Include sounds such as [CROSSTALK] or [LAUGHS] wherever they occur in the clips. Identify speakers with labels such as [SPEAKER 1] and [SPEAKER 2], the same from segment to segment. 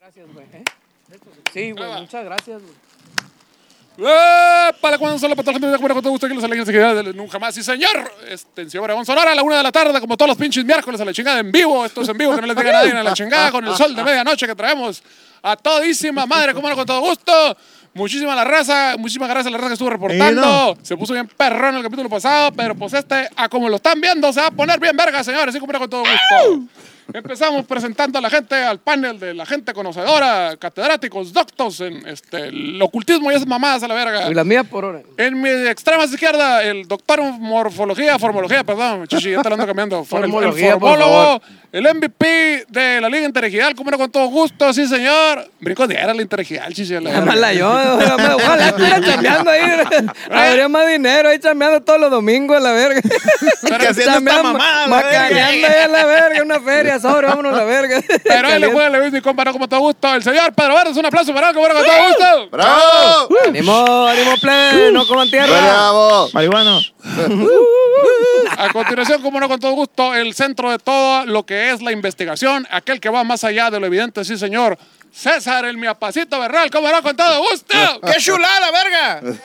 [SPEAKER 1] Gracias, güey. ¿eh? Sí, güey,
[SPEAKER 2] Brava.
[SPEAKER 1] muchas gracias, güey.
[SPEAKER 2] ¡Eh! Para cuando solo para toda la gente de acuerdo con todo gusto que los alegres de General del nunca más. Sí, señor. Este, en Ciudad Obregón, Sonora, a la una de la tarde, como todos los pinches miércoles a la chingada en vivo. Esto es en vivo, que no les diga nadie a la chingada con el sol de medianoche que traemos a todísima madre, como no, con todo gusto. Muchísima la raza, muchísimas gracias a la raza que estuvo reportando. Se puso bien perrón el capítulo pasado, pero pues este, a como lo están viendo, se va a poner bien verga, señores. Así como no, con todo gusto. Empezamos presentando a la gente, al panel de la gente conocedora, catedráticos, doctos en este, el ocultismo y esas mamadas a la verga.
[SPEAKER 1] Y la mía por hora.
[SPEAKER 2] En mi extrema izquierda, el doctor en morfología, formología, perdón, chichi, ya te lo ando cambiando. For- el-
[SPEAKER 1] Formología,
[SPEAKER 2] el
[SPEAKER 1] por
[SPEAKER 2] formólogo,
[SPEAKER 1] favor.
[SPEAKER 2] el MVP de la Liga Interregional, como no, con todo gusto, sí, señor. Brinco de era la Interregional, chichi. a la verga.
[SPEAKER 3] Llámala yo, ojalá ojalá estuviera chambeando ahí. Habría más dinero ahí chambeando todos los domingos a la verga.
[SPEAKER 4] Que haciendo esta
[SPEAKER 3] Chambeando,
[SPEAKER 4] mamada. la
[SPEAKER 3] Macaneando
[SPEAKER 4] verga.
[SPEAKER 3] ahí a la verga, una feria, sobre, vámonos a la verga.
[SPEAKER 2] Pero ahí le
[SPEAKER 3] Caliente.
[SPEAKER 2] juega, le vi mi compa, no, con todo gusto. El señor Pedro Verdes, un aplauso para él, como no, con todo gusto.
[SPEAKER 4] ¡Bravo!
[SPEAKER 3] Ánimo, ánimo, plebe, no coman tierra.
[SPEAKER 4] ¡Bravo!
[SPEAKER 5] Marihuano.
[SPEAKER 2] A continuación, como no, con todo gusto, el centro de todo lo que es la investigación, aquel que va más allá de lo evidente, sí, señor. César, el miapacito Bernal, como no, con todo gusto.
[SPEAKER 5] ¡Qué chulada, verga!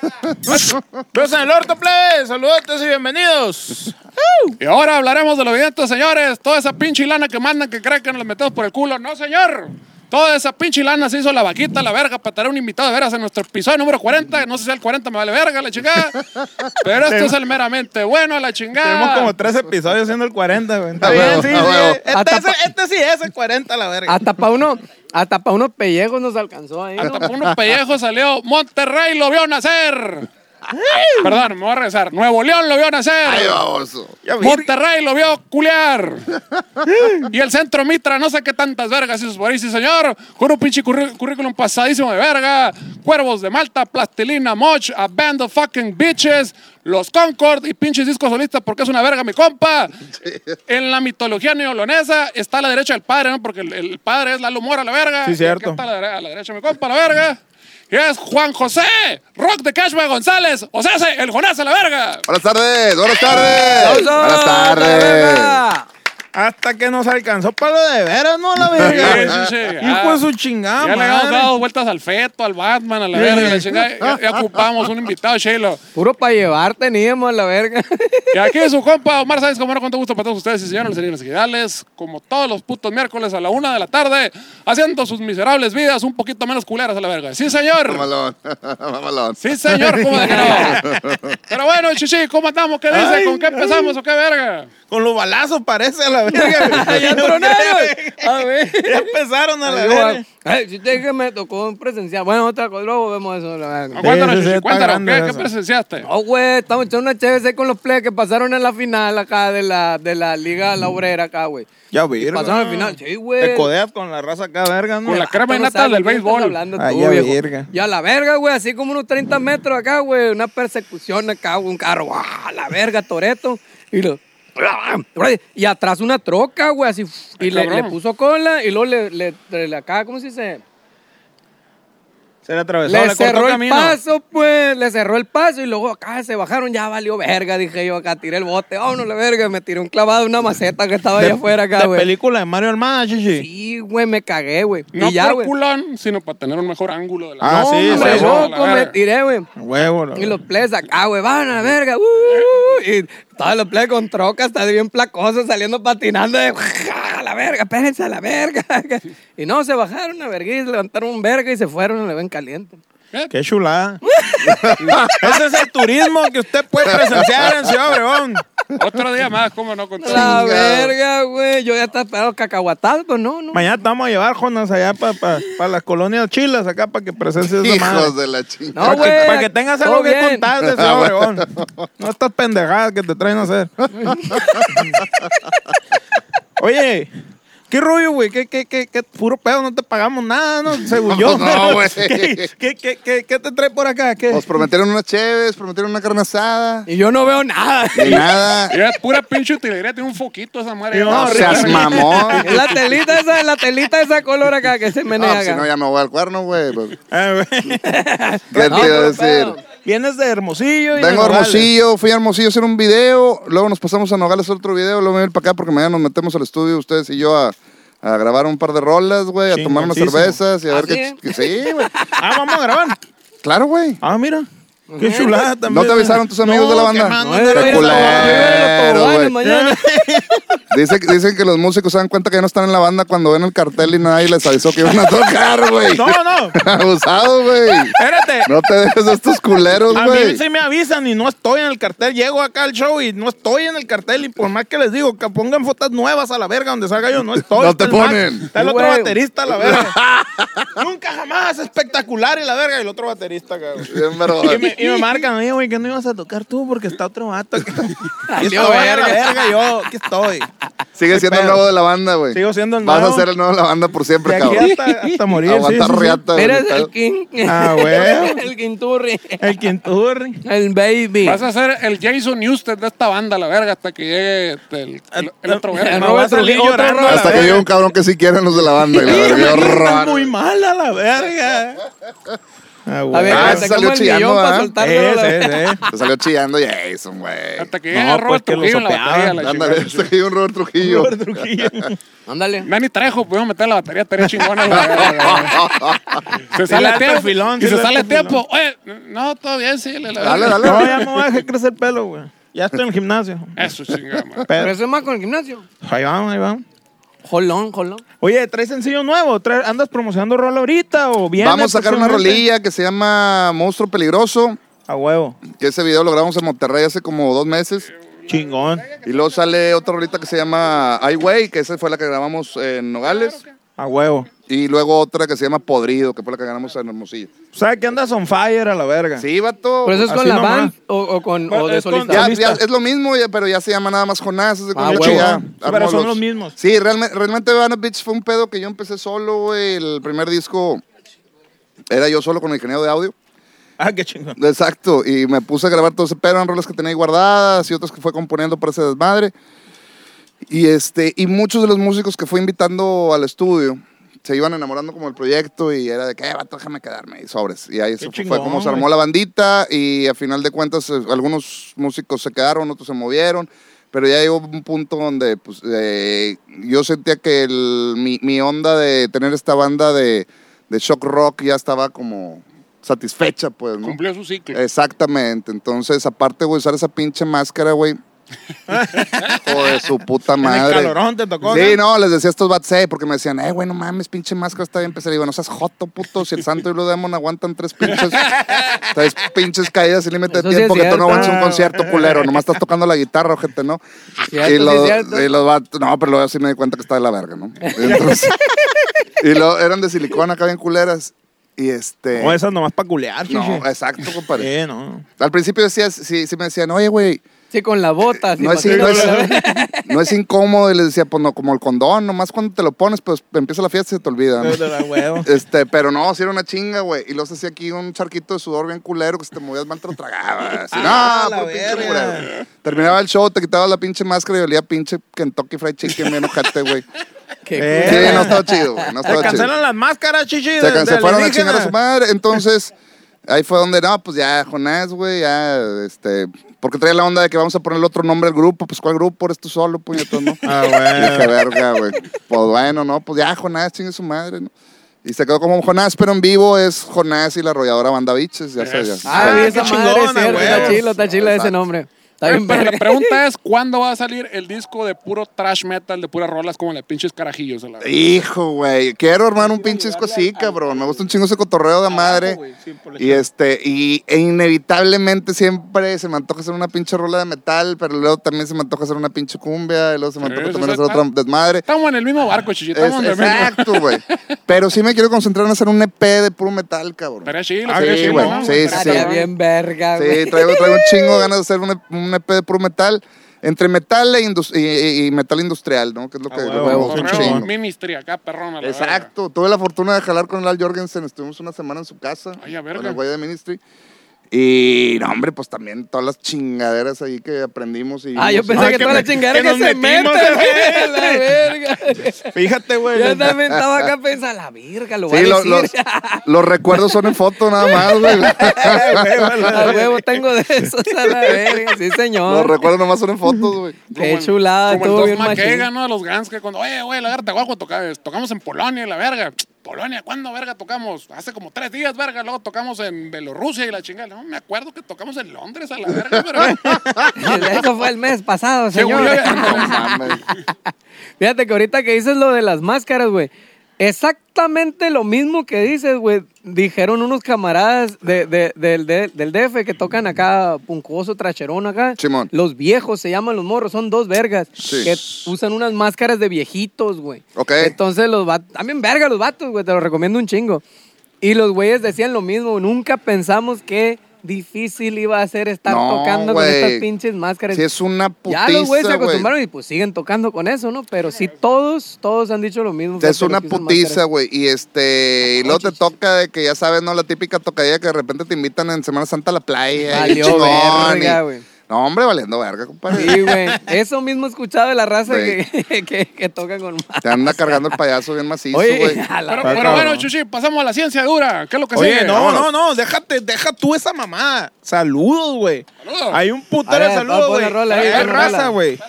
[SPEAKER 5] Rosa del Orto, plebe. Saludos y bienvenidos.
[SPEAKER 2] Y ahora hablaremos de los videntes, señores. Toda esa pinche lana que mandan que creen que nos la metemos por el culo. No, señor. Toda esa pinche lana se hizo la vaquita, la verga, para tener un invitado de veras en nuestro episodio número 40. No sé si el 40 me vale verga, la chingada. Pero esto es el meramente bueno, la
[SPEAKER 5] Tenemos como
[SPEAKER 2] chingada.
[SPEAKER 5] tres episodios siendo el 40, güey. Está
[SPEAKER 4] A
[SPEAKER 5] bien,
[SPEAKER 4] huevo,
[SPEAKER 5] sí,
[SPEAKER 4] a
[SPEAKER 5] sí.
[SPEAKER 4] huevo.
[SPEAKER 5] Este,
[SPEAKER 3] Hasta
[SPEAKER 5] es el- este sí es el 40, la verga.
[SPEAKER 3] Hasta pa' uno, hasta pa' unos pellejos nos alcanzó ahí. ¿no?
[SPEAKER 2] Hasta por unos pellejos salió. Monterrey lo vio nacer. Perdón, me voy a regresar. Nuevo León lo vio
[SPEAKER 4] ¡Ay,
[SPEAKER 2] nacer.
[SPEAKER 4] baboso!
[SPEAKER 5] Ya, verga.
[SPEAKER 2] Monterrey lo vio culear. y el centro Mitra, no sé qué tantas vergas hizo por ahí, sí, señor. Con un pinche curri- currículum pasadísimo de verga. Cuervos de Malta, Plastilina, Moch, A Band of Fucking Bitches, Los Concord y pinches discos solistas porque es una verga, mi compa. En la mitología neolonesa está a la derecha del padre, ¿no? Porque el, el padre es Lalo Mora, la verga.
[SPEAKER 5] Sí,
[SPEAKER 2] Y acá
[SPEAKER 5] cierto.
[SPEAKER 2] está a la, dere- a la derecha, mi compa, la verga. Y es Juan José, Rock de Cashman González, o sea, el Jonás a la verga.
[SPEAKER 4] Buenas tardes, buenas tardes. Buenas tardes.
[SPEAKER 3] verga.
[SPEAKER 5] Hasta que nos alcanzó para lo de veras, ¿no? La verga.
[SPEAKER 2] Sí, sí, sí.
[SPEAKER 5] Hijo
[SPEAKER 2] Ah,
[SPEAKER 5] de su chingada,
[SPEAKER 2] Ya le hemos
[SPEAKER 5] madre.
[SPEAKER 2] dado vueltas al feto, al Batman, a la verga, la chingada. Ya, ya ocupamos un invitado, Shelo.
[SPEAKER 3] Puro para llevar teníamos a la verga.
[SPEAKER 2] Y aquí su compa Omar Sáenz, como no, con todo gusto para todos ustedes y señores, señores generales, como todos los putos miércoles a la una de la tarde, haciendo sus miserables vidas un poquito menos culeras a la verga. Sí, señor.
[SPEAKER 4] Mamalón, [LAUGHS] mamalón.
[SPEAKER 2] Sí, señor, ¿cómo de que no? Pero bueno, chichi, ¿cómo andamos? ¿Qué dice?
[SPEAKER 5] Ay,
[SPEAKER 2] ¿Con qué empezamos o qué verga?
[SPEAKER 5] Con los balazos parece, a la verga.
[SPEAKER 3] [LAUGHS] ya tronaron. A
[SPEAKER 5] [LAUGHS]
[SPEAKER 3] ver.
[SPEAKER 5] Ya empezaron a la
[SPEAKER 3] Digo,
[SPEAKER 5] verga.
[SPEAKER 3] ay, si te dije que me tocó un presencial. Bueno, otra cosa, luego vemos eso. La verga.
[SPEAKER 2] Cuéntanos,
[SPEAKER 5] sí, sí,
[SPEAKER 2] chichi,
[SPEAKER 5] está
[SPEAKER 2] cuéntanos,
[SPEAKER 5] grande
[SPEAKER 2] ¿qué, qué
[SPEAKER 5] eso.
[SPEAKER 2] presenciaste?
[SPEAKER 3] No, güey, estamos echando una chévere ahí con los plebes que pasaron en la final acá de la, de la Liga La Obrera acá, güey.
[SPEAKER 5] Ya, verga.
[SPEAKER 3] Pasaron al final, sí, güey.
[SPEAKER 5] Te codeas con la raza acá, verga, ¿no?
[SPEAKER 2] Con la
[SPEAKER 3] Ah,
[SPEAKER 2] crema
[SPEAKER 3] tú
[SPEAKER 2] y
[SPEAKER 3] no
[SPEAKER 2] nata
[SPEAKER 3] sabes
[SPEAKER 2] del
[SPEAKER 3] de qué estás
[SPEAKER 2] béisbol.
[SPEAKER 3] hablando tú,
[SPEAKER 5] Ah, ya,
[SPEAKER 3] viejo.
[SPEAKER 5] verga.
[SPEAKER 3] Y a la verga, güey, así como unos 30 metros acá, güey, una persecución acá, güey, un carro, ¡guau! a la verga, Toreto. Y lo- ¡ah! Y atrás una troca, güey, así. Y
[SPEAKER 2] Ay,
[SPEAKER 3] le,
[SPEAKER 2] cabrón.
[SPEAKER 3] le puso cola y luego le, le, le- acá, ¿cómo se dice?
[SPEAKER 5] Se le atravesó,
[SPEAKER 3] Le
[SPEAKER 5] le, Pues cortó
[SPEAKER 3] cerró el
[SPEAKER 5] camino.
[SPEAKER 3] paso, pues, le cerró el paso y luego acá se bajaron, ya valió verga, dije yo acá, tiré el bote, oh no la verga, me tiré un clavado de una maceta que estaba
[SPEAKER 5] De-
[SPEAKER 3] allá afuera acá,
[SPEAKER 5] de
[SPEAKER 3] güey.
[SPEAKER 5] película de Mario Almada, chichi.
[SPEAKER 3] Sí, güey, me cagué, güey.
[SPEAKER 2] No
[SPEAKER 3] y ya,
[SPEAKER 2] por
[SPEAKER 3] güey.
[SPEAKER 2] culón, sino para tener un mejor ángulo de la
[SPEAKER 5] Ah,
[SPEAKER 2] No,
[SPEAKER 5] sí,
[SPEAKER 2] hombre,
[SPEAKER 5] sí, sí.
[SPEAKER 2] no,
[SPEAKER 3] loco,
[SPEAKER 2] la
[SPEAKER 3] me
[SPEAKER 2] verga.
[SPEAKER 3] tiré, güey.
[SPEAKER 5] Huevo, la
[SPEAKER 3] Y los
[SPEAKER 5] verga.
[SPEAKER 3] plebes acá, güey, van a la verga. uh, uh, uh, y todos los plebes con trocas, está bien placosos, saliendo patinando de a la verga, espérense a la verga. [LAUGHS] Y no, se bajaron a verguis, levantaron un verga y se fueron a la ven caliente.
[SPEAKER 5] Qué chulada. [LAUGHS] Ese es el turismo que usted puede presenciar en Ciudad Obregón.
[SPEAKER 2] Otro día más, ¿cómo no? Con todo
[SPEAKER 3] La
[SPEAKER 4] Chingado.
[SPEAKER 3] verga, güey. Yo ya estaba esperando cacahuatadas, pero no, no.
[SPEAKER 5] Mañana te vamos a llevar, Jonas, allá para las colonias chilas, acá para que presencies esa madre.
[SPEAKER 4] Hijos de Ah, la chingada.
[SPEAKER 3] No,
[SPEAKER 5] para,
[SPEAKER 3] güey.
[SPEAKER 5] que, para que tengas algo
[SPEAKER 3] todo
[SPEAKER 5] que
[SPEAKER 3] bien.
[SPEAKER 5] contar de
[SPEAKER 4] [LAUGHS]
[SPEAKER 5] Ciudad Obregón. No estas pendejadas que te traen a hacer. Oye, qué rollo, güey. ¿Qué, qué, qué, qué puro pedo, no te pagamos nada, ¿no? Según yo. [LAUGHS]
[SPEAKER 4] [LAUGHS] No, güey. Pues,
[SPEAKER 5] ¿Qué, qué, qué, qué- qué te trae por acá? ¿Qué?
[SPEAKER 4] Nos prometieron unas cheves, prometieron una carne asada.
[SPEAKER 3] Y yo no veo
[SPEAKER 4] [LAUGHS]
[SPEAKER 3] nada.
[SPEAKER 4] Y nada.
[SPEAKER 2] Mira, es pura pinche utilería, tiene un foquito esa madre.
[SPEAKER 5] No,
[SPEAKER 4] No
[SPEAKER 2] Ah,
[SPEAKER 4] seas
[SPEAKER 2] rico.
[SPEAKER 3] [LAUGHS]
[SPEAKER 4] mamón.
[SPEAKER 3] Es la telita esa, es la telita esa color acá que se menea
[SPEAKER 4] No, pues, si
[SPEAKER 3] acá.
[SPEAKER 4] no, ya me voy al cuerno, güey. pues.
[SPEAKER 5] [LAUGHS] Ah, güey.
[SPEAKER 4] ¿Qué
[SPEAKER 3] No,
[SPEAKER 4] te iba a
[SPEAKER 3] pero
[SPEAKER 4] decir?
[SPEAKER 3] pedo.
[SPEAKER 5] Vienes de Hermosillo. y de
[SPEAKER 4] Vengo a
[SPEAKER 5] Nogales.
[SPEAKER 4] Hermosillo, fui a Hermosillo a hacer un video, luego nos pasamos a Nogales a hacer otro video, luego me voy para acá porque mañana nos metemos al estudio ustedes y yo a, a grabar un par de rolas, güey, a tomar unas
[SPEAKER 5] Chingoncísimo.
[SPEAKER 4] cervezas y a ver
[SPEAKER 3] ¿Ah,
[SPEAKER 4] qué.
[SPEAKER 3] sí?
[SPEAKER 4] ch- que- Sí, güey.
[SPEAKER 5] Ah, vamos a grabar.
[SPEAKER 4] Claro, güey.
[SPEAKER 5] Ah, mira. Qué chulada también.
[SPEAKER 4] ¿No te avisaron tus amigos de la banda?
[SPEAKER 3] No,
[SPEAKER 4] Qué
[SPEAKER 3] era-
[SPEAKER 4] culero,
[SPEAKER 3] era-
[SPEAKER 4] güey.
[SPEAKER 3] Ay, mañana.
[SPEAKER 4] Dicen, dicen que los músicos se dan cuenta que ya no están en la banda cuando ven el cartel y nadie les avisó que iban a tocar, güey.
[SPEAKER 5] No, no.
[SPEAKER 4] [LAUGHS] Abusado, güey.
[SPEAKER 5] Espérate.
[SPEAKER 4] No te dejes de estos culeros,
[SPEAKER 5] A
[SPEAKER 4] güey.
[SPEAKER 5] mí sí me avisan y no estoy en el cartel. Llego acá al show y no estoy en el cartel. Y por más que les digo que pongan fotos nuevas a la verga donde salga yo,
[SPEAKER 4] [LAUGHS]
[SPEAKER 5] no estoy.
[SPEAKER 4] No
[SPEAKER 5] Está
[SPEAKER 4] te
[SPEAKER 5] el Max,
[SPEAKER 4] ponen.
[SPEAKER 5] Está el otro
[SPEAKER 3] Güey.
[SPEAKER 5] baterista a la verga.
[SPEAKER 4] [LAUGHS]
[SPEAKER 5] Nunca jamás espectacular y la verga. Y el otro baterista, cabrón.
[SPEAKER 4] Bien,
[SPEAKER 5] [LAUGHS]
[SPEAKER 4] pero-
[SPEAKER 5] Y me, y me marcan, "Oye, güey, que no ibas a tocar tú porque está otro vato. [LAUGHS]
[SPEAKER 4] [LAUGHS]
[SPEAKER 5] aquí". Y
[SPEAKER 3] Salió
[SPEAKER 5] estaba a la
[SPEAKER 3] verga.
[SPEAKER 5] verga, yo, aquí estoy.
[SPEAKER 4] Sigue siendo el
[SPEAKER 5] pedo.
[SPEAKER 4] nuevo de la banda, güey.
[SPEAKER 5] Sigo siendo el
[SPEAKER 4] Vas
[SPEAKER 5] nuevo.
[SPEAKER 4] a ser el nuevo de la banda por siempre,
[SPEAKER 5] De aquí
[SPEAKER 4] cabrón.
[SPEAKER 5] hasta, hasta morir. sí,
[SPEAKER 4] Aguantar
[SPEAKER 5] sí, sí.
[SPEAKER 4] riata, güey.
[SPEAKER 3] Eres
[SPEAKER 4] ni pedo.
[SPEAKER 3] el King.
[SPEAKER 5] Ah, güey.
[SPEAKER 3] [LAUGHS] El Quinturri.
[SPEAKER 5] El
[SPEAKER 4] [LAUGHS]
[SPEAKER 5] Quinturri.
[SPEAKER 3] El Baby.
[SPEAKER 2] Vas a ser el Jason Newsted de esta banda, la verga, hasta que llegue este, el, el- el
[SPEAKER 5] Eh,
[SPEAKER 2] otro verga.
[SPEAKER 3] El
[SPEAKER 5] No,
[SPEAKER 2] ¿no?
[SPEAKER 5] va
[SPEAKER 3] Robert
[SPEAKER 5] a salir
[SPEAKER 3] Trujillo,
[SPEAKER 5] llorando
[SPEAKER 3] otro
[SPEAKER 5] a la
[SPEAKER 4] Hasta que
[SPEAKER 5] verga.
[SPEAKER 4] llegue un cabrón que sí quieren los de la banda. Y la
[SPEAKER 5] Sí,
[SPEAKER 4] verga,
[SPEAKER 5] mañana
[SPEAKER 4] horror.
[SPEAKER 5] está muy mala la verga. Ah,
[SPEAKER 3] A ver,
[SPEAKER 4] Ah,
[SPEAKER 3] ah,
[SPEAKER 4] ese
[SPEAKER 3] sacamos
[SPEAKER 4] salió
[SPEAKER 3] el
[SPEAKER 4] chillando,
[SPEAKER 3] millón para
[SPEAKER 4] ¿ah?
[SPEAKER 3] soltarlo. la verga.
[SPEAKER 4] Se salió chillando Jason, güey.
[SPEAKER 2] Hasta que
[SPEAKER 5] No,
[SPEAKER 2] llegue
[SPEAKER 5] pues,
[SPEAKER 2] Robert
[SPEAKER 5] que lo
[SPEAKER 2] Trujillo en la
[SPEAKER 5] sopeaban.
[SPEAKER 2] batería. La
[SPEAKER 4] Ándale,
[SPEAKER 2] chingada.
[SPEAKER 4] hasta que llegue un Robert Trujillo.
[SPEAKER 3] Ándale.
[SPEAKER 2] Nani Trejo, pudimos meter la batería, estaría chingona. la verga.
[SPEAKER 5] [LAUGHS]
[SPEAKER 2] se
[SPEAKER 5] le
[SPEAKER 2] sale
[SPEAKER 5] da el
[SPEAKER 2] tiempo.
[SPEAKER 5] perfilón,
[SPEAKER 2] y
[SPEAKER 5] sí
[SPEAKER 2] se
[SPEAKER 5] le da el
[SPEAKER 2] sale tiempo. Oye, no, todo bien, sí. la- la-
[SPEAKER 4] Dale, dale.
[SPEAKER 5] No, ya me voy a dejar crecer pelo, güey. Ya estoy en el gimnasio.
[SPEAKER 2] Eso, chingada. madre.
[SPEAKER 3] Pero
[SPEAKER 5] Pero,
[SPEAKER 3] eso es más con el gimnasio.
[SPEAKER 5] ahí vamos, ahí vamos.
[SPEAKER 3] Jolón, jolón.
[SPEAKER 5] Oye, ¿traes sencillo nuevo? ¿Traes- ¿Andas promocionando rola ahorita o bien?
[SPEAKER 4] Vamos a sacar una rolilla que se llama Monstruo Peligroso.
[SPEAKER 5] A huevo.
[SPEAKER 4] Que ese video lo grabamos en Monterrey hace como dos meses.
[SPEAKER 5] Chingón.
[SPEAKER 4] Y luego sale otra rolita que se llama I Way, que esa fue la que grabamos en Nogales.
[SPEAKER 5] A huevo.
[SPEAKER 4] Y luego otra que se llama Podrido, que fue la que grabamos en Hermosillo.
[SPEAKER 5] O sea, que andas on fire a la verga.
[SPEAKER 4] Sí, vato.
[SPEAKER 3] Pero eso es
[SPEAKER 5] Así
[SPEAKER 3] con la
[SPEAKER 5] nomás.
[SPEAKER 3] band o, o con, o de
[SPEAKER 5] Es con-
[SPEAKER 3] solista.
[SPEAKER 4] Ya,
[SPEAKER 5] solista.
[SPEAKER 4] ya, es lo mismo, ya- pero ya se llama nada más Jonás. es de
[SPEAKER 3] Ah,
[SPEAKER 4] como
[SPEAKER 3] huevo.
[SPEAKER 4] que ya
[SPEAKER 5] Pero
[SPEAKER 4] armo
[SPEAKER 5] son los mismos.
[SPEAKER 4] Sí, realmente, realmente Banner Beach fue un pedo que yo empecé solo, güey. El primer disco era yo solo con el ingeniero de audio.
[SPEAKER 5] Ah, qué chingón.
[SPEAKER 4] Exacto, y me puse a grabar todo ese pedo, eran rolas que tenía ahí guardadas y otras que fue componiendo para ese desmadre. Y, este, y muchos de los músicos que fui invitando al estudio se iban enamorando como del proyecto y era de que, "Eh, vato, déjame quedarme y sobres. Y ahí se fue
[SPEAKER 5] chingón,
[SPEAKER 4] como se
[SPEAKER 5] güey.
[SPEAKER 4] armó la bandita y a final de cuentas eh, algunos músicos se quedaron, otros se movieron. Pero ya llegó un punto donde pues, eh, yo sentía que el- mi, mi onda de tener esta banda de, de shock rock ya estaba como satisfecha, pues, ¿no?
[SPEAKER 2] Cumplió su ciclo.
[SPEAKER 4] Exactamente. Entonces, aparte, güey, usar esa pinche máscara, güey. Hijo de su puta madre.
[SPEAKER 5] En el calorón te tocó.
[SPEAKER 4] Sí, no, les decía a estos vatos, eh, porque me decían, eh, güey, no mames, pinche máscara está bien pesada. Y digo, no seas joto, puto, si el santo y lo demon aguantan tres pinches, tres pinches caídas sin límite
[SPEAKER 3] Eso
[SPEAKER 4] de
[SPEAKER 3] sí es
[SPEAKER 4] tiempo, que tú
[SPEAKER 3] cierto.
[SPEAKER 4] no aguantas un concierto, culero, nomás estás tocando la guitarra, gente, ¿no?
[SPEAKER 3] Cierto,
[SPEAKER 4] y,
[SPEAKER 3] sí
[SPEAKER 4] lo-
[SPEAKER 3] es cierto.
[SPEAKER 4] y los vatos, no, pero luego sí me di cuenta que está de la verga, ¿no?
[SPEAKER 3] [LAUGHS]
[SPEAKER 4] Entonces, y luego eran de silicona acá bien culeras, y este...
[SPEAKER 5] O esas nomás para culear,
[SPEAKER 4] no,
[SPEAKER 5] chiche.
[SPEAKER 4] exacto, compadre.
[SPEAKER 5] Sí, no.
[SPEAKER 4] Al principio decías, sí, sí me decían, oye, güey,
[SPEAKER 3] Sí, con la bota. sí,
[SPEAKER 4] no, es,
[SPEAKER 3] para-
[SPEAKER 4] no es- [LAUGHS] no es incómodo. Y les decía, pues no, como el condón, nomás cuando te lo pones, pues empieza la fiesta y se te olvida. ¿no?
[SPEAKER 5] Pero de la huevo.
[SPEAKER 4] Este, pero no, sí era una chinga, güey. Y los hacía aquí un charquito de sudor bien culero que si te movías mal te lo tragabas. [LAUGHS] Y,
[SPEAKER 5] Ah,
[SPEAKER 4] no,
[SPEAKER 5] la
[SPEAKER 4] puro pinche
[SPEAKER 5] verga.
[SPEAKER 4] culero. Terminaba el show, te quitabas la pinche máscara y olía a pinche Kentucky Fried Chicken bien ojete, [LAUGHS] güey.
[SPEAKER 3] Qué
[SPEAKER 5] Eh.
[SPEAKER 4] Sí, no estaba chido, güey. No
[SPEAKER 5] Se
[SPEAKER 4] estaba chido.
[SPEAKER 5] cancelan las máscaras, chichi.
[SPEAKER 4] Se, can- se fueron a chingar a su madre.
[SPEAKER 5] [LAUGHS]
[SPEAKER 4] Entonces, ahí fue donde, no, pues ya, Jonás, güey, ya, este. Porque traía la onda de que vamos a ponerle otro nombre al grupo. Pues, ¿cuál grupo? Eres tú solo, puñetón, ¿no?
[SPEAKER 5] [LAUGHS] Ah, bueno.
[SPEAKER 4] Y dije, verga, güey. Pues bueno, no, pues ya, Jonás, chingue su madre, ¿no? Y se quedó como Jonás, pero en vivo es Jonás y la arrolladora Banda Biches, ya sabes. ya.
[SPEAKER 3] Ah,
[SPEAKER 5] Ah,
[SPEAKER 3] vi esa
[SPEAKER 5] qué
[SPEAKER 3] madre,
[SPEAKER 5] chingona,
[SPEAKER 3] es cierto, Está
[SPEAKER 5] huevos.
[SPEAKER 3] chilo, está chilo ese
[SPEAKER 4] Exacto.
[SPEAKER 3] nombre. Está
[SPEAKER 2] Pero
[SPEAKER 3] bien
[SPEAKER 2] pero la [LAUGHS]
[SPEAKER 3] verga.
[SPEAKER 2] pregunta es, ¿cuándo va a salir el disco de puro trash metal, de puras rolas como la pinches carajillos? a la-
[SPEAKER 4] Hijo, güey. Quiero armar un pinche disco así, cabrón. Me gusta un chingo ese cotorreo de madre. Y este, y e inevitablemente siempre se me antoja hacer una pinche rola de metal, pero luego también se me antoja hacer una pinche cumbia, y luego se me
[SPEAKER 2] Pero
[SPEAKER 4] antoja
[SPEAKER 2] eso
[SPEAKER 4] también
[SPEAKER 2] es
[SPEAKER 4] hacer otro
[SPEAKER 2] tan-
[SPEAKER 4] desmadre.
[SPEAKER 2] Estamos en el mismo barco, chichi. Estamos en
[SPEAKER 4] Es-
[SPEAKER 2] el mismo.
[SPEAKER 4] exacto, güey. pero sí me quiero concentrar en hacer un EP de puro metal, cabrón.
[SPEAKER 2] Estaría chilo.
[SPEAKER 5] Ah,
[SPEAKER 2] estaría
[SPEAKER 5] sí,
[SPEAKER 2] chilo,
[SPEAKER 5] güey.
[SPEAKER 2] ¿no?
[SPEAKER 5] Sí,
[SPEAKER 2] Estaría
[SPEAKER 4] sí.
[SPEAKER 3] Estaría
[SPEAKER 2] cabrón.
[SPEAKER 3] bien verga, güey.
[SPEAKER 4] Sí, traigo, traigo un chingo de ganas de hacer un, EP un EP de puro metal. Entre metal e indus- y, y- y metal industrial, ¿no? Que es lo que
[SPEAKER 5] huevo,
[SPEAKER 4] lo que me
[SPEAKER 3] huevo,
[SPEAKER 4] gusta pues, un
[SPEAKER 2] Correo,
[SPEAKER 4] chingo.
[SPEAKER 2] Ministry, acá, perrón. a la verga.
[SPEAKER 4] Exacto. Tuve la fortuna de jalar con Lal Jorgensen. Estuvimos una semana en su casa.
[SPEAKER 2] Ay, a verga.
[SPEAKER 4] Con el güey de Ministry. Y no, hombre, pues también todas las chingaderas ahí que aprendimos. Y
[SPEAKER 3] Ah, yo pensé
[SPEAKER 5] Ah,
[SPEAKER 3] que
[SPEAKER 5] que
[SPEAKER 3] toda la
[SPEAKER 5] me-
[SPEAKER 3] chingadera
[SPEAKER 5] que
[SPEAKER 3] que,
[SPEAKER 5] nos
[SPEAKER 3] se mete,
[SPEAKER 5] metimos,
[SPEAKER 3] güey, la verga.
[SPEAKER 5] Fíjate, güey.
[SPEAKER 3] Yo también estaba acá pensando, la verga, lo voy
[SPEAKER 4] Sí,
[SPEAKER 3] a
[SPEAKER 4] lo-
[SPEAKER 3] decir. [LAUGHS]
[SPEAKER 4] los, los recuerdos son en foto nada más, güey.
[SPEAKER 3] A huevo tengo de esos a la verga, sí
[SPEAKER 4] los
[SPEAKER 3] señor.
[SPEAKER 4] recuerdos nomás son en fotos, güey.
[SPEAKER 3] Qué
[SPEAKER 2] Como el-
[SPEAKER 3] chulada,
[SPEAKER 2] Como el
[SPEAKER 3] Ah, estuvo
[SPEAKER 2] Doc
[SPEAKER 3] bien machín.
[SPEAKER 2] McKagan, ¿no? De los Gans, que cuando, oye, güey, la verga, te acuerdas cuando toca- tocamos en Polonia, y la verga. Polonia, ¿cuándo, verga, tocamos? Hace como tres días, verga, luego tocamos en Bielorrusia y la chingada. No, me acuerdo que tocamos en Londres a la verga, pero...
[SPEAKER 3] [LAUGHS] Eso fue el mes pasado,
[SPEAKER 2] Según
[SPEAKER 3] señor.
[SPEAKER 2] yo,
[SPEAKER 4] No mames.
[SPEAKER 3] [LAUGHS] Fíjate que ahorita que dices lo de las máscaras, güey. Exactamente lo mismo que dices, güey. Dijeron unos camaradas de- de- del, de- del DF que tocan acá, puncoso, tracherón acá.
[SPEAKER 4] Simón.
[SPEAKER 3] Los viejos se llaman los morros, son dos vergas.
[SPEAKER 4] Sí.
[SPEAKER 3] Que usan unas máscaras de viejitos, güey.
[SPEAKER 4] Ok.
[SPEAKER 3] Entonces los vatos, también verga los vatos, güey, te los recomiendo un chingo. Y los güeyes decían lo mismo, nunca pensamos que difícil iba a ser estar
[SPEAKER 4] No,
[SPEAKER 3] tocando con
[SPEAKER 4] güey.
[SPEAKER 3] estas pinches máscaras.
[SPEAKER 4] Sí, es una putiza,
[SPEAKER 3] Ya los güeyes se
[SPEAKER 4] güey.
[SPEAKER 3] acostumbraron y pues siguen tocando con eso, ¿no? Pero sí todos, todos han dicho lo mismo.
[SPEAKER 4] Es
[SPEAKER 3] fíjate,
[SPEAKER 4] una
[SPEAKER 3] los que usan
[SPEAKER 4] putiza,
[SPEAKER 3] máscaras.
[SPEAKER 4] güey. Y
[SPEAKER 3] Ah,
[SPEAKER 4] este, y luego te toca de que ya sabes, ¿no? La típica tocadilla que de repente te invitan en Semana Santa a la playa. y
[SPEAKER 3] Valió
[SPEAKER 4] chingón,
[SPEAKER 3] verga,
[SPEAKER 4] y-
[SPEAKER 3] güey.
[SPEAKER 4] No, hombre, valiendo verga, compadre.
[SPEAKER 3] Sí, güey. Eso mismo he escuchado de la raza
[SPEAKER 4] Güey.
[SPEAKER 3] que, [LAUGHS] que, que toca con más.
[SPEAKER 4] Te anda cargando el payaso bien macizo,
[SPEAKER 3] Oye,
[SPEAKER 4] güey.
[SPEAKER 3] [LAUGHS] a la
[SPEAKER 2] Pero,
[SPEAKER 3] verga.
[SPEAKER 2] pero bueno,
[SPEAKER 5] cabrón.
[SPEAKER 2] Chuchi, pasamos a la ciencia dura. ¿Qué es lo que
[SPEAKER 5] Oye,
[SPEAKER 2] sigue?
[SPEAKER 5] no,
[SPEAKER 4] vámonos.
[SPEAKER 5] no, no, déjate, deja tú esa mamada. Saludos, güey.
[SPEAKER 2] Saludos.
[SPEAKER 5] Hay un putero
[SPEAKER 3] A
[SPEAKER 5] de
[SPEAKER 3] ver, va,
[SPEAKER 5] saludos,
[SPEAKER 3] ponle
[SPEAKER 5] güey.
[SPEAKER 3] rola ahí,
[SPEAKER 5] Hay
[SPEAKER 3] ponle rola.
[SPEAKER 5] raza, güey.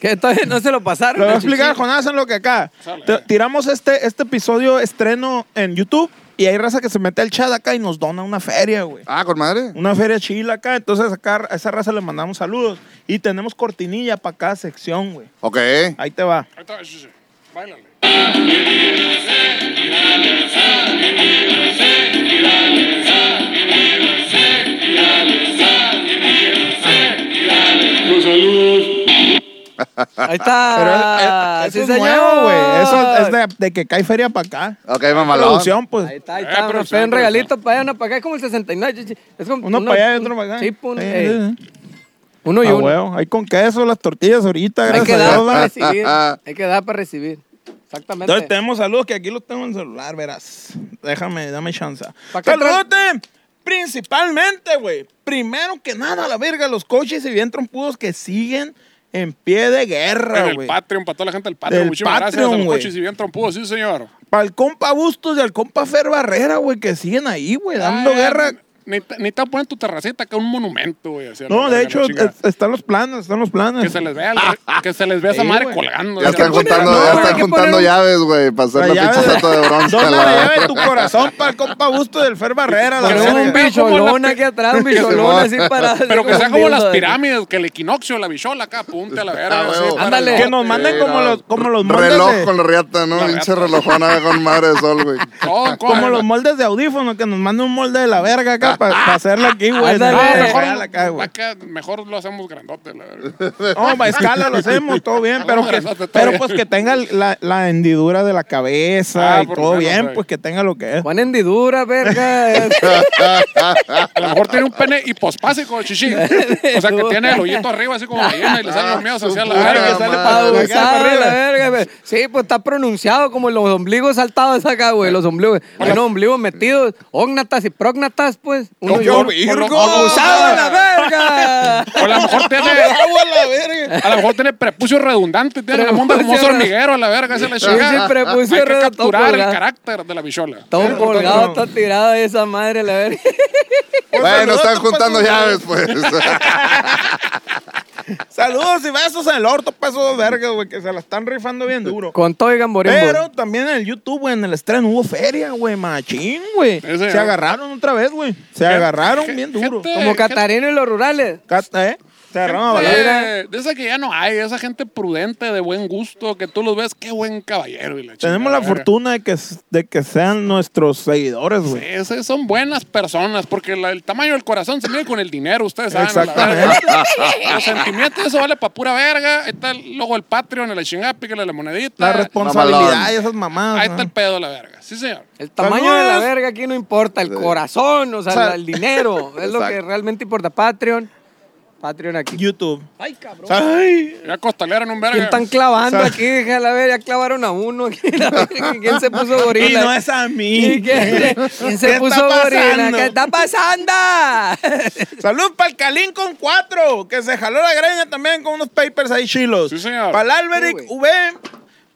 [SPEAKER 3] que todavía no se lo pasaron.
[SPEAKER 5] Lo voy a
[SPEAKER 3] ¿no,
[SPEAKER 5] explicar,
[SPEAKER 3] Chuchín?
[SPEAKER 5] Jonás, en lo que acá. Te- tiramos este, este episodio estreno en YouTube y hay raza que se mete al chat acá y nos dona una feria, güey.
[SPEAKER 4] Ah, con madre.
[SPEAKER 5] Una feria chila acá. Entonces acá a esa raza le mandamos saludos. Y tenemos cortinilla para cada sección, güey.
[SPEAKER 4] Ok.
[SPEAKER 5] Ahí te va.
[SPEAKER 2] Ahí está, Chuchi. Báilale.
[SPEAKER 3] Ahí
[SPEAKER 5] Pero
[SPEAKER 3] está.
[SPEAKER 5] es- es-
[SPEAKER 3] Ah, Sí,
[SPEAKER 5] eso es
[SPEAKER 3] señor.
[SPEAKER 5] nuevo, güey. Eso es de, de que cae feria para acá.
[SPEAKER 4] Ok, mamalón.
[SPEAKER 5] Producción, pues.
[SPEAKER 3] Ahí está, ahí
[SPEAKER 2] Eh,
[SPEAKER 3] está.
[SPEAKER 2] pero
[SPEAKER 3] nos
[SPEAKER 2] sí,
[SPEAKER 3] piden
[SPEAKER 2] pero
[SPEAKER 3] regalitos para allá, uno para acá. Es como el 69. Chuchín. Es como
[SPEAKER 5] Uno
[SPEAKER 3] uno-
[SPEAKER 5] para allá y otro para acá.
[SPEAKER 3] Sí, pun-
[SPEAKER 5] Sí,
[SPEAKER 3] eh,
[SPEAKER 5] sí, sí.
[SPEAKER 3] uno y
[SPEAKER 5] Ah,
[SPEAKER 3] uno.
[SPEAKER 5] huevo. Ahí con queso, las tortillas ahorita,
[SPEAKER 3] Hay
[SPEAKER 5] gracias
[SPEAKER 3] que
[SPEAKER 5] a
[SPEAKER 3] dar para
[SPEAKER 5] Dios, ¿verdad? [LAUGHS]
[SPEAKER 3] recibir. Hay que dar para recibir. Exactamente.
[SPEAKER 5] Entonces tenemos saludos que aquí los tengo en el celular, verás. Déjame, dame chance.
[SPEAKER 3] ¿Pa' qué
[SPEAKER 5] Saludote, principalmente, güey. Primero que nada, la verga, los coches y bien trompudos que siguen en pie de guerra,
[SPEAKER 2] En el
[SPEAKER 5] güey.
[SPEAKER 2] Patreon, para toda la gente del Patreon.
[SPEAKER 5] Del
[SPEAKER 2] Muchísimas gracias a
[SPEAKER 5] Patreon,
[SPEAKER 2] los
[SPEAKER 5] güey.
[SPEAKER 2] coches y bien trompudos, sí, señor.
[SPEAKER 5] Para el compa Bustos y al compa Fer Barrera, güey, que siguen ahí, güey, dando
[SPEAKER 2] Ah,
[SPEAKER 5] guerra.
[SPEAKER 2] Ni, ni te ponen tu terracita que un monumento, güey. así a la
[SPEAKER 5] No,
[SPEAKER 2] verga,
[SPEAKER 5] de
[SPEAKER 2] la
[SPEAKER 5] hecho, eh,
[SPEAKER 2] chingada.
[SPEAKER 5] es- están los planes, están los
[SPEAKER 2] Que
[SPEAKER 5] planes.
[SPEAKER 2] se les vea,
[SPEAKER 5] [LAUGHS]
[SPEAKER 2] el- que se les vea esa
[SPEAKER 5] Sí,
[SPEAKER 2] madre
[SPEAKER 5] güey.
[SPEAKER 2] colgando. así
[SPEAKER 4] Ya
[SPEAKER 2] a
[SPEAKER 4] están
[SPEAKER 2] la
[SPEAKER 4] juntando,
[SPEAKER 2] verga.
[SPEAKER 4] ya
[SPEAKER 3] No,
[SPEAKER 4] están
[SPEAKER 3] hay que
[SPEAKER 4] juntando
[SPEAKER 3] poner un-
[SPEAKER 4] llaves, güey, para hacer la, pinche
[SPEAKER 5] de-
[SPEAKER 4] estatua de bronce.
[SPEAKER 5] Dona
[SPEAKER 4] la
[SPEAKER 5] la
[SPEAKER 4] verdad.
[SPEAKER 5] llave de tu corazón para el compa Bustos y del Fer Barrera, la
[SPEAKER 2] Pero
[SPEAKER 3] Tenemos
[SPEAKER 2] sea,
[SPEAKER 5] verga.
[SPEAKER 3] un
[SPEAKER 2] que sea como
[SPEAKER 3] bicholón
[SPEAKER 2] la-
[SPEAKER 3] aquí [LAUGHS] atrás, un bicholón así para.
[SPEAKER 2] Pero que
[SPEAKER 3] sea
[SPEAKER 2] sean
[SPEAKER 5] [LAUGHS]
[SPEAKER 2] como las pirámides, que el equinoccio, la bichola acá, apunte a la verga.
[SPEAKER 4] Ah,
[SPEAKER 2] así,
[SPEAKER 4] huevo.
[SPEAKER 2] para
[SPEAKER 3] Ándale.
[SPEAKER 2] el-
[SPEAKER 5] Que nos manden
[SPEAKER 4] Sí,
[SPEAKER 5] como
[SPEAKER 4] no.
[SPEAKER 5] los, como los moldes
[SPEAKER 4] Reloj
[SPEAKER 5] de-
[SPEAKER 4] con la riata, ¿no?
[SPEAKER 2] La
[SPEAKER 4] Pinche
[SPEAKER 2] riata.
[SPEAKER 4] relojona con madre de
[SPEAKER 5] [LAUGHS]
[SPEAKER 4] sol, güey.
[SPEAKER 2] Todo,
[SPEAKER 5] Como
[SPEAKER 2] con-
[SPEAKER 5] los moldes de audífono, que nos manden un molde de la verga acá para hacerlo aquí, güey.
[SPEAKER 3] Ándale.
[SPEAKER 5] Ah,
[SPEAKER 2] Ah,
[SPEAKER 5] mejor
[SPEAKER 2] mejor,
[SPEAKER 5] real acá, güey.
[SPEAKER 2] acá, mejor lo hacemos grandote, la verga.
[SPEAKER 5] No, para escala lo hacemos, todo bien,
[SPEAKER 2] [LAUGHS]
[SPEAKER 5] pero, que,
[SPEAKER 2] Todo
[SPEAKER 5] pero
[SPEAKER 2] bien.
[SPEAKER 5] pues que tenga la, la hendidura de la cabeza
[SPEAKER 2] Ah,
[SPEAKER 5] y
[SPEAKER 2] por
[SPEAKER 5] todo
[SPEAKER 2] lo menos,
[SPEAKER 5] bien,
[SPEAKER 2] güey.
[SPEAKER 5] pues que tenga lo que es. [LAUGHS]
[SPEAKER 3] Juan Hendidura, [LAUGHS] verga.
[SPEAKER 2] A lo mejor tiene un pene hipospásico, chichi. O sea, que tiene el hoyito arriba, así como ballena, y le salen los miedos hacia la
[SPEAKER 4] Ah,
[SPEAKER 5] Ay, que
[SPEAKER 2] verga.
[SPEAKER 5] sale
[SPEAKER 4] madre.
[SPEAKER 5] para
[SPEAKER 3] Abusado,
[SPEAKER 5] acá, para
[SPEAKER 3] la
[SPEAKER 5] arriba.
[SPEAKER 3] verga. güey. Sí, pues está pronunciado como los ombligos saltados acá, güey. Los ombligos. Hay unos ombligos metidos, ógnatas y prógnatas, pues. Uno y
[SPEAKER 5] Yo,
[SPEAKER 3] uno.
[SPEAKER 5] Virgo.
[SPEAKER 3] ¡Abusado a la verga!
[SPEAKER 2] O a lo mejor tiene.
[SPEAKER 5] Bravo a la verga.
[SPEAKER 2] A lo mejor tiene prepucio redundante, tiene la monda como un
[SPEAKER 3] Prepucio
[SPEAKER 2] hormiguero a la verga, esa es la
[SPEAKER 3] Sí,
[SPEAKER 2] chingada.
[SPEAKER 3] sí, prepucio
[SPEAKER 2] Hay que
[SPEAKER 3] redondo,
[SPEAKER 2] capturar el
[SPEAKER 3] colgado.
[SPEAKER 2] carácter de la bichola.
[SPEAKER 3] Todo colgado, está tirado de esa madre, la verga.
[SPEAKER 4] Bueno,
[SPEAKER 5] saludos,
[SPEAKER 4] están
[SPEAKER 5] compa,
[SPEAKER 4] juntando
[SPEAKER 5] sus-
[SPEAKER 4] llaves, pues. [LAUGHS]
[SPEAKER 5] Saludos y besos en el orto, pesos de verga, güey, que se la están rifando bien duro.
[SPEAKER 3] Con todo y gamborimbo.
[SPEAKER 5] Pero también en el YouTube, güey, en el estreno hubo feria, güey, machín, güey.
[SPEAKER 2] Sí, señor.
[SPEAKER 5] Se agarraron otra vez, güey. Se agarraron bien duro.
[SPEAKER 2] gente-
[SPEAKER 3] Como Catarino y los rurales.
[SPEAKER 5] Cata, ¿eh? Se agarraron a balazos.
[SPEAKER 2] Eh, de esa que ya no hay, esa gente prudente, de buen gusto, que tú los ves, qué buen caballero. y la chingada,
[SPEAKER 5] Tenemos la
[SPEAKER 2] verga.
[SPEAKER 5] fortuna de que, s- de que sean nuestros seguidores, güey.
[SPEAKER 2] Ese son buenas personas, porque la- el tamaño del corazón se mide con el dinero, ustedes saben. a la
[SPEAKER 5] Exactamente.
[SPEAKER 2] verga. Los sentimientos, eso vale para pura verga. Ahí está el logo del Patreon, el chingada, píquele la monedita.
[SPEAKER 5] La responsabilidad
[SPEAKER 4] mamalón.
[SPEAKER 5] y esas mamadas.
[SPEAKER 2] Ahí
[SPEAKER 5] ¿no?
[SPEAKER 2] está el pedo, la verga. Sí, señor.
[SPEAKER 3] El tamaño de la
[SPEAKER 5] Saludos.
[SPEAKER 3] verga aquí no importa, el corazón, o sea,
[SPEAKER 5] O sea,
[SPEAKER 3] la- el dinero, es lo
[SPEAKER 4] Exacto.
[SPEAKER 3] que realmente importa. Patreon, Patreon aquí.
[SPEAKER 5] YouTube.
[SPEAKER 3] Ay, cabrón.
[SPEAKER 5] Ay,
[SPEAKER 2] Ya costalearon un verga.
[SPEAKER 3] ¿Quién están clavando aquí? Deja la ver, ya clavaron a uno. [LAUGHS] aquí, la verga, ¿Quién se puso gorila?
[SPEAKER 5] y no es a
[SPEAKER 3] ¿Y
[SPEAKER 5] mí.
[SPEAKER 3] ¿Quién, quién se
[SPEAKER 5] ¿Qué
[SPEAKER 3] puso
[SPEAKER 5] está
[SPEAKER 3] gorila?
[SPEAKER 5] pasando?
[SPEAKER 3] ¿Qué está pasando?
[SPEAKER 5] Salud para el Calín con cuatro, que se jaló la greña también con unos papers ahí chilos.
[SPEAKER 2] Sí, señor.
[SPEAKER 5] Para el Alberic
[SPEAKER 3] Sí,
[SPEAKER 5] V,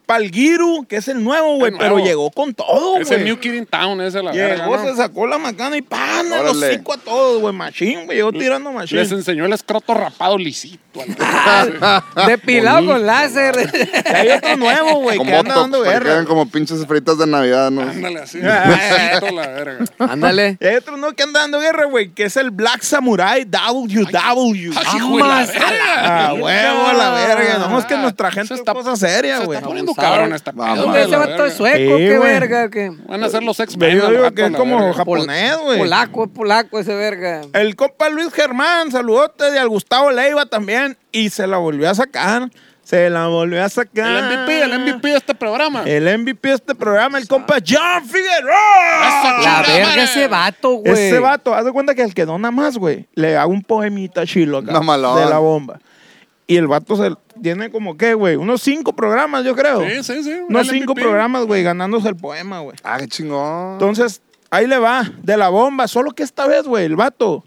[SPEAKER 5] para el Giru, que es el nuevo, güey,
[SPEAKER 2] El nuevo.
[SPEAKER 5] pero llegó con todo,
[SPEAKER 2] Ese New
[SPEAKER 5] güey.
[SPEAKER 2] Kid in Town, ese la verga.
[SPEAKER 5] Llegó,
[SPEAKER 2] ¿no?
[SPEAKER 5] se sacó la macana y pan, el
[SPEAKER 4] Órale.
[SPEAKER 5] hocico a todos, güey, machín, güey, llegó tirando machín.
[SPEAKER 2] Les enseñó el escroto rapado lisito. a
[SPEAKER 5] [LAUGHS]
[SPEAKER 2] la verga.
[SPEAKER 3] Depilado con láser.
[SPEAKER 5] Y hay otro
[SPEAKER 2] [LAUGHS]
[SPEAKER 5] nuevo, güey, que
[SPEAKER 4] Como
[SPEAKER 5] anda dando
[SPEAKER 4] tox, pues, para que
[SPEAKER 5] guerra.
[SPEAKER 4] hagan como pinches fritas de Navidad, ¿no?
[SPEAKER 2] Ándale así.
[SPEAKER 5] Ah.
[SPEAKER 2] lisito la verga.
[SPEAKER 5] [LAUGHS]
[SPEAKER 3] Ándale.
[SPEAKER 5] Y hay otro nuevo que anda dando guerra, güey, que es el Black Samurai WW.
[SPEAKER 2] Ay, hijo de la
[SPEAKER 3] Amas a la
[SPEAKER 2] verga.
[SPEAKER 5] Ah, huevo, a la verga. No, es que nuestra gente
[SPEAKER 2] Se
[SPEAKER 5] es
[SPEAKER 2] está-
[SPEAKER 5] cosa seria,
[SPEAKER 2] Se
[SPEAKER 5] güey.
[SPEAKER 2] está poniendo
[SPEAKER 3] abusado.
[SPEAKER 2] cabrón esta
[SPEAKER 4] Mamá.
[SPEAKER 2] pedo,
[SPEAKER 3] Hombre, ese
[SPEAKER 2] güey, la
[SPEAKER 3] vato es
[SPEAKER 2] verga.
[SPEAKER 3] sueco,
[SPEAKER 5] Sí,
[SPEAKER 3] qué
[SPEAKER 5] güey.
[SPEAKER 3] verga. ¿qué?
[SPEAKER 2] Van a ser los ex
[SPEAKER 5] Yo digo que es como japonés, güey.
[SPEAKER 3] Polaco, es polaco ese verga.
[SPEAKER 5] El compa Luis Germán, saludote, y al Gustavo Leiva también. Y se la volvió a sacar. Se la volvió a sacar.
[SPEAKER 2] El MVP, el MVP de este programa.
[SPEAKER 5] El MVP de este programa, el compa John Figueroa.
[SPEAKER 2] Eso,
[SPEAKER 3] La
[SPEAKER 2] Chingada madre.
[SPEAKER 3] verga ese vato, güey.
[SPEAKER 5] Ese vato, haz de cuenta que el que dona más, güey, le hago un poemita chilo acá.
[SPEAKER 4] No, malón.
[SPEAKER 5] de la bomba. Y el vato se tiene como que, güey, unos cinco programas, yo creo.
[SPEAKER 2] Sí, sí, sí,
[SPEAKER 5] Unos
[SPEAKER 2] el
[SPEAKER 5] cinco
[SPEAKER 2] MVP.
[SPEAKER 5] programas, güey, ganándose el poema, güey.
[SPEAKER 4] Ah, qué chingón.
[SPEAKER 5] Entonces, ahí le va, de la bomba. Solo que esta vez, güey, el vato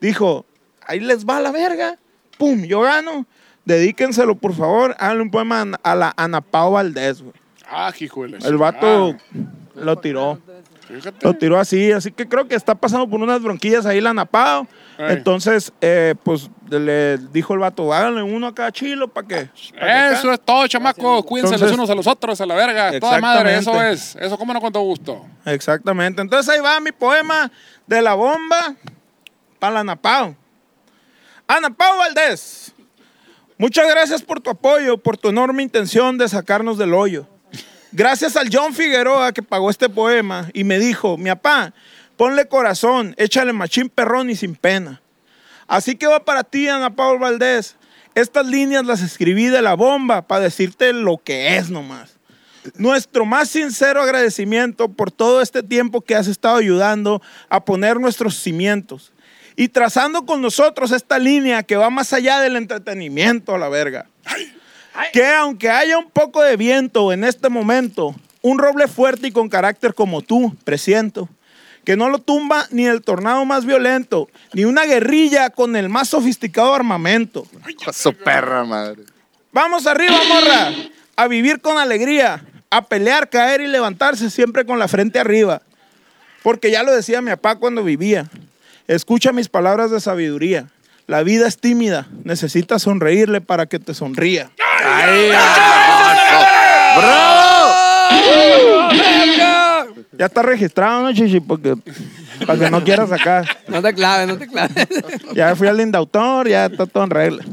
[SPEAKER 5] dijo, ahí les va la verga. Pum, yo gano. Dedíquenselo, por favor. Háganle un poema a Ana- a la Ana Pao Valdés, güey.
[SPEAKER 2] Ah, hijo de la
[SPEAKER 5] El vato
[SPEAKER 2] Ah.
[SPEAKER 5] lo tiró.
[SPEAKER 2] chingada. Fíjate.
[SPEAKER 5] Lo tiró así. Así que creo que está pasando por unas bronquillas ahí la Ana Pao.
[SPEAKER 2] Ey.
[SPEAKER 5] Entonces, eh, pues, le dijo el vato, háganle uno acá a Chilo para que... pa' que
[SPEAKER 2] Eso es todo, chamacos. Cuídense los
[SPEAKER 5] Entonces-
[SPEAKER 2] unos a los otros, a la verga. Toda madre, eso
[SPEAKER 5] Exactamente.
[SPEAKER 2] es. Eso, cómo no, con todo gusto.
[SPEAKER 5] Exactamente. Entonces ahí va mi poema de la bomba para la Napao. Ana Pao Valdés, muchas gracias por tu apoyo, por tu enorme intención de sacarnos del hoyo. Gracias al John Figueroa que pagó este poema y me dijo, mi papá, ponle corazón, échale machín perrón y sin pena. Así que va para ti, Ana Pao Valdés. Estas líneas las escribí de la bomba para decirte lo que es nomás. Nuestro más sincero agradecimiento por todo este tiempo que has estado ayudando a poner nuestros cimientos y trazando con nosotros esta línea que va más allá del entretenimiento a la verga. Que aunque haya un poco de viento en este momento, un roble fuerte y con carácter como tú, presiento, que no lo tumba ni el tornado más violento, ni una guerrilla con el más sofisticado armamento.
[SPEAKER 4] Con su perra
[SPEAKER 5] [LAUGHS]
[SPEAKER 4] madre.
[SPEAKER 5] Vamos arriba, morra. A vivir con alegría. A pelear, caer y levantarse siempre con la frente arriba. Porque ya lo decía mi papá cuando vivía. Escucha mis palabras de sabiduría. La vida es tímida. Necesitas sonreírle para que te sonría. Ya está registrado, ¿no, Chichi? Porque, para que no quieras sacar.
[SPEAKER 3] No te claves, no te claves.
[SPEAKER 5] Ya fui al indautor, ya está todo en regla.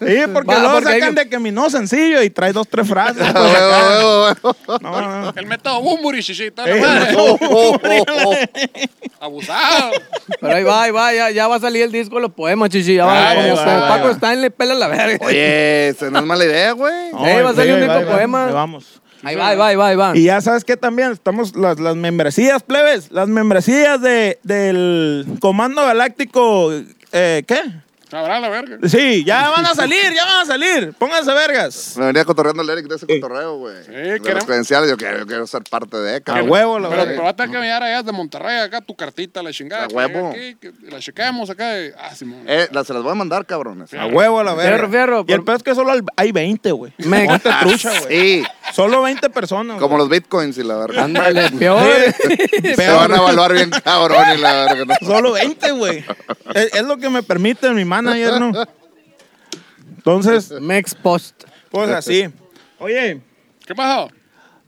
[SPEAKER 5] Sí, porque
[SPEAKER 3] Va,
[SPEAKER 5] luego
[SPEAKER 3] porque hay-
[SPEAKER 5] sacan de que mi no sencillo y trae dos, tres
[SPEAKER 3] [LAUGHS]
[SPEAKER 5] frases. pues,
[SPEAKER 4] Huevo,
[SPEAKER 5] acá.
[SPEAKER 4] huevo, huevo.
[SPEAKER 5] No, no, no.
[SPEAKER 2] El método Bumburi, chichita.
[SPEAKER 5] Ey,
[SPEAKER 4] [LAUGHS] Oh, oh, oh, oh.
[SPEAKER 2] Abusado.
[SPEAKER 3] Pero ahí va, ahí va, ya, ya va a salir el disco de los poemas, chichi. Ya va,
[SPEAKER 5] Ahí
[SPEAKER 3] como,
[SPEAKER 5] va,
[SPEAKER 3] como
[SPEAKER 5] ahí
[SPEAKER 3] Paco
[SPEAKER 5] va.
[SPEAKER 3] está en le pela la verga.
[SPEAKER 4] Oye, esa no es mala idea, güey.
[SPEAKER 5] No,
[SPEAKER 3] Ey, va a salir un
[SPEAKER 5] ahí
[SPEAKER 3] rico
[SPEAKER 5] ahí
[SPEAKER 3] poema.
[SPEAKER 5] ahí Vamos.
[SPEAKER 3] Ahí va, ahí va, ahí va, ahí va.
[SPEAKER 5] Y ya sabes que también estamos las, las membresías, plebes, las membresías de, del Comando Galáctico, eh, ¿qué?
[SPEAKER 2] Sabrá la verga.
[SPEAKER 5] Sí, ya van a salir, ya van a salir. Pónganse vergas.
[SPEAKER 4] Me venía cotorreando el Eric de ese cotorreo, güey. de
[SPEAKER 2] queremos-
[SPEAKER 4] las credenciales, yo quiero, yo quiero ser parte de,
[SPEAKER 5] Eh. A
[SPEAKER 4] cabrón. Eh,
[SPEAKER 5] huevo, la
[SPEAKER 2] Pero, pero
[SPEAKER 5] verga.
[SPEAKER 2] vas a tener que mirar allá de Monterrey, acá tu cartita, la chingada.
[SPEAKER 4] A
[SPEAKER 2] que
[SPEAKER 4] huevo.
[SPEAKER 2] llega aquí, que la chequemos acá. de- Ah, Simón.
[SPEAKER 4] Eh, las- se las voy a mandar, cabrones.
[SPEAKER 5] A huevo, la verga.
[SPEAKER 3] Fierro, fierro,
[SPEAKER 5] y el
[SPEAKER 3] por-
[SPEAKER 5] peor es que solo al- hay
[SPEAKER 3] [LAUGHS]
[SPEAKER 5] 20, güey.
[SPEAKER 3] Me-
[SPEAKER 5] Ponte trucha, güey.
[SPEAKER 4] Sí,
[SPEAKER 5] Solo 20 personas.
[SPEAKER 4] como los bitcoins y la verga.
[SPEAKER 3] Ándale, peor.
[SPEAKER 5] güey.
[SPEAKER 4] Se van a evaluar bien, cabrón, y la verga. ¿no?
[SPEAKER 5] Solo 20, güey. es, es lo que me permite mi manager, ¿no? Entonces,
[SPEAKER 3] Mex Post.
[SPEAKER 5] pues así. Oye,
[SPEAKER 2] ¿Qué pasó?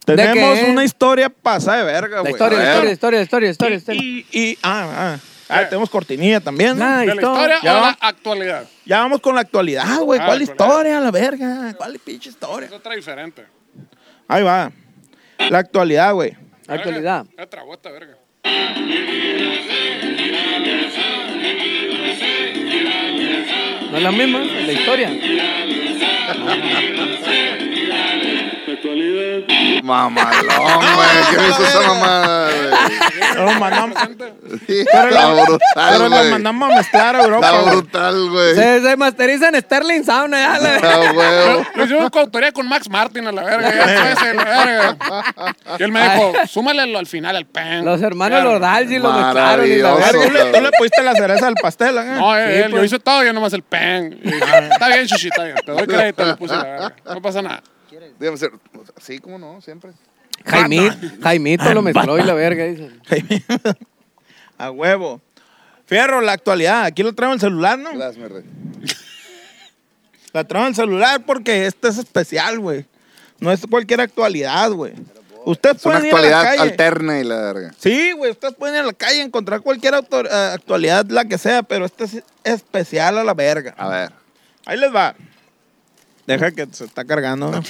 [SPEAKER 3] ¿De
[SPEAKER 5] tenemos
[SPEAKER 3] qué?
[SPEAKER 5] una historia pasada de verga,
[SPEAKER 3] La
[SPEAKER 5] güey.
[SPEAKER 3] historia,
[SPEAKER 5] A
[SPEAKER 3] la
[SPEAKER 5] ver.
[SPEAKER 3] historia, la historia, la historia, la historia. la historia.
[SPEAKER 5] Y, y- ah, ah, Ah, tenemos cortinilla también. ¿no?
[SPEAKER 3] Nah,
[SPEAKER 2] ¿De la historia
[SPEAKER 5] Ya
[SPEAKER 2] a la
[SPEAKER 5] va.
[SPEAKER 2] actualidad?
[SPEAKER 5] Ya vamos con la actualidad, güey.
[SPEAKER 2] Ah,
[SPEAKER 5] ¿Cuál
[SPEAKER 2] la
[SPEAKER 5] historia? La verga. ¿Cuál pinche historia?
[SPEAKER 2] Es otra diferente.
[SPEAKER 5] Ahí va. La actualidad, güey.
[SPEAKER 3] Actualidad.
[SPEAKER 2] Ya trabó esta verga.
[SPEAKER 3] No es la misma, es la historia.
[SPEAKER 4] Mamalón, güey. ¿Qué me hizo esa mamada, güey?
[SPEAKER 5] Pero los mandamos,
[SPEAKER 4] Está
[SPEAKER 5] pero
[SPEAKER 4] brutal,
[SPEAKER 5] los
[SPEAKER 4] güey.
[SPEAKER 5] mandamos a mezclar a Europa.
[SPEAKER 4] Está
[SPEAKER 5] güey.
[SPEAKER 4] brutal, güey.
[SPEAKER 3] Se, se masterizan Sterling Sound. ya, la verga.
[SPEAKER 4] Está
[SPEAKER 5] [LAUGHS]
[SPEAKER 4] huevo.
[SPEAKER 2] Lo hicimos con autoría con Max Martin a la verga. ya sabes, a la verga. Y él me dijo, súmale al- al final al pen.
[SPEAKER 3] Los hermanos
[SPEAKER 2] Claro.
[SPEAKER 3] Lordal sí lo mezclaron. y la
[SPEAKER 5] A ver,
[SPEAKER 3] verga.
[SPEAKER 5] tú le, tú le pusiste la cereza al pastel, ¿eh?
[SPEAKER 2] No, él,
[SPEAKER 3] Sí,
[SPEAKER 2] él, yo
[SPEAKER 3] pues.
[SPEAKER 2] hice todo, yo nomás el
[SPEAKER 5] [LAUGHS]
[SPEAKER 2] pen. Y dije,
[SPEAKER 5] Ah.
[SPEAKER 2] está bien, Shishi, está bien. Te doy crédito, le puse la verga. No pasa nada.
[SPEAKER 4] Dígame, ser- Sí, cómo no, siempre.
[SPEAKER 3] Jaimito, Jaimito lo mezcló y la verga. dicen.
[SPEAKER 5] A huevo. Fierro, la actualidad. Aquí lo traigo en el celular, ¿no?
[SPEAKER 4] Gracias, mi rey.
[SPEAKER 5] La traigo en el celular porque este es especial, güey. No es cualquier actualidad, güey. Ustedes
[SPEAKER 4] Es una
[SPEAKER 5] pueden ir a la
[SPEAKER 4] actualidad
[SPEAKER 5] calle.
[SPEAKER 4] alterna y la verga.
[SPEAKER 5] Sí, güey, ustedes pueden ir a la calle y encontrar cualquier autor- eh, actualidad, la que sea, pero esta es especial a la verga.
[SPEAKER 4] A ver.
[SPEAKER 5] Ahí les va. Deja que se está cargando. ¿no?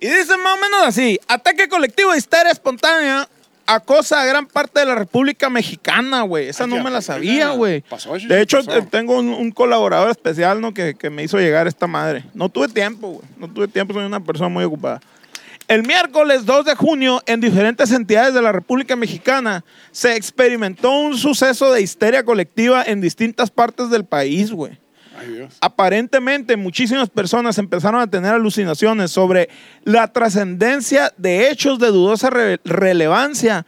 [SPEAKER 5] y dice más o menos así: ataque colectivo de histeria espontánea acosa a gran parte de la República Mexicana, güey. Esa
[SPEAKER 2] Ay,
[SPEAKER 5] no
[SPEAKER 2] Ah, ya,
[SPEAKER 5] me la
[SPEAKER 2] ya,
[SPEAKER 5] sabía,
[SPEAKER 2] ya.
[SPEAKER 5] güey.
[SPEAKER 2] Pasó, sí, sí,
[SPEAKER 5] De hecho,
[SPEAKER 2] pasó.
[SPEAKER 5] eh, tengo un, un colaborador especial ¿no? que, que me hizo llegar esta madre. No tuve tiempo, güey. No tuve tiempo, soy una persona muy ocupada. El miércoles 2 de junio, en diferentes entidades de la República Mexicana, se experimentó un suceso de histeria colectiva en distintas partes del país, güey.
[SPEAKER 2] Ay, Dios.
[SPEAKER 5] Aparentemente, muchísimas personas empezaron a tener alucinaciones sobre la trascendencia de hechos de dudosa re- relevancia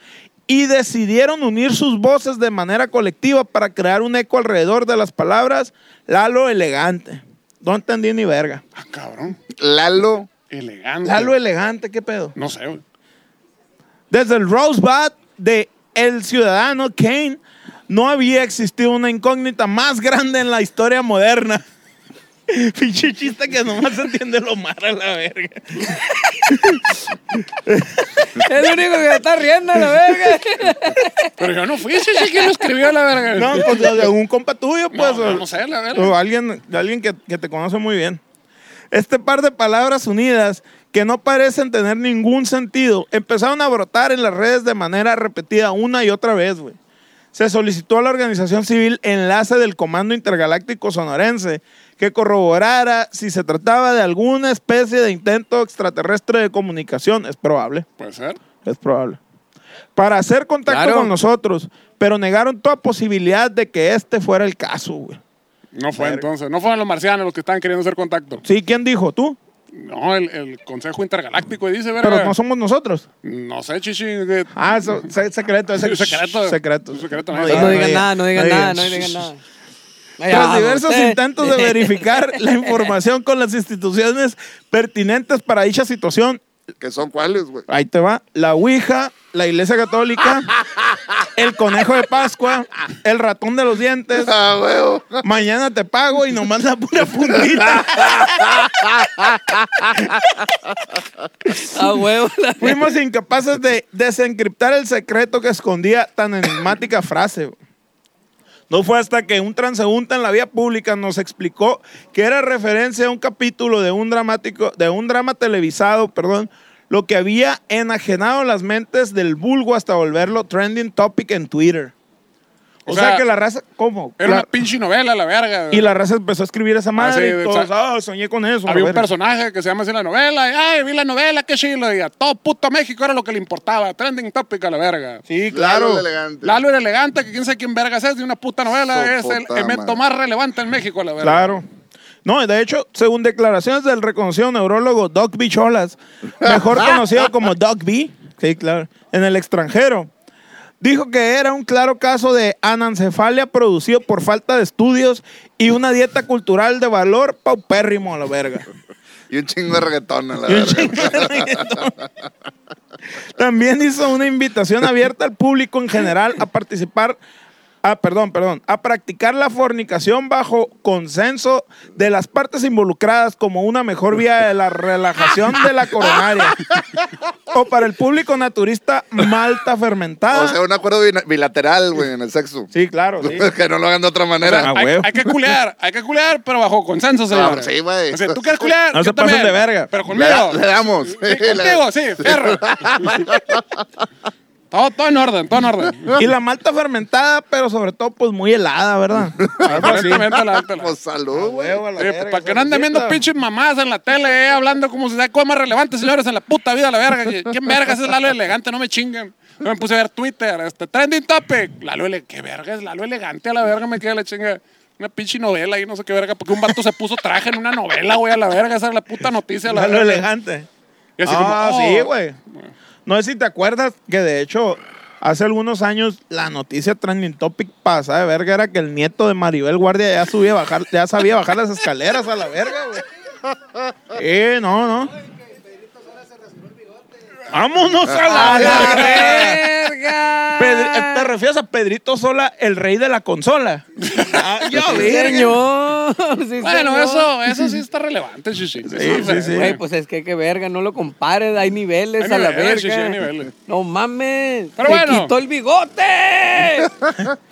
[SPEAKER 5] y decidieron unir sus voces de manera colectiva para crear un eco alrededor de las palabras Lalo elegante. No entendí ni verga.
[SPEAKER 2] Ah, cabrón.
[SPEAKER 4] Lalo.
[SPEAKER 2] Elegante.
[SPEAKER 5] Lalo elegante, ¿qué pedo?
[SPEAKER 2] No sé, güey.
[SPEAKER 5] Desde el Rosebud de El Ciudadano Kane no había existido una incógnita más grande en la historia moderna. [LAUGHS] Pinche chiste que nomás entiende lo mar a la verga.
[SPEAKER 3] Es lo único que está riendo la verga.
[SPEAKER 2] Pero yo no fui, sí, sí, ¿quién lo escribió la verga? [LAUGHS]
[SPEAKER 5] No, pues de de un compa tuyo, pues.
[SPEAKER 2] no,
[SPEAKER 5] o-
[SPEAKER 2] no sé, la verga.
[SPEAKER 5] o alguien, de alguien que, que te conoce muy bien. Este par de palabras unidas que no parecen tener ningún sentido empezaron a brotar en las redes de manera repetida una y otra vez, güey. Se solicitó a la organización civil enlace del Comando Intergaláctico Sonorense que corroborara si se trataba de alguna especie de intento extraterrestre de comunicación. Es probable.
[SPEAKER 2] Puede ser.
[SPEAKER 5] Es probable. Para hacer contacto
[SPEAKER 3] Claro.
[SPEAKER 5] con nosotros, pero negaron toda posibilidad de que este fuera el caso, güey.
[SPEAKER 2] No fue
[SPEAKER 5] Verga.
[SPEAKER 2] entonces. No fueron los marcianos los que estaban queriendo hacer contacto.
[SPEAKER 5] Sí, ¿quién dijo? ¿Tú?
[SPEAKER 2] No, el, el Consejo Intergaláctico y dice, verga.
[SPEAKER 5] Pero no somos nosotros.
[SPEAKER 2] No sé, chichi. de-
[SPEAKER 5] Ah,
[SPEAKER 2] [LAUGHS]
[SPEAKER 5] eso, se- secreto, ese
[SPEAKER 2] Sí, secreto.
[SPEAKER 5] [LAUGHS] Secreto.
[SPEAKER 2] Sí, secreto, no
[SPEAKER 3] No,
[SPEAKER 2] digas.
[SPEAKER 5] digan,
[SPEAKER 3] digan nada, no Eh. digan nada, no
[SPEAKER 5] digan.
[SPEAKER 3] digan nada. Ah,
[SPEAKER 5] Tras diversos
[SPEAKER 3] Usted-
[SPEAKER 5] intentos de verificar la información con las instituciones pertinentes para dicha situación,
[SPEAKER 4] ¿Qué son cuáles, güey?
[SPEAKER 5] ahí te va, la Ouija, la
[SPEAKER 2] [LAUGHS]
[SPEAKER 5] Iglesia Católica, el Conejo de Pascua, el Ratón de
[SPEAKER 2] [LAUGHS]
[SPEAKER 5] los Dientes,
[SPEAKER 4] Ah, huevo.
[SPEAKER 5] Mañana te pago y nomás la pura puntita.
[SPEAKER 3] [LAUGHS] A huevo. la-
[SPEAKER 5] Fuimos incapaces de desencriptar el secreto que escondía tan enigmática frase. güey. No fue hasta que un transeúnte en la vía pública nos explicó que era referencia a un capítulo de un dramático, de un drama televisado, perdón, lo que había enajenado las mentes del vulgo hasta volverlo trending topic en Twitter. O,
[SPEAKER 2] O
[SPEAKER 5] sea,
[SPEAKER 2] sea,
[SPEAKER 5] que la raza, ¿cómo?
[SPEAKER 2] Era
[SPEAKER 5] La-
[SPEAKER 2] una pinche novela, la verga.
[SPEAKER 5] y la raza empezó a escribir esa madre
[SPEAKER 2] sí,
[SPEAKER 5] y todos,
[SPEAKER 2] exacto.
[SPEAKER 5] "Ah, soñé con eso. la
[SPEAKER 2] Había un
[SPEAKER 5] verga".
[SPEAKER 2] personaje que se llama así en la novela. Y, Ay, vi la novela, qué chilo. Y a todo puto México era lo que le importaba. Trending topic a la verga.
[SPEAKER 5] Sí,
[SPEAKER 4] Lalo
[SPEAKER 5] claro.
[SPEAKER 4] el elegante.
[SPEAKER 2] Lalo era elegante, que quién sabe quién vergas es de una puta novela.
[SPEAKER 4] Su
[SPEAKER 2] es el
[SPEAKER 4] puta
[SPEAKER 2] evento
[SPEAKER 4] madre.
[SPEAKER 2] más relevante en México, la verga.
[SPEAKER 5] Claro. No, de hecho, según declaraciones del reconocido neurólogo Doc B. Cholas,
[SPEAKER 2] [LAUGHS]
[SPEAKER 5] mejor conocido como Doc B, sí, claro, en el extranjero, dijo que era un claro caso de anencefalia producido por falta de estudios y una dieta cultural de valor paupérrimo a la verga.
[SPEAKER 4] Y un chingo de reggaetón, a la
[SPEAKER 5] [LAUGHS] Y un
[SPEAKER 4] verga.
[SPEAKER 5] chingo de reggaetón. [LAUGHS] También hizo una invitación abierta al público en general a participar, ah, perdón, perdón, a practicar la fornicación bajo consenso de las partes involucradas como una mejor vía de la relajación de la
[SPEAKER 4] [LAUGHS]
[SPEAKER 5] coronaria. O para el público naturista, malta fermentada.
[SPEAKER 4] O sea, un acuerdo bina- bilateral, güey, en el sexo.
[SPEAKER 5] sí, claro, sí.
[SPEAKER 4] [LAUGHS] que no lo hagan de otra manera.
[SPEAKER 5] O sea,
[SPEAKER 2] Hay,
[SPEAKER 5] huevo.
[SPEAKER 2] hay que culear, hay que culear, pero bajo consenso, señor.
[SPEAKER 4] Claro, Ah, sí, güey.
[SPEAKER 2] O sea, tú quieres culear.
[SPEAKER 5] No
[SPEAKER 2] yo
[SPEAKER 5] se pasen
[SPEAKER 2] también,
[SPEAKER 5] de verga.
[SPEAKER 2] Pero
[SPEAKER 4] [LAUGHS] le,
[SPEAKER 2] conmigo.
[SPEAKER 4] [LAUGHS] le damos.
[SPEAKER 2] Sí, contigo, sí, perro. Todo, todo en orden, todo en orden.
[SPEAKER 5] Y la malta fermentada, pero sobre todo, pues muy helada,
[SPEAKER 4] [LAUGHS]
[SPEAKER 5] ¿verdad?
[SPEAKER 2] Aparentemente la alta.
[SPEAKER 4] Pues
[SPEAKER 5] Ah,
[SPEAKER 4] salud, güey.
[SPEAKER 2] Eh, para que no anden viendo pinches mamás en la tele, eh, hablando como si sea cosa más relevante, señores, en la puta vida, la verga. que- ¿Quién vergas es Lalo Elegante? No me chinguen. Yo Me puse a ver Twitter, este, trending topic. Lalo Elegante, ¿qué verga es Lalo Elegante? A la verga me queda la chinga. Una pinche novela y no sé qué verga, porque un vato se puso traje en una novela, güey, a la verga. Esa es la puta noticia, la
[SPEAKER 5] Lo
[SPEAKER 2] verga.
[SPEAKER 5] elegante.
[SPEAKER 2] Y así como,
[SPEAKER 5] ah,
[SPEAKER 2] oh.
[SPEAKER 5] sí, güey. No sé si te acuerdas que de hecho hace algunos años la noticia trending topic pasada de verga era que el nieto de Maribel Guardia ya subía a bajar, ya sabía bajar las escaleras a la verga, güey. Eh, no, no. Vámonos
[SPEAKER 2] Ah,
[SPEAKER 3] [LAUGHS]
[SPEAKER 5] a la
[SPEAKER 3] ¡La
[SPEAKER 5] verga.
[SPEAKER 3] verga!
[SPEAKER 5] Pedri- ¿Te refieres a Pedrito Sola, el rey de la consola? Ah, yo,
[SPEAKER 3] Sí,
[SPEAKER 5] verga.
[SPEAKER 3] señor. [LAUGHS] Sí,
[SPEAKER 2] Bueno,
[SPEAKER 3] señor.
[SPEAKER 2] eso, eso sí está relevante, chichi. Sí,
[SPEAKER 5] sí, sí.
[SPEAKER 3] Güey, pues es que qué verga, no lo compares, hay niveles
[SPEAKER 2] Hay
[SPEAKER 3] a la
[SPEAKER 2] niveles, sí,
[SPEAKER 3] verga.
[SPEAKER 2] sí, hay niveles.
[SPEAKER 3] No mames.
[SPEAKER 2] Pero
[SPEAKER 3] ¡Te
[SPEAKER 2] bueno.
[SPEAKER 3] quitó el bigote.
[SPEAKER 2] A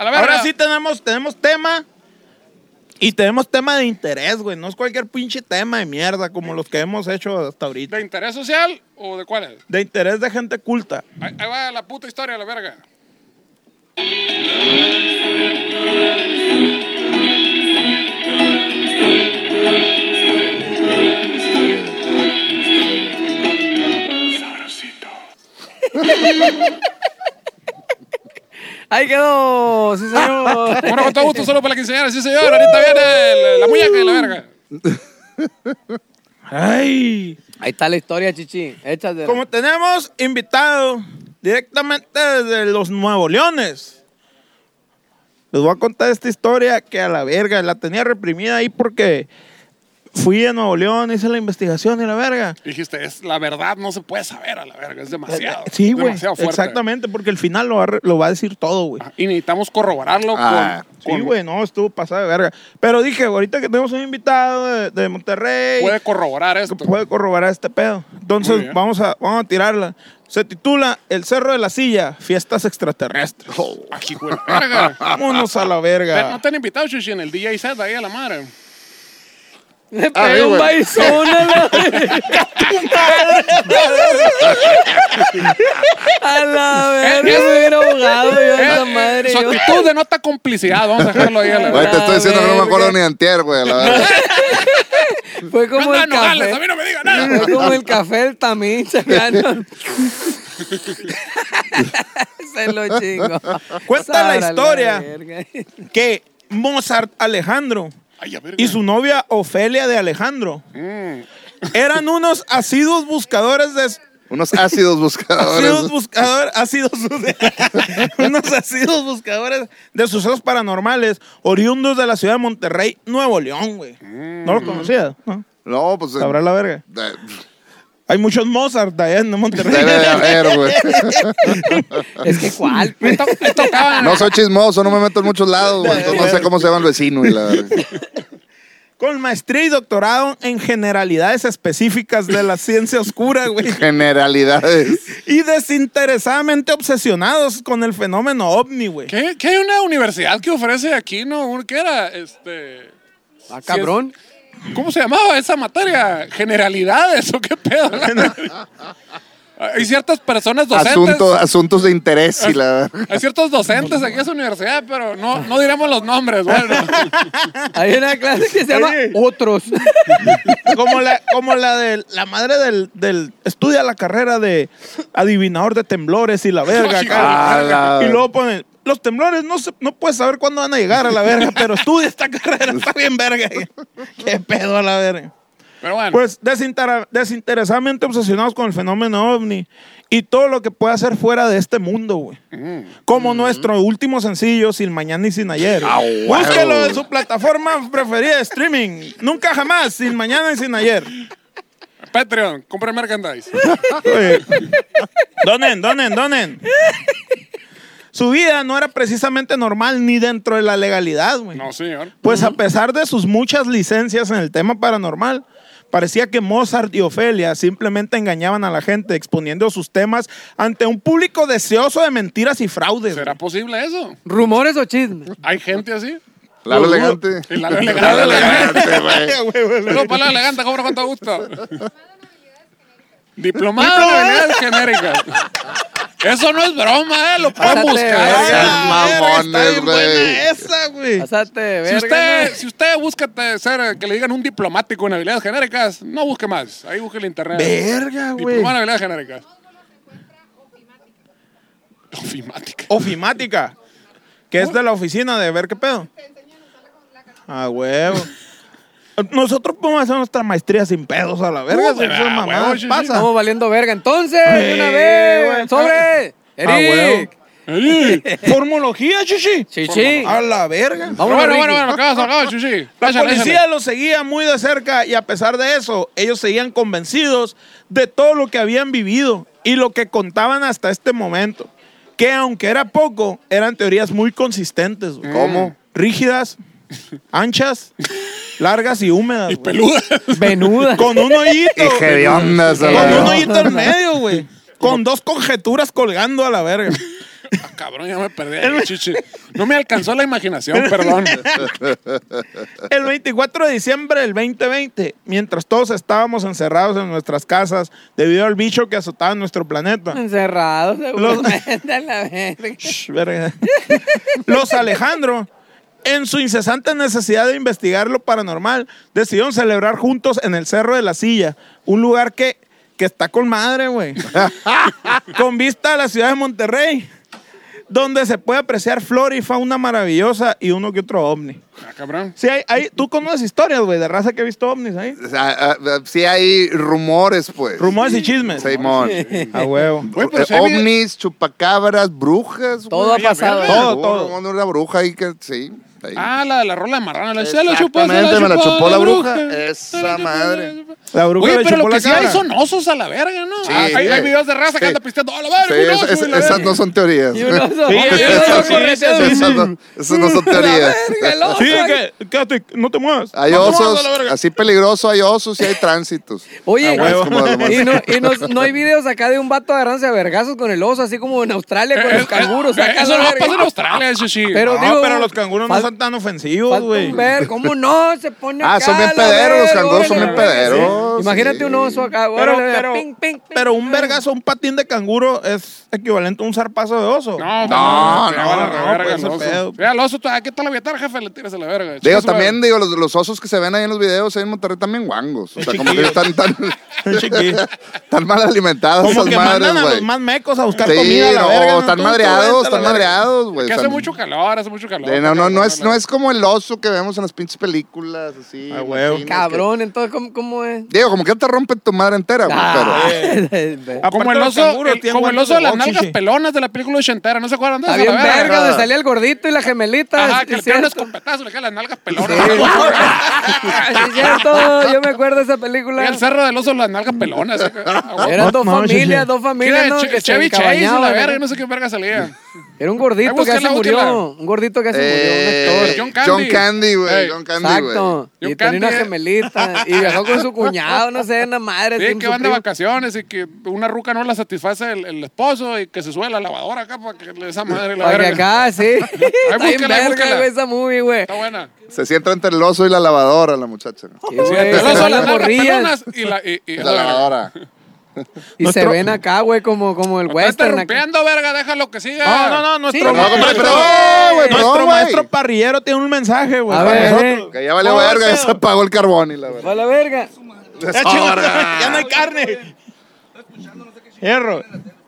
[SPEAKER 2] la verga.
[SPEAKER 5] Ahora sí tenemos, tenemos tema. Y tenemos tema de interés, güey. No es cualquier pinche tema de mierda como los que hemos hecho hasta ahorita.
[SPEAKER 2] ¿De interés social o de cuál es?
[SPEAKER 5] De interés de gente culta.
[SPEAKER 2] Ahí, ahí va la puta historia, la verga.
[SPEAKER 3] Ahí quedó, sí señor.
[SPEAKER 2] [LAUGHS] Bueno, con todo gusto, solo para la quinceañera, sí señor. Ahorita viene el- la muñeca y la verga.
[SPEAKER 5] Ay.
[SPEAKER 3] Ahí está la historia, chichi. Échate.
[SPEAKER 5] Como tenemos invitado directamente desde los Nuevo Leones. Les voy a contar esta historia que a la verga la tenía reprimida ahí porque fui a Nuevo León, hice la investigación y la verga.
[SPEAKER 2] Dijiste, es la verdad, no se puede saber a la verga, es demasiado.
[SPEAKER 5] Eh, Sí,
[SPEAKER 2] es
[SPEAKER 5] güey.
[SPEAKER 2] demasiado fuerte.
[SPEAKER 5] Exactamente, porque el final lo va, a re- lo va a decir todo, güey.
[SPEAKER 2] Y necesitamos corroborarlo
[SPEAKER 4] Ah,
[SPEAKER 2] con.
[SPEAKER 5] Sí,
[SPEAKER 2] con-
[SPEAKER 5] güey, no, estuvo pasada de verga. Pero dije, ahorita que tenemos un invitado de, de Monterrey,
[SPEAKER 2] Puede corroborar esto.
[SPEAKER 5] que puede corroborar este pedo.
[SPEAKER 2] Muy
[SPEAKER 5] Entonces,
[SPEAKER 2] bien.
[SPEAKER 5] vamos a, vamos a tirarla. Se titula El Cerro de la Silla, Fiestas Extraterrestres.
[SPEAKER 2] Aquí, güey, la
[SPEAKER 5] [LAUGHS]
[SPEAKER 2] verga. [LAUGHS]
[SPEAKER 5] Vámonos a la
[SPEAKER 2] Te- No
[SPEAKER 5] verga.
[SPEAKER 2] te han invitado, Chuchi, en el DJ set ahí a la madre.
[SPEAKER 3] Le
[SPEAKER 2] Ah,
[SPEAKER 3] pegó
[SPEAKER 4] Ahí,
[SPEAKER 3] un
[SPEAKER 4] güey.
[SPEAKER 3] baizón a la A
[SPEAKER 2] [LAUGHS]
[SPEAKER 3] la verga,
[SPEAKER 2] Eh,
[SPEAKER 3] me hubiera ahogado yo a esa
[SPEAKER 2] Eh,
[SPEAKER 3] madre.
[SPEAKER 2] Su
[SPEAKER 3] yo.
[SPEAKER 2] actitud denota complicidad, vamos a dejarlo ahí a la
[SPEAKER 4] Güey,
[SPEAKER 2] verga.
[SPEAKER 4] te estoy diciendo que no me acuerdo
[SPEAKER 3] verga.
[SPEAKER 4] ni de antier, güey. La verdad.
[SPEAKER 5] [LAUGHS]
[SPEAKER 3] Fue como
[SPEAKER 2] Anda,
[SPEAKER 3] el
[SPEAKER 2] Nogales,
[SPEAKER 3] café.
[SPEAKER 2] a mí no me diga nada.
[SPEAKER 5] [LAUGHS]
[SPEAKER 3] Fue como el café del tamín,
[SPEAKER 2] [LAUGHS]
[SPEAKER 3] chacano. Se lo chingo.
[SPEAKER 5] Cuenta la historia.
[SPEAKER 3] verga.
[SPEAKER 5] Que Mozart Alejandro
[SPEAKER 2] Ay, a verga.
[SPEAKER 5] y su novia Ofelia de Alejandro
[SPEAKER 2] Mm.
[SPEAKER 5] eran unos asiduos buscadores de,
[SPEAKER 4] Unos ácidos
[SPEAKER 5] Asidos
[SPEAKER 4] buscadores.
[SPEAKER 5] buscadores, asidos, [LAUGHS] unos asidos buscadores de sucesos paranormales, oriundos de la ciudad de Monterrey, Nuevo León, güey. No lo conocía, ¿no?
[SPEAKER 4] No, pues. eh,
[SPEAKER 5] Sabrá la verga.
[SPEAKER 4] de-
[SPEAKER 5] Hay muchos Mozart allá en Monterrey. [LAUGHS]
[SPEAKER 4] Debe de haber, güey.
[SPEAKER 3] Es que
[SPEAKER 2] [LAUGHS]
[SPEAKER 3] cuál,
[SPEAKER 2] Me, to- me tocaban.
[SPEAKER 4] No soy chismoso, no me meto en muchos lados, güey. Entonces no sé cómo se llama el vecino y la verga.
[SPEAKER 5] Con maestría y doctorado en generalidades específicas de la ciencia oscura, güey.
[SPEAKER 4] Generalidades.
[SPEAKER 5] Y desinteresadamente obsesionados con el fenómeno ovni, güey.
[SPEAKER 2] ¿Qué, qué hay una universidad que ofrece aquí, no? Un- ¿Qué era? Este.
[SPEAKER 3] Ah, cabrón.
[SPEAKER 2] ¿Cómo se llamaba esa materia? ¿Generalidades o qué pedo? Hay ciertas personas docentes.
[SPEAKER 4] Asunto, asuntos de interés y la verga.
[SPEAKER 2] Hay ciertos docentes aquí en esa universidad, pero no, no diremos los nombres. Bueno,
[SPEAKER 3] Hay una clase que se llama
[SPEAKER 2] [LAUGHS]
[SPEAKER 5] Oye.
[SPEAKER 3] Otros.
[SPEAKER 5] Como la, como la de la madre del, del- estudia la carrera de adivinador de temblores y la verga acá.
[SPEAKER 4] Ah, la-
[SPEAKER 5] Y luego ponen, los temblores no se- no puedes saber cuándo van a llegar a la verga, pero estudia esta carrera, está bien verga. [LAUGHS] Qué pedo a la verga.
[SPEAKER 2] pero bueno.
[SPEAKER 5] Pues desintera- desinteresadamente obsesionados con el fenómeno ovni y todo lo que pueda hacer fuera de este mundo, güey.
[SPEAKER 4] Mm.
[SPEAKER 5] Como nuestro último sencillo, Sin Mañana y Sin Ayer.
[SPEAKER 4] Ah, wow.
[SPEAKER 5] Búsquelo en su plataforma preferida de streaming. Nunca jamás, Sin Mañana y Sin Ayer.
[SPEAKER 2] Patreon, compren merchandise.
[SPEAKER 5] Oye, donen, donen, donen. Su vida no era precisamente normal ni dentro de la legalidad, güey.
[SPEAKER 2] No, señor.
[SPEAKER 5] Pues a pesar de sus muchas licencias en el tema paranormal, parecía que Mozart y Ofelia simplemente engañaban a la gente exponiendo sus temas ante un público deseoso de mentiras y fraudes.
[SPEAKER 2] ¿Será posible eso?
[SPEAKER 3] ¿Rumores o chismes?
[SPEAKER 2] ¿Hay gente así?
[SPEAKER 4] Lalo elegante.
[SPEAKER 2] El Lalo Elegante.
[SPEAKER 4] Lalo elegante, güey.
[SPEAKER 2] Pero para la elegante, cobro con todo gusto. Diplomado en habilidades genéricas. Eso no es broma, ¿eh? Lo pueden
[SPEAKER 3] Pásate,
[SPEAKER 2] buscar.
[SPEAKER 3] verga.
[SPEAKER 2] ¿eh?
[SPEAKER 5] Ah,
[SPEAKER 4] Seas
[SPEAKER 5] verga, está
[SPEAKER 4] mamones,
[SPEAKER 5] bien buena
[SPEAKER 4] güey.
[SPEAKER 5] esa, güey.
[SPEAKER 3] Pásate, verga.
[SPEAKER 2] Si usted,
[SPEAKER 3] ¿no?
[SPEAKER 2] si usted busca te- ser, eh, que le digan un diplomático en habilidades genéricas, no busque más. Ahí busque el internet.
[SPEAKER 5] Verga, güey.
[SPEAKER 2] Diplomado en habilidades genéricas. Ofimática.
[SPEAKER 5] Ofimática, que es de la oficina de ver qué pedo. Ah, huevo. Nosotros podemos hacer nuestra maestría sin pedos a la verga.
[SPEAKER 2] Uh,
[SPEAKER 5] esas
[SPEAKER 2] ah,
[SPEAKER 5] mamadas
[SPEAKER 2] huevo, sí, sí.
[SPEAKER 5] pasan.
[SPEAKER 3] Estamos valiendo verga. Entonces, de una
[SPEAKER 5] Sí,
[SPEAKER 3] vez,
[SPEAKER 5] güey. Ah,
[SPEAKER 3] sobre.
[SPEAKER 5] huevo.
[SPEAKER 3] Eric.
[SPEAKER 2] Ey.
[SPEAKER 5] Formología, chichi.
[SPEAKER 3] Chichi.
[SPEAKER 5] A la verga.
[SPEAKER 3] Vámonos,
[SPEAKER 2] bueno, bueno,
[SPEAKER 3] Ricky.
[SPEAKER 2] bueno, acabas, acabas, chuchi.
[SPEAKER 5] La
[SPEAKER 2] Échale,
[SPEAKER 5] policía
[SPEAKER 2] échale.
[SPEAKER 5] los seguía muy de cerca y a pesar de eso, ellos seguían convencidos de todo lo que habían vivido y lo que contaban hasta este momento. Que aunque era poco, eran teorías muy consistentes. güey.
[SPEAKER 4] ¿Cómo?
[SPEAKER 5] Rígidas, anchas, largas y húmedas.
[SPEAKER 2] Y
[SPEAKER 5] güey.
[SPEAKER 2] peluda.
[SPEAKER 3] Venuda.
[SPEAKER 5] Con un hoyito.
[SPEAKER 4] [LAUGHS] Y hediondas, a la
[SPEAKER 5] Con un
[SPEAKER 4] verga.
[SPEAKER 5] hoyito en medio, güey. Con dos conjeturas colgando a la verga.
[SPEAKER 2] Ah, [LAUGHS] Cabrón, ya me perdí. ahí, Chichi. No me alcanzó la
[SPEAKER 4] [LAUGHS]
[SPEAKER 2] imaginación, perdón.
[SPEAKER 5] El 24 de diciembre del 2020, mientras todos estábamos encerrados en nuestras casas debido al bicho que azotaba nuestro planeta.
[SPEAKER 3] Encerrados, seguramente, [LAUGHS] a la verga.
[SPEAKER 5] Shh, verga. Los Alejandro, en su incesante necesidad de investigar lo paranormal, decidieron celebrar juntos en el Cerro de la Silla, un lugar que, que está con madre, güey. con vista a la ciudad de Monterrey, donde se puede apreciar flora y fauna maravillosa y uno que otro ovni.
[SPEAKER 2] Ah, cabrón.
[SPEAKER 5] Sí, hay, hay- tú conoces historias, güey, de raza que ha visto ovnis ahí.
[SPEAKER 4] O sea, ah, ah, sí hay rumores, pues.
[SPEAKER 5] Rumores y chismes.
[SPEAKER 4] Simón.
[SPEAKER 5] A huevo.
[SPEAKER 2] Güey,
[SPEAKER 4] Eh,
[SPEAKER 2] pero si hay vide-
[SPEAKER 4] ovnis, chupacabras, brujas. güey.
[SPEAKER 3] Todo ha pasado.
[SPEAKER 2] verga.
[SPEAKER 5] Todo,
[SPEAKER 4] Hubo-
[SPEAKER 5] todo.
[SPEAKER 4] hubo Una bruja ahí que, sí. ahí.
[SPEAKER 2] Ah, la de la rola marrana. La, se la chupó, se
[SPEAKER 4] Exactamente, me la chupó la bruja.
[SPEAKER 2] Se
[SPEAKER 4] Esa
[SPEAKER 2] la chupó,
[SPEAKER 4] madre.
[SPEAKER 2] se la chupó.
[SPEAKER 5] La bruja
[SPEAKER 2] Oye,
[SPEAKER 5] le
[SPEAKER 2] pero
[SPEAKER 5] chupó
[SPEAKER 2] lo que
[SPEAKER 5] la
[SPEAKER 2] sí hay
[SPEAKER 5] cara.
[SPEAKER 2] son osos a la verga, ¿no?
[SPEAKER 4] Sí. eh,
[SPEAKER 2] Ah, hay, hay videos de raza que
[SPEAKER 4] Sí.
[SPEAKER 2] anda pisteando. ¡A la verga!
[SPEAKER 4] Sí,
[SPEAKER 2] un
[SPEAKER 4] es-
[SPEAKER 2] oso",
[SPEAKER 4] es-
[SPEAKER 2] y la
[SPEAKER 4] esas
[SPEAKER 2] verga.
[SPEAKER 4] no son teorías.
[SPEAKER 3] Y un
[SPEAKER 4] [LAUGHS]
[SPEAKER 3] oso.
[SPEAKER 5] Sí,
[SPEAKER 3] Y un
[SPEAKER 5] eso
[SPEAKER 3] oso
[SPEAKER 5] sí,
[SPEAKER 3] corriente
[SPEAKER 5] eso
[SPEAKER 3] de-
[SPEAKER 5] sí.
[SPEAKER 4] Esas no,
[SPEAKER 3] [LAUGHS]
[SPEAKER 4] esas
[SPEAKER 5] [LAUGHS]
[SPEAKER 4] no son
[SPEAKER 3] La
[SPEAKER 4] teorías.
[SPEAKER 3] verga, el oso.
[SPEAKER 5] Sí, que, quédate, no te muevas.
[SPEAKER 4] Hay
[SPEAKER 5] No te muevas
[SPEAKER 4] osos,
[SPEAKER 5] a la verga.
[SPEAKER 4] así peligroso hay osos y hay
[SPEAKER 5] [LAUGHS]
[SPEAKER 4] tránsitos.
[SPEAKER 3] Oye,
[SPEAKER 5] A huevo.
[SPEAKER 3] y, no, y no, no hay videos acá de un vato agarrándose a vergazos con el oso, así como en Australia [LAUGHS] con los canguros.
[SPEAKER 2] Eh,
[SPEAKER 3] acá
[SPEAKER 2] Eso
[SPEAKER 3] la
[SPEAKER 2] no va a
[SPEAKER 3] verga.
[SPEAKER 2] pasar en Australia, Shishi.
[SPEAKER 3] Pero-
[SPEAKER 5] No,
[SPEAKER 3] digo,
[SPEAKER 5] pero los canguros no
[SPEAKER 3] fal-
[SPEAKER 5] son tan ofensivos,
[SPEAKER 3] Falta
[SPEAKER 5] güey.
[SPEAKER 3] un ver, ¿cómo no? Se pone
[SPEAKER 4] Ah,
[SPEAKER 3] acá,
[SPEAKER 4] son bien
[SPEAKER 3] la
[SPEAKER 4] pederos, los
[SPEAKER 3] verga,
[SPEAKER 4] canguros son
[SPEAKER 3] órale,
[SPEAKER 4] bien
[SPEAKER 3] la verga,
[SPEAKER 4] pederos,
[SPEAKER 3] sí. Imagínate
[SPEAKER 4] sí.
[SPEAKER 3] un oso acá,
[SPEAKER 5] Pero,
[SPEAKER 3] órale,
[SPEAKER 5] pero,
[SPEAKER 3] ping, ping, ping.
[SPEAKER 5] pero un vergazo, un patín de canguro es equivalente a un zarpazo de oso.
[SPEAKER 2] No, no,
[SPEAKER 4] No, no,
[SPEAKER 2] no,
[SPEAKER 5] no,
[SPEAKER 2] la verga,
[SPEAKER 5] pues,
[SPEAKER 2] el
[SPEAKER 5] ese
[SPEAKER 2] oso.
[SPEAKER 5] pedo.
[SPEAKER 2] Mira, el oso, ah, ¿qué tal la vietar, jefe? Le tiras a la verga.
[SPEAKER 4] Digo,
[SPEAKER 2] Chingas,
[SPEAKER 4] también, digo, los, los osos que se ven ahí en los videos ahí en Monterrey también guangos. O sea, como que
[SPEAKER 5] Chiquillos. [LAUGHS]
[SPEAKER 4] están tan, [LAUGHS]
[SPEAKER 5] Chiquillo.
[SPEAKER 4] tan mal alimentados
[SPEAKER 5] Como
[SPEAKER 4] esas
[SPEAKER 5] que
[SPEAKER 4] madres,
[SPEAKER 5] mandan a los
[SPEAKER 4] güey.
[SPEAKER 5] más mecos a buscar
[SPEAKER 4] Sí,
[SPEAKER 5] comida a la
[SPEAKER 4] no,
[SPEAKER 5] verga.
[SPEAKER 4] están
[SPEAKER 5] Tú- tú
[SPEAKER 4] madreados,
[SPEAKER 5] vete a la
[SPEAKER 4] están
[SPEAKER 5] verga.
[SPEAKER 4] madreados, güey.
[SPEAKER 2] Que hace
[SPEAKER 4] Están-
[SPEAKER 2] mucho calor, hace mucho calor.
[SPEAKER 4] Eh, pues, no, no, no es,
[SPEAKER 2] La-
[SPEAKER 4] no es como el oso que vemos en las pinches películas, así.
[SPEAKER 5] Ah, huevo.
[SPEAKER 4] latinas,
[SPEAKER 3] Cabrón, entonces, ¿cómo, cómo es?
[SPEAKER 4] que- Digo, como que te rompen tu madre entera, güey.
[SPEAKER 3] Ah, [LAUGHS]
[SPEAKER 4] pero-
[SPEAKER 2] Eh.
[SPEAKER 3] Está
[SPEAKER 5] Aparte
[SPEAKER 2] Como el
[SPEAKER 5] los
[SPEAKER 2] oso,
[SPEAKER 5] canguros
[SPEAKER 2] el-
[SPEAKER 5] tienen
[SPEAKER 2] como el
[SPEAKER 5] guantes
[SPEAKER 2] oso de las
[SPEAKER 5] box,
[SPEAKER 2] nalgas
[SPEAKER 5] sí.
[SPEAKER 2] pelonas de la película ochentera. ¿No se acuerdan de eso?
[SPEAKER 3] bien
[SPEAKER 2] La verga.
[SPEAKER 3] verga donde salía el gordito y la gemelita.
[SPEAKER 2] Ajá,
[SPEAKER 3] sí,
[SPEAKER 2] que le
[SPEAKER 3] es
[SPEAKER 2] tiraron un
[SPEAKER 3] cierto.
[SPEAKER 2] escopetazo, le quedan las nalgas pelonas.
[SPEAKER 3] [LAUGHS] Sí, es cierto, yo me acuerdo de esa película.
[SPEAKER 2] Y el cerro del oso, las nalgas pelonas.
[SPEAKER 3] Eran dos
[SPEAKER 5] No, sí, sí.
[SPEAKER 3] familias, dos familias, ¿no?
[SPEAKER 2] Che-
[SPEAKER 3] Que se
[SPEAKER 2] Chevy Chase, la
[SPEAKER 3] encabañaban,
[SPEAKER 2] verga,
[SPEAKER 3] ¿no?
[SPEAKER 2] no sé qué verga salía.
[SPEAKER 3] Era un gordito
[SPEAKER 2] Ahí
[SPEAKER 3] que
[SPEAKER 2] búsquela,
[SPEAKER 3] se murió.
[SPEAKER 2] búsquela.
[SPEAKER 3] Un gordito que se murió, un
[SPEAKER 4] Eh,
[SPEAKER 3] actor.
[SPEAKER 2] Pues John
[SPEAKER 4] John
[SPEAKER 2] Candy.
[SPEAKER 4] Candy, güey.
[SPEAKER 2] Ey.
[SPEAKER 4] John Candy, güey.
[SPEAKER 3] Exacto.
[SPEAKER 2] Yo
[SPEAKER 3] Y tenía una
[SPEAKER 2] cambié.
[SPEAKER 3] gemelita. Y viajó con su cuñado, no sé, una madre.
[SPEAKER 2] Sí,
[SPEAKER 3] sin
[SPEAKER 2] que
[SPEAKER 3] su
[SPEAKER 2] van de
[SPEAKER 3] primo.
[SPEAKER 2] vacaciones y que una ruca no la satisface el, el esposo y que se sube a la lavadora acá para que le- esa madre la
[SPEAKER 3] Para que
[SPEAKER 2] verga.
[SPEAKER 3] acá, sí. Está bien
[SPEAKER 2] búsquela, ahí
[SPEAKER 3] verga,
[SPEAKER 2] búsquela.
[SPEAKER 3] güey, esa movie, güey.
[SPEAKER 2] Está buena.
[SPEAKER 4] Se sienta entre el oso y la lavadora, la muchacha.
[SPEAKER 3] Sí, güey,
[SPEAKER 2] El
[SPEAKER 3] se
[SPEAKER 2] oso,
[SPEAKER 3] ven
[SPEAKER 2] las
[SPEAKER 3] las
[SPEAKER 2] nalgas
[SPEAKER 3] morrillas
[SPEAKER 2] pelonas y la... Y, y-
[SPEAKER 4] La lavadora.
[SPEAKER 3] y se
[SPEAKER 5] Nuestro-
[SPEAKER 3] ven acá, güey, como, como el
[SPEAKER 2] No te
[SPEAKER 3] western. acá.
[SPEAKER 2] interrumpiendo, verga, déjalo que siga.
[SPEAKER 5] No, no, no,
[SPEAKER 3] Sí,
[SPEAKER 5] nuestro
[SPEAKER 3] no,
[SPEAKER 5] maestro,
[SPEAKER 4] compadre, perdón, güey,
[SPEAKER 5] nuestro
[SPEAKER 4] perdón,
[SPEAKER 5] maestro
[SPEAKER 4] güey.
[SPEAKER 5] parrillero tiene un mensaje, güey.
[SPEAKER 3] A
[SPEAKER 5] para
[SPEAKER 3] ver,
[SPEAKER 5] nosotros.
[SPEAKER 3] eh.
[SPEAKER 4] [LAUGHS] Que ya valió
[SPEAKER 5] ¿Cómo va el
[SPEAKER 4] verga, ya
[SPEAKER 5] pedo?
[SPEAKER 4] se apagó el carbón y la verga.
[SPEAKER 3] Va la verga.
[SPEAKER 5] Ya, chinga,
[SPEAKER 4] Ahora.
[SPEAKER 5] [LAUGHS] ya no hay carne. Hierro.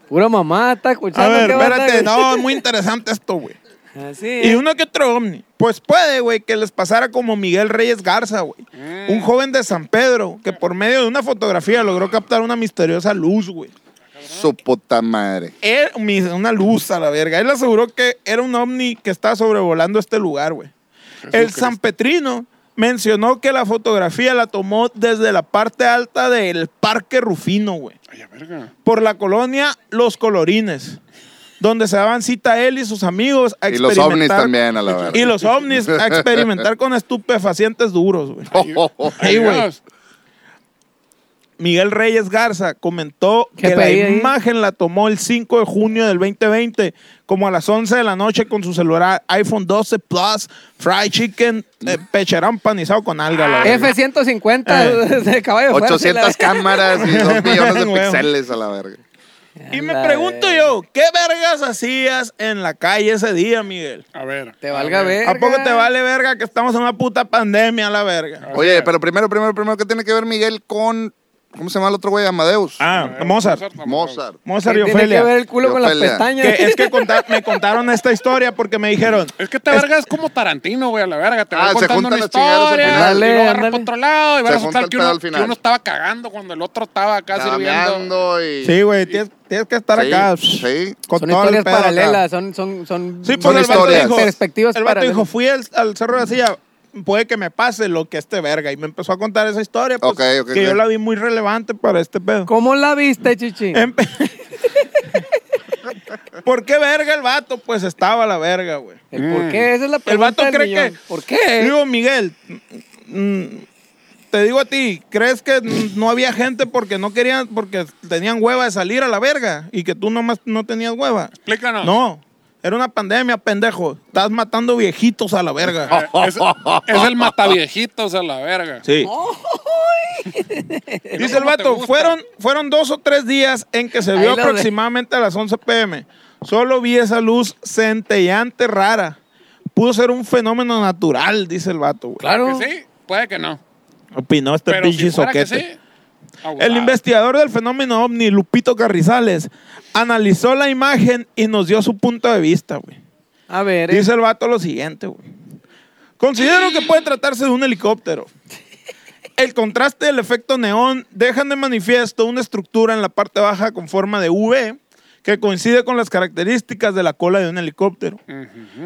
[SPEAKER 3] Pura mamá está escuchando.
[SPEAKER 5] A ver,
[SPEAKER 3] qué banda,
[SPEAKER 5] espérate.
[SPEAKER 3] güey.
[SPEAKER 5] No, es muy interesante esto, güey.
[SPEAKER 3] Así.
[SPEAKER 5] Y
[SPEAKER 3] eh.
[SPEAKER 5] uno que otro ovni. Pues puede, güey, que les pasara como Miguel Reyes Garza, güey.
[SPEAKER 3] Mm.
[SPEAKER 5] Un joven de San Pedro que por medio de una fotografía logró captar una misteriosa luz, güey.
[SPEAKER 4] Su puta madre.
[SPEAKER 5] Él- mi- una luz a la verga. Él aseguró que era un ovni que estaba sobrevolando este lugar, güey. El San Petrino mencionó que la fotografía la tomó desde la parte alta del Parque Rufino, güey.
[SPEAKER 2] Ay, a verga.
[SPEAKER 5] Por la colonia Los Colorines, donde se daban cita él y sus amigos a
[SPEAKER 4] Y los
[SPEAKER 5] experimentar-
[SPEAKER 4] ovnis también, a la verga.
[SPEAKER 5] Y los ovnis a experimentar con estupefacientes duros, güey.
[SPEAKER 4] [LAUGHS] Oh, oh, oh.
[SPEAKER 5] Ahí, güey.
[SPEAKER 2] Dios.
[SPEAKER 5] Miguel Reyes Garza comentó
[SPEAKER 3] ¿Qué
[SPEAKER 5] que la
[SPEAKER 3] pedí ahí?
[SPEAKER 5] imagen la tomó el 5 de junio del 2020, como a las 11 de la noche con su celular iPhone 12 Plus, fried chicken, eh, pecherón panizado con alga.
[SPEAKER 3] Ah,
[SPEAKER 5] la verga. Eh,
[SPEAKER 3] F-150 de caballo fuerte. la-
[SPEAKER 4] 800 cámaras y 2 millones de
[SPEAKER 5] Huevo.
[SPEAKER 4] píxeles a la verga.
[SPEAKER 5] Y me
[SPEAKER 3] Anda,
[SPEAKER 5] pregunto
[SPEAKER 3] eh.
[SPEAKER 5] yo, ¿qué vergas hacías en la calle ese día, Miguel?
[SPEAKER 2] A ver.
[SPEAKER 3] Te valga ver.
[SPEAKER 5] ¿A poco te vale verga que estamos en una puta pandemia, la verga?
[SPEAKER 4] Oye, pero primero, primero, primero, ¿qué tiene que ver Miguel con. ¿Cómo se llama el otro güey? Amadeus.
[SPEAKER 5] Ah, Mozart.
[SPEAKER 4] Mozart.
[SPEAKER 5] Mozart y
[SPEAKER 3] Tiene que ver
[SPEAKER 5] Ofelia.
[SPEAKER 3] el culo con las
[SPEAKER 4] Ofelia.
[SPEAKER 5] Que
[SPEAKER 3] pestañas.
[SPEAKER 5] es que conta- me contaron esta historia porque me dijeron,
[SPEAKER 2] Es que te verga es como Tarantino, güey, a la verga. Te
[SPEAKER 4] Ah,
[SPEAKER 2] va
[SPEAKER 4] se
[SPEAKER 2] contando
[SPEAKER 4] juntan
[SPEAKER 2] una
[SPEAKER 4] las chingaderas al
[SPEAKER 2] historia,
[SPEAKER 4] final.
[SPEAKER 3] Dale,
[SPEAKER 2] y luego agarra
[SPEAKER 3] ándale.
[SPEAKER 2] para otro lado, y va
[SPEAKER 4] Se
[SPEAKER 2] a
[SPEAKER 4] junta
[SPEAKER 2] resultar
[SPEAKER 4] el
[SPEAKER 2] que
[SPEAKER 4] pedo
[SPEAKER 2] uno,
[SPEAKER 4] al
[SPEAKER 2] que
[SPEAKER 4] final.
[SPEAKER 2] uno estaba cagando cuando el otro estaba acá sirviendo.
[SPEAKER 4] Cameando y.
[SPEAKER 5] sí, güey, tienes, tienes que estar
[SPEAKER 4] Sí,
[SPEAKER 5] acá.
[SPEAKER 4] sí.
[SPEAKER 3] [LAUGHS]
[SPEAKER 5] con
[SPEAKER 3] Son
[SPEAKER 5] todo el
[SPEAKER 3] historias
[SPEAKER 5] pedo acá.
[SPEAKER 3] paralelas, son, son, son,
[SPEAKER 5] Sí,
[SPEAKER 4] Son
[SPEAKER 5] pues el vato
[SPEAKER 4] historias.
[SPEAKER 5] dijo,
[SPEAKER 3] perspectivas
[SPEAKER 5] el vato
[SPEAKER 3] paralelas.
[SPEAKER 5] dijo, fui al, al Cerro de la Silla, puede que me pase lo que este verga. Y me empezó a contar esa historia, pues,
[SPEAKER 4] Ok, ok,
[SPEAKER 5] que
[SPEAKER 4] ok.
[SPEAKER 5] yo la vi muy relevante para este pedo.
[SPEAKER 3] ¿Cómo la viste, Chichi?
[SPEAKER 5] Empe- [LAUGHS] ¿Por qué verga el vato? Pues estaba la verga, güey.
[SPEAKER 3] El
[SPEAKER 4] Mm.
[SPEAKER 3] ¿Por qué? Esa es la
[SPEAKER 5] El vato
[SPEAKER 3] pregunta del
[SPEAKER 5] cree
[SPEAKER 3] millón.
[SPEAKER 5] que.
[SPEAKER 3] ¿Por qué?
[SPEAKER 5] Digo, Miguel, mm, mm, te digo a ti, ¿crees que mm, no había gente porque no querían, porque tenían hueva de salir a la verga y que tú nomás no tenías hueva?
[SPEAKER 2] Explícanos.
[SPEAKER 5] No, era una pandemia, pendejo. Estás matando viejitos a
[SPEAKER 2] [LAUGHS]
[SPEAKER 5] la verga.
[SPEAKER 2] Es, es el mataviejitos a la verga.
[SPEAKER 5] Sí.
[SPEAKER 2] Y no
[SPEAKER 5] Dice el
[SPEAKER 2] como te
[SPEAKER 5] vato,
[SPEAKER 2] gusta.
[SPEAKER 5] fueron, fueron dos o tres días en que se
[SPEAKER 3] Ahí
[SPEAKER 5] vio
[SPEAKER 3] lo ve.
[SPEAKER 5] aproximadamente a las 11 pm. Solo vi esa luz centellante rara. Pudo ser un fenómeno natural, dice el vato. güey.
[SPEAKER 3] Claro.
[SPEAKER 2] Que sí, puede que no.
[SPEAKER 5] Opinó este
[SPEAKER 2] Pero si
[SPEAKER 5] pinche
[SPEAKER 2] fuera que
[SPEAKER 5] soquete.
[SPEAKER 2] sí, ah, abusado.
[SPEAKER 5] El investigador del fenómeno ovni, Lupito Carrizales, analizó la imagen y nos dio su punto de vista, güey.
[SPEAKER 3] A ver. eh.
[SPEAKER 5] Dice el vato lo siguiente, güey. Considero que puede tratarse de un helicóptero. El contraste del efecto neón dejan de manifiesto una estructura en la parte baja con forma de V que coincide con las características de la cola de un helicóptero.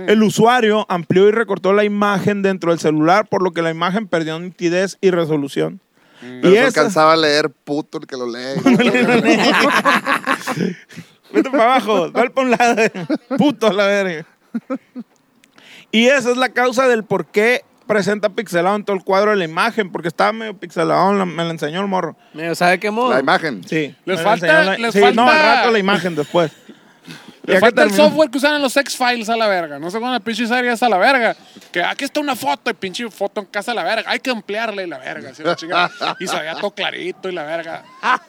[SPEAKER 5] El usuario amplió y recortó la imagen dentro del celular, por lo que la imagen perdió nitidez y resolución.
[SPEAKER 4] Mm, Pero
[SPEAKER 5] y
[SPEAKER 4] no
[SPEAKER 5] esa-
[SPEAKER 4] alcanzaba a leer puto el que lo lee.
[SPEAKER 5] Vete para abajo, dale para un lado. eh. Puto a la verga. Y esa es la causa del por qué presenta pixelado en todo el cuadro de la imagen, porque estaba medio pixelado, la- me la enseñó el morro.
[SPEAKER 3] eh, Medio sabe qué modo.
[SPEAKER 4] la imagen.
[SPEAKER 5] Sí.
[SPEAKER 2] Les
[SPEAKER 5] me la
[SPEAKER 2] falta-
[SPEAKER 5] enseñó la-
[SPEAKER 2] les
[SPEAKER 5] sí, No,
[SPEAKER 2] falta-
[SPEAKER 5] al rato la imagen después.
[SPEAKER 2] Le
[SPEAKER 5] Ya que
[SPEAKER 2] falta el
[SPEAKER 5] terminó.
[SPEAKER 2] software que usan en los X-Files a la verga. No sé cuándo la pinche serie es a la verga. Que aquí está una foto y pinche foto en casa a la verga. Hay que ampliarle la verga. así la chingada. y se veía todo clarito y la verga. Ajá.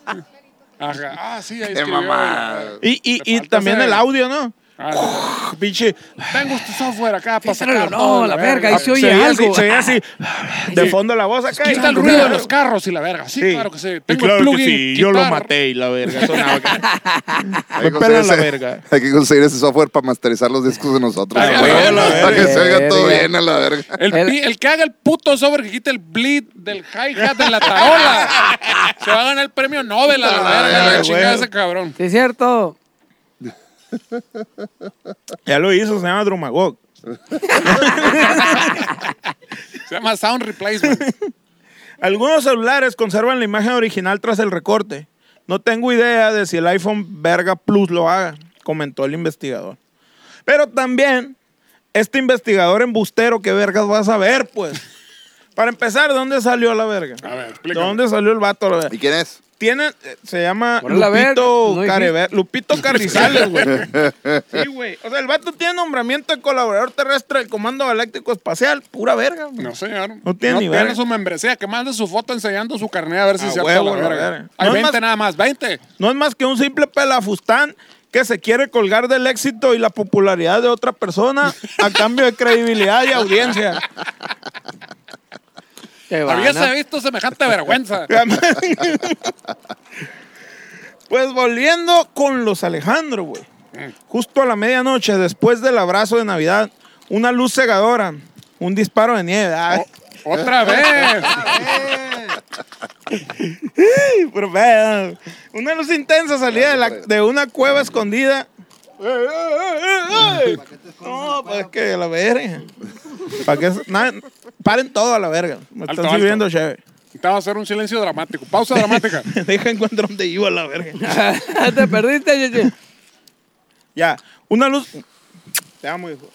[SPEAKER 2] Ah, sí, ahí
[SPEAKER 4] Qué
[SPEAKER 2] escribió,
[SPEAKER 4] mamá.
[SPEAKER 2] y la verga.
[SPEAKER 5] Y, y,
[SPEAKER 2] Le
[SPEAKER 5] y
[SPEAKER 2] falta
[SPEAKER 5] también
[SPEAKER 2] ese-
[SPEAKER 5] el audio, ¿no?
[SPEAKER 2] Ah, sí.
[SPEAKER 5] Pinche.
[SPEAKER 2] Tengo este software acá para
[SPEAKER 3] Fíjalo,
[SPEAKER 2] sacar
[SPEAKER 3] no,
[SPEAKER 2] todo, Ah,
[SPEAKER 3] la verga, ahí se oye.
[SPEAKER 5] veía
[SPEAKER 3] algo.
[SPEAKER 5] así, se veía así. De fondo la voz acá.
[SPEAKER 2] Quita el ruido de los carros y la verga. Sí, claro que sí.
[SPEAKER 5] Y
[SPEAKER 2] Tengo
[SPEAKER 5] claro
[SPEAKER 2] el
[SPEAKER 5] que
[SPEAKER 2] plugin.
[SPEAKER 5] sí. Yo lo
[SPEAKER 2] quitar.
[SPEAKER 5] maté y la verga. Sonaba acá. Me
[SPEAKER 4] Hay que conseguir
[SPEAKER 5] pelan la
[SPEAKER 4] ese-
[SPEAKER 5] verga.
[SPEAKER 4] [LAUGHS] Hay que conseguir ese software para masterizar los discos de nosotros.
[SPEAKER 2] Ah,
[SPEAKER 4] güey.
[SPEAKER 2] güey, la
[SPEAKER 4] Para que se oiga todo
[SPEAKER 3] verga.
[SPEAKER 4] bien a la verga.
[SPEAKER 2] El,
[SPEAKER 3] El-
[SPEAKER 2] pi- el que haga el puto sobre que quite el bleed del hi-hat de la
[SPEAKER 5] [LAUGHS]
[SPEAKER 2] tarola se va a ganar el premio Nobel a la
[SPEAKER 4] Ah,
[SPEAKER 2] verga. La
[SPEAKER 5] güey.
[SPEAKER 2] chingada ese cabrón.
[SPEAKER 3] Sí, es cierto.
[SPEAKER 5] Ya lo hizo, se llama Drumagog.
[SPEAKER 2] Se llama Sound Replacement.
[SPEAKER 5] Algunos celulares conservan la imagen original tras el recorte. No tengo idea de si el iPhone Verga Plus lo haga, comentó el investigador. Pero también, este investigador embustero, ¿qué vergas vas a ver,
[SPEAKER 2] [LAUGHS]
[SPEAKER 5] pues? Para empezar, ¿de dónde salió la verga?
[SPEAKER 2] A ver,
[SPEAKER 5] ¿De
[SPEAKER 2] explícame.
[SPEAKER 5] dónde salió el vato? La verga?
[SPEAKER 4] ¿Y quién es?
[SPEAKER 5] Tiene, eh, se llama
[SPEAKER 3] Ponle la verga,
[SPEAKER 5] Lupito,
[SPEAKER 3] no
[SPEAKER 5] Care-
[SPEAKER 3] dijiste.
[SPEAKER 2] [LAUGHS]
[SPEAKER 5] Lupito Carrizales, güey. Sí, güey. O sea, el vato tiene nombramiento de colaborador terrestre del Comando Galáctico Espacial. Pura verga, güey.
[SPEAKER 2] No, señor.
[SPEAKER 5] No tiene ni verga.
[SPEAKER 2] su membresía. Que mande su foto enseñando su carnet a ver si
[SPEAKER 5] A
[SPEAKER 2] se
[SPEAKER 5] huevo,
[SPEAKER 2] la
[SPEAKER 5] la
[SPEAKER 2] verga.
[SPEAKER 5] verga.
[SPEAKER 2] Hay
[SPEAKER 5] No es
[SPEAKER 2] 20
[SPEAKER 5] más-
[SPEAKER 2] nada más. 20.
[SPEAKER 5] No es más que un simple pelafustán que se quiere colgar del éxito y la popularidad de otra persona a cambio de credibilidad y audiencia. [LAUGHS]
[SPEAKER 3] Te van
[SPEAKER 2] Había
[SPEAKER 3] a-
[SPEAKER 2] visto semejante
[SPEAKER 5] [LAUGHS]
[SPEAKER 2] vergüenza.
[SPEAKER 5] Pues volviendo con los Alejandro, güey. Justo a la medianoche, después del abrazo de Navidad, una luz cegadora, un disparo de nieve. Ay,
[SPEAKER 2] Otra vez.
[SPEAKER 5] [LAUGHS] pero, vean, una luz intensa salida de, la- de una cueva escondida. [LAUGHS] No, pues que la verga. ¿Para qué? na- paren todo a la verga. Me
[SPEAKER 2] Alto,
[SPEAKER 5] están
[SPEAKER 2] alto.
[SPEAKER 5] sirviendo chévere. [LAUGHS]
[SPEAKER 2] Estaba a hacer un silencio dramático. Pausa dramática.
[SPEAKER 5] Deja encuentro donde iba a la verga.
[SPEAKER 3] [LAUGHS] Te perdiste,
[SPEAKER 4] [LAUGHS]
[SPEAKER 3] Chichi.
[SPEAKER 5] Ya, una luz. Te amo, hijo.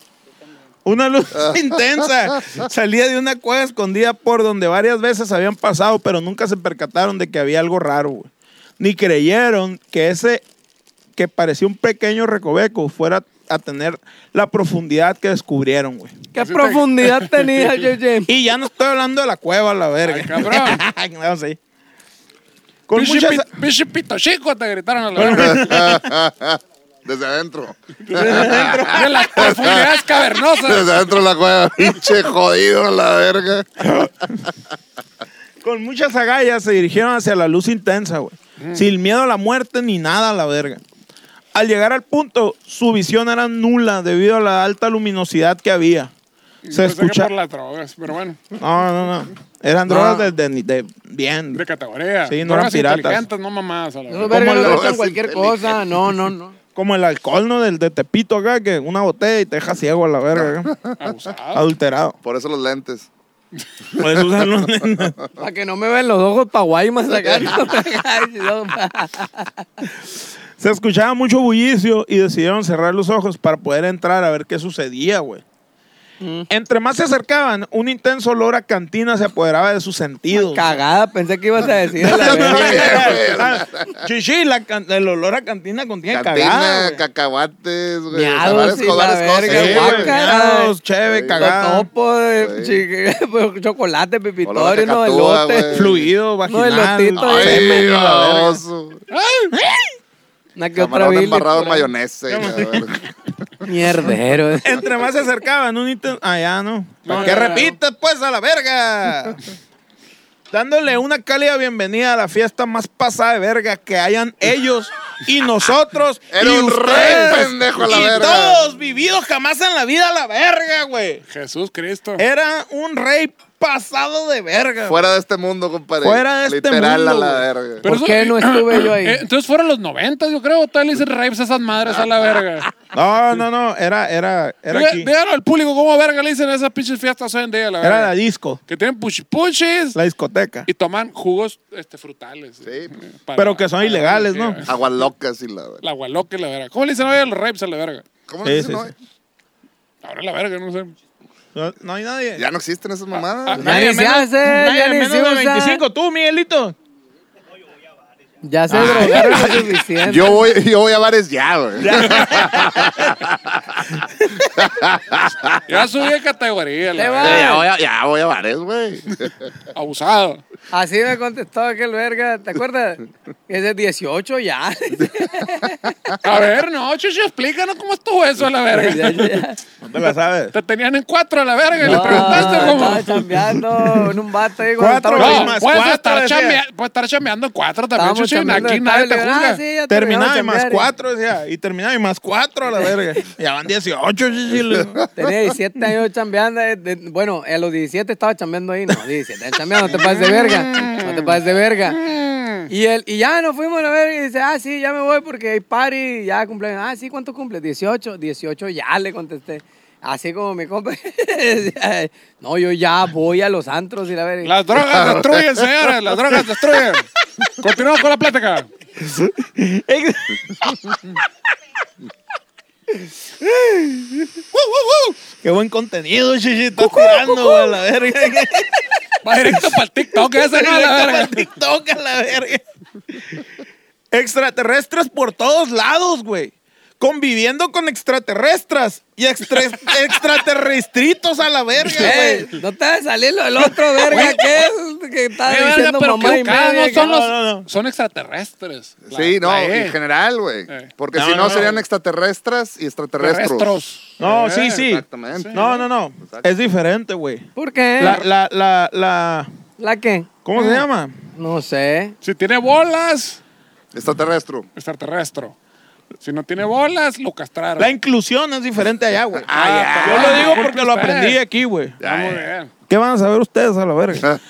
[SPEAKER 5] Una luz [LAUGHS] intensa salía de una cueva escondida por donde varias veces habían pasado, pero nunca se percataron de que había algo raro, güey. Ni creyeron que ese que parecía un pequeño recoveco fuera a tener la profundidad que descubrieron, güey.
[SPEAKER 3] ¿Qué profundidad
[SPEAKER 4] [LAUGHS]
[SPEAKER 3] tenía, Chichi?
[SPEAKER 5] Y ya [LAUGHS] no estoy hablando de la cueva, la verga.
[SPEAKER 2] Ay, cabrón.
[SPEAKER 5] No, sí. [LAUGHS] Con
[SPEAKER 2] Pinche
[SPEAKER 5] muchas-
[SPEAKER 2] pit- pinche pito chico te gritaron a la verga.
[SPEAKER 4] [LAUGHS] Desde adentro.
[SPEAKER 2] De las profundidades cavernosas.
[SPEAKER 4] Desde adentro de la cueva, [LAUGHS] pinche jodido a la verga.
[SPEAKER 5] Con muchas agallas se dirigieron hacia la luz intensa, güey. Sin miedo a la muerte ni nada a la verga. Al llegar al punto, su visión era nula debido a la alta luminosidad que había. [LAUGHS]
[SPEAKER 2] Pensé
[SPEAKER 5] Se
[SPEAKER 2] que
[SPEAKER 5] escucha...
[SPEAKER 2] por las drogas, pero bueno,
[SPEAKER 5] No, no, no. Eran drogas de, de- de- bien.
[SPEAKER 2] de categoría.
[SPEAKER 5] Sí, no eran
[SPEAKER 2] Drogas
[SPEAKER 5] piratas.
[SPEAKER 2] inteligentes, no mamadas a la
[SPEAKER 1] No,
[SPEAKER 2] verga.
[SPEAKER 1] verga,
[SPEAKER 5] Como
[SPEAKER 1] no
[SPEAKER 4] lo
[SPEAKER 1] gastan
[SPEAKER 4] hace
[SPEAKER 1] cualquier
[SPEAKER 4] inteligente.
[SPEAKER 1] cosa. No, no, no.
[SPEAKER 5] Como el alcohol, ¿no? Del de Tepito acá, que una botella y te deja ciego a la verga. acá.
[SPEAKER 2] Abusado.
[SPEAKER 5] Adulterado.
[SPEAKER 4] Por eso los lentes.
[SPEAKER 5] Por eso usan los nenes.
[SPEAKER 3] Para que no me vean los ojos pa' guaymas acá. [LAUGHS] No,
[SPEAKER 5] Se escuchaba mucho bullicio y decidieron cerrar los ojos para poder entrar a ver qué sucedía, güey.
[SPEAKER 3] Mm.
[SPEAKER 5] Entre más se acercaban, un intenso olor a cantina se apoderaba de sus sentidos. [LAUGHS]
[SPEAKER 3] Cagada, pensé que ibas a decir a [LAUGHS] la verga.
[SPEAKER 5] Ah, Chichi, la can- el olor a cantina contiene cagada.
[SPEAKER 4] Cantina,
[SPEAKER 5] güey.
[SPEAKER 4] cacahuates, güey.
[SPEAKER 3] Miados
[SPEAKER 4] varias
[SPEAKER 3] y
[SPEAKER 4] co-
[SPEAKER 3] la
[SPEAKER 4] varias cosas,
[SPEAKER 3] verga,
[SPEAKER 5] Sí,
[SPEAKER 4] güey.
[SPEAKER 5] güey,
[SPEAKER 3] guácala.
[SPEAKER 5] miados, cheve,
[SPEAKER 4] Sí.
[SPEAKER 5] cagada.
[SPEAKER 3] Topo de [LAUGHS] chique- chocolate,
[SPEAKER 4] Olor
[SPEAKER 3] pepitorio,
[SPEAKER 4] a
[SPEAKER 3] no
[SPEAKER 4] cacatúa,
[SPEAKER 3] elote.
[SPEAKER 4] güey.
[SPEAKER 5] Fluido,
[SPEAKER 3] No,
[SPEAKER 5] vaginal.
[SPEAKER 3] el lotito,
[SPEAKER 5] Ay,
[SPEAKER 3] eh.
[SPEAKER 4] Ay,
[SPEAKER 5] semen, la verga.
[SPEAKER 4] baboso.
[SPEAKER 3] Una que otra
[SPEAKER 4] Camarón
[SPEAKER 3] bilis
[SPEAKER 4] embarrado
[SPEAKER 3] por
[SPEAKER 4] en
[SPEAKER 3] ahí.
[SPEAKER 4] mayonesa. y la verga.
[SPEAKER 3] Mierdero. eh.
[SPEAKER 5] Entre más se acercaban, un intento. Ah, ya no. ¿Para
[SPEAKER 1] No,
[SPEAKER 5] qué
[SPEAKER 1] no, no.
[SPEAKER 5] repites, pues, a la verga? Dándole una cálida bienvenida a la fiesta más pasada de verga que hayan ellos y
[SPEAKER 4] [LAUGHS]
[SPEAKER 5] nosotros.
[SPEAKER 4] Era
[SPEAKER 5] y
[SPEAKER 4] un re
[SPEAKER 5] ustedes,
[SPEAKER 4] pendejo a la
[SPEAKER 5] y
[SPEAKER 4] verga.
[SPEAKER 5] todos vividos jamás en la vida a la verga, güey.
[SPEAKER 2] Jesús Cristo.
[SPEAKER 5] Era un rey pasado de verga.
[SPEAKER 4] Fuera de este mundo, compadre.
[SPEAKER 5] Fuera de este
[SPEAKER 4] Literal
[SPEAKER 5] mundo,
[SPEAKER 4] a la
[SPEAKER 5] güey.
[SPEAKER 4] verga.
[SPEAKER 2] Pero
[SPEAKER 3] ¿Por qué no estuve yo ahí?
[SPEAKER 2] Eh, entonces fueron los 90, yo creo. Todavía le dicen rapes a esas madres a la verga.
[SPEAKER 5] No, no, no. Era, era, [LAUGHS] era
[SPEAKER 2] Diga-
[SPEAKER 5] aquí.
[SPEAKER 2] Díganlo al público cómo verga le dicen a esas pinches fiestas hoy en día, la
[SPEAKER 5] Era la
[SPEAKER 2] verga.
[SPEAKER 5] disco,
[SPEAKER 2] Que tienen puchipuchis
[SPEAKER 5] la discoteca.
[SPEAKER 2] y toman jugos este, frutales. eh, para-
[SPEAKER 5] Pero que son
[SPEAKER 2] para-
[SPEAKER 5] ilegales,
[SPEAKER 2] sí,
[SPEAKER 5] ¿no?
[SPEAKER 2] eh.
[SPEAKER 4] Aguas locas y la verga.
[SPEAKER 2] La gualoca y la verga. ¿Cómo le dicen hoy a los rapes a la verga?
[SPEAKER 4] ¿Cómo
[SPEAKER 5] Sí,
[SPEAKER 4] se dice,
[SPEAKER 5] sí,
[SPEAKER 4] no?
[SPEAKER 5] sí.
[SPEAKER 2] Ahora la verga, no sé.
[SPEAKER 5] No, no hay nadie.
[SPEAKER 4] Ya no existen esas
[SPEAKER 2] Ah,
[SPEAKER 4] mamadas. [LAUGHS]
[SPEAKER 2] ah,
[SPEAKER 3] Ya ni se hace, ya ni
[SPEAKER 5] menos
[SPEAKER 3] se
[SPEAKER 5] de
[SPEAKER 3] usa.
[SPEAKER 5] 25, tú, Miguelito.
[SPEAKER 3] Ya se drogaron lo
[SPEAKER 5] ah,
[SPEAKER 3] suficiente.
[SPEAKER 4] Yo
[SPEAKER 5] [LAUGHS]
[SPEAKER 4] voy, yo voy a bares ya, güey. [LAUGHS]
[SPEAKER 2] Ya subí de categoría, la
[SPEAKER 3] Te
[SPEAKER 2] verga.
[SPEAKER 3] va.
[SPEAKER 4] Ya voy a, ya voy a
[SPEAKER 5] [LAUGHS]
[SPEAKER 4] bares, güey.
[SPEAKER 2] Abusado.
[SPEAKER 3] Así me contestó aquel verga, ¿te acuerdas? Es de 18 ya.
[SPEAKER 2] A ver, no, chicho, explícanos cómo estuvo eso a la
[SPEAKER 3] Ya,
[SPEAKER 2] verga.
[SPEAKER 3] ya.
[SPEAKER 5] No te la sabes.
[SPEAKER 2] Te tenían en cuatro a la verga y le
[SPEAKER 3] No,
[SPEAKER 2] preguntaste
[SPEAKER 3] Ah, estaba
[SPEAKER 2] cómo.
[SPEAKER 3] chambeando en un vato ahí cuando
[SPEAKER 5] Cuatro,
[SPEAKER 3] estaba-
[SPEAKER 5] güey,
[SPEAKER 2] No,
[SPEAKER 5] más
[SPEAKER 2] puedes,
[SPEAKER 5] cuatro,
[SPEAKER 2] estar
[SPEAKER 5] decía.
[SPEAKER 2] chamea- puedes estar chameando en cuatro también,
[SPEAKER 3] estábamos
[SPEAKER 2] Chuchín.
[SPEAKER 3] chambeando
[SPEAKER 2] Aquí
[SPEAKER 3] en
[SPEAKER 2] nadie te
[SPEAKER 3] tablet. Ah,
[SPEAKER 2] juzga.
[SPEAKER 3] sí, ya
[SPEAKER 5] Terminaba y
[SPEAKER 3] terminamos de
[SPEAKER 5] más
[SPEAKER 3] chambear. ¿eh?
[SPEAKER 5] cuatro, decía. Y terminaba y más cuatro a la
[SPEAKER 3] [LAUGHS]
[SPEAKER 5] verga. Ya van 18, chichi.
[SPEAKER 3] Tenía 17 años chambeando. eh, de- bueno, a los 17 estaba chambeando ahí. No, 17 años chambeando, no te pases de verga. No te pases de verga. Y, el, y ya nos fuimos a la verga y dice, ah, sí, ya me voy porque hay party, ya cumpleaños. Ah, sí, ¿cuánto cumple? 18, 18 ya le contesté. Así como mi compa. [LAUGHS] decía, no, yo ya voy a los antros y la verga. [LAUGHS]
[SPEAKER 2] Las drogas destruyen, señores, las drogas destruyen. Continuamos con la plática.
[SPEAKER 5] Qué buen contenido, chichi. Estás tirando, güey, a la
[SPEAKER 3] [LAUGHS]
[SPEAKER 5] verga. [LAUGHS]
[SPEAKER 2] Va directo para el TikTok ese, no, a la
[SPEAKER 5] Directo para
[SPEAKER 2] verga.
[SPEAKER 5] TikTok a la verga. Extraterrestres por todos lados, güey. Conviviendo con extraterrestres y extra-
[SPEAKER 3] [LAUGHS]
[SPEAKER 5] extraterrestritos a la verga, güey.
[SPEAKER 3] Ey, no te va a salir lo del otro verga aquel que está
[SPEAKER 2] Eh, verga,
[SPEAKER 3] diciendo
[SPEAKER 2] pero
[SPEAKER 3] mamá
[SPEAKER 2] qué
[SPEAKER 3] y
[SPEAKER 2] educados
[SPEAKER 3] media.
[SPEAKER 2] son los-
[SPEAKER 5] No, no, no.
[SPEAKER 2] Son extraterrestres. La-
[SPEAKER 4] Sí, no,
[SPEAKER 2] la E.
[SPEAKER 4] en general, güey.
[SPEAKER 2] Eh.
[SPEAKER 4] Porque
[SPEAKER 5] No,
[SPEAKER 4] si no,
[SPEAKER 5] no,
[SPEAKER 4] serían
[SPEAKER 5] no.
[SPEAKER 4] extraterrestres y extraterrestros.
[SPEAKER 2] Terrestros.
[SPEAKER 5] No,
[SPEAKER 2] Eh,
[SPEAKER 5] sí, sí.
[SPEAKER 4] Exactamente.
[SPEAKER 5] No, no, no. Es diferente, güey.
[SPEAKER 3] ¿Por qué?
[SPEAKER 5] La,
[SPEAKER 3] ¿La,
[SPEAKER 5] la, la, la.
[SPEAKER 3] qué?
[SPEAKER 5] ¿Cómo se llama?
[SPEAKER 3] No sé.
[SPEAKER 2] Si tiene bolas,
[SPEAKER 4] Extraterrestre.
[SPEAKER 2] extraterrestre. Si no tiene bolas, lo castraron.
[SPEAKER 5] La inclusión es diferente allá, güey.
[SPEAKER 4] Ah,
[SPEAKER 5] Yo
[SPEAKER 2] Ah,
[SPEAKER 5] lo digo
[SPEAKER 2] disculpe
[SPEAKER 5] porque lo
[SPEAKER 2] usted.
[SPEAKER 5] aprendí aquí, güey.
[SPEAKER 2] Ah, muy bien.
[SPEAKER 5] ¿Qué van a saber ustedes a la
[SPEAKER 4] Ah,
[SPEAKER 5] verga?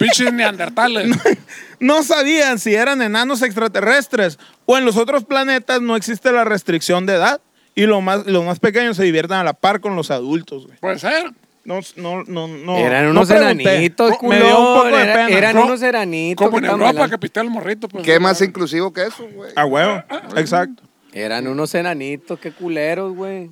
[SPEAKER 2] Pinches neandertales.
[SPEAKER 5] [LAUGHS]
[SPEAKER 3] Ah.
[SPEAKER 5] No sabían si eran enanos extraterrestres o en los otros planetas no existe la restricción de edad y los más, los más pequeños se diviertan a la par con los adultos, güey.
[SPEAKER 2] Puede ser.
[SPEAKER 5] No, no, no, no.
[SPEAKER 3] Eran
[SPEAKER 5] no
[SPEAKER 3] unos
[SPEAKER 5] pregunté.
[SPEAKER 3] enanitos,
[SPEAKER 5] Me dio un poco
[SPEAKER 3] culón.
[SPEAKER 5] de
[SPEAKER 3] Era-
[SPEAKER 5] pena.
[SPEAKER 3] eran
[SPEAKER 2] No,
[SPEAKER 3] unos enanitos.
[SPEAKER 2] Como
[SPEAKER 3] que
[SPEAKER 2] en
[SPEAKER 3] estaban
[SPEAKER 2] Europa que
[SPEAKER 3] bailando.
[SPEAKER 2] pistea el morrito. Pues,
[SPEAKER 4] ¿Qué más inclusivo que eso, güey?
[SPEAKER 5] A huevo, exacto.
[SPEAKER 3] Eran unos enanitos, qué culeros, güey.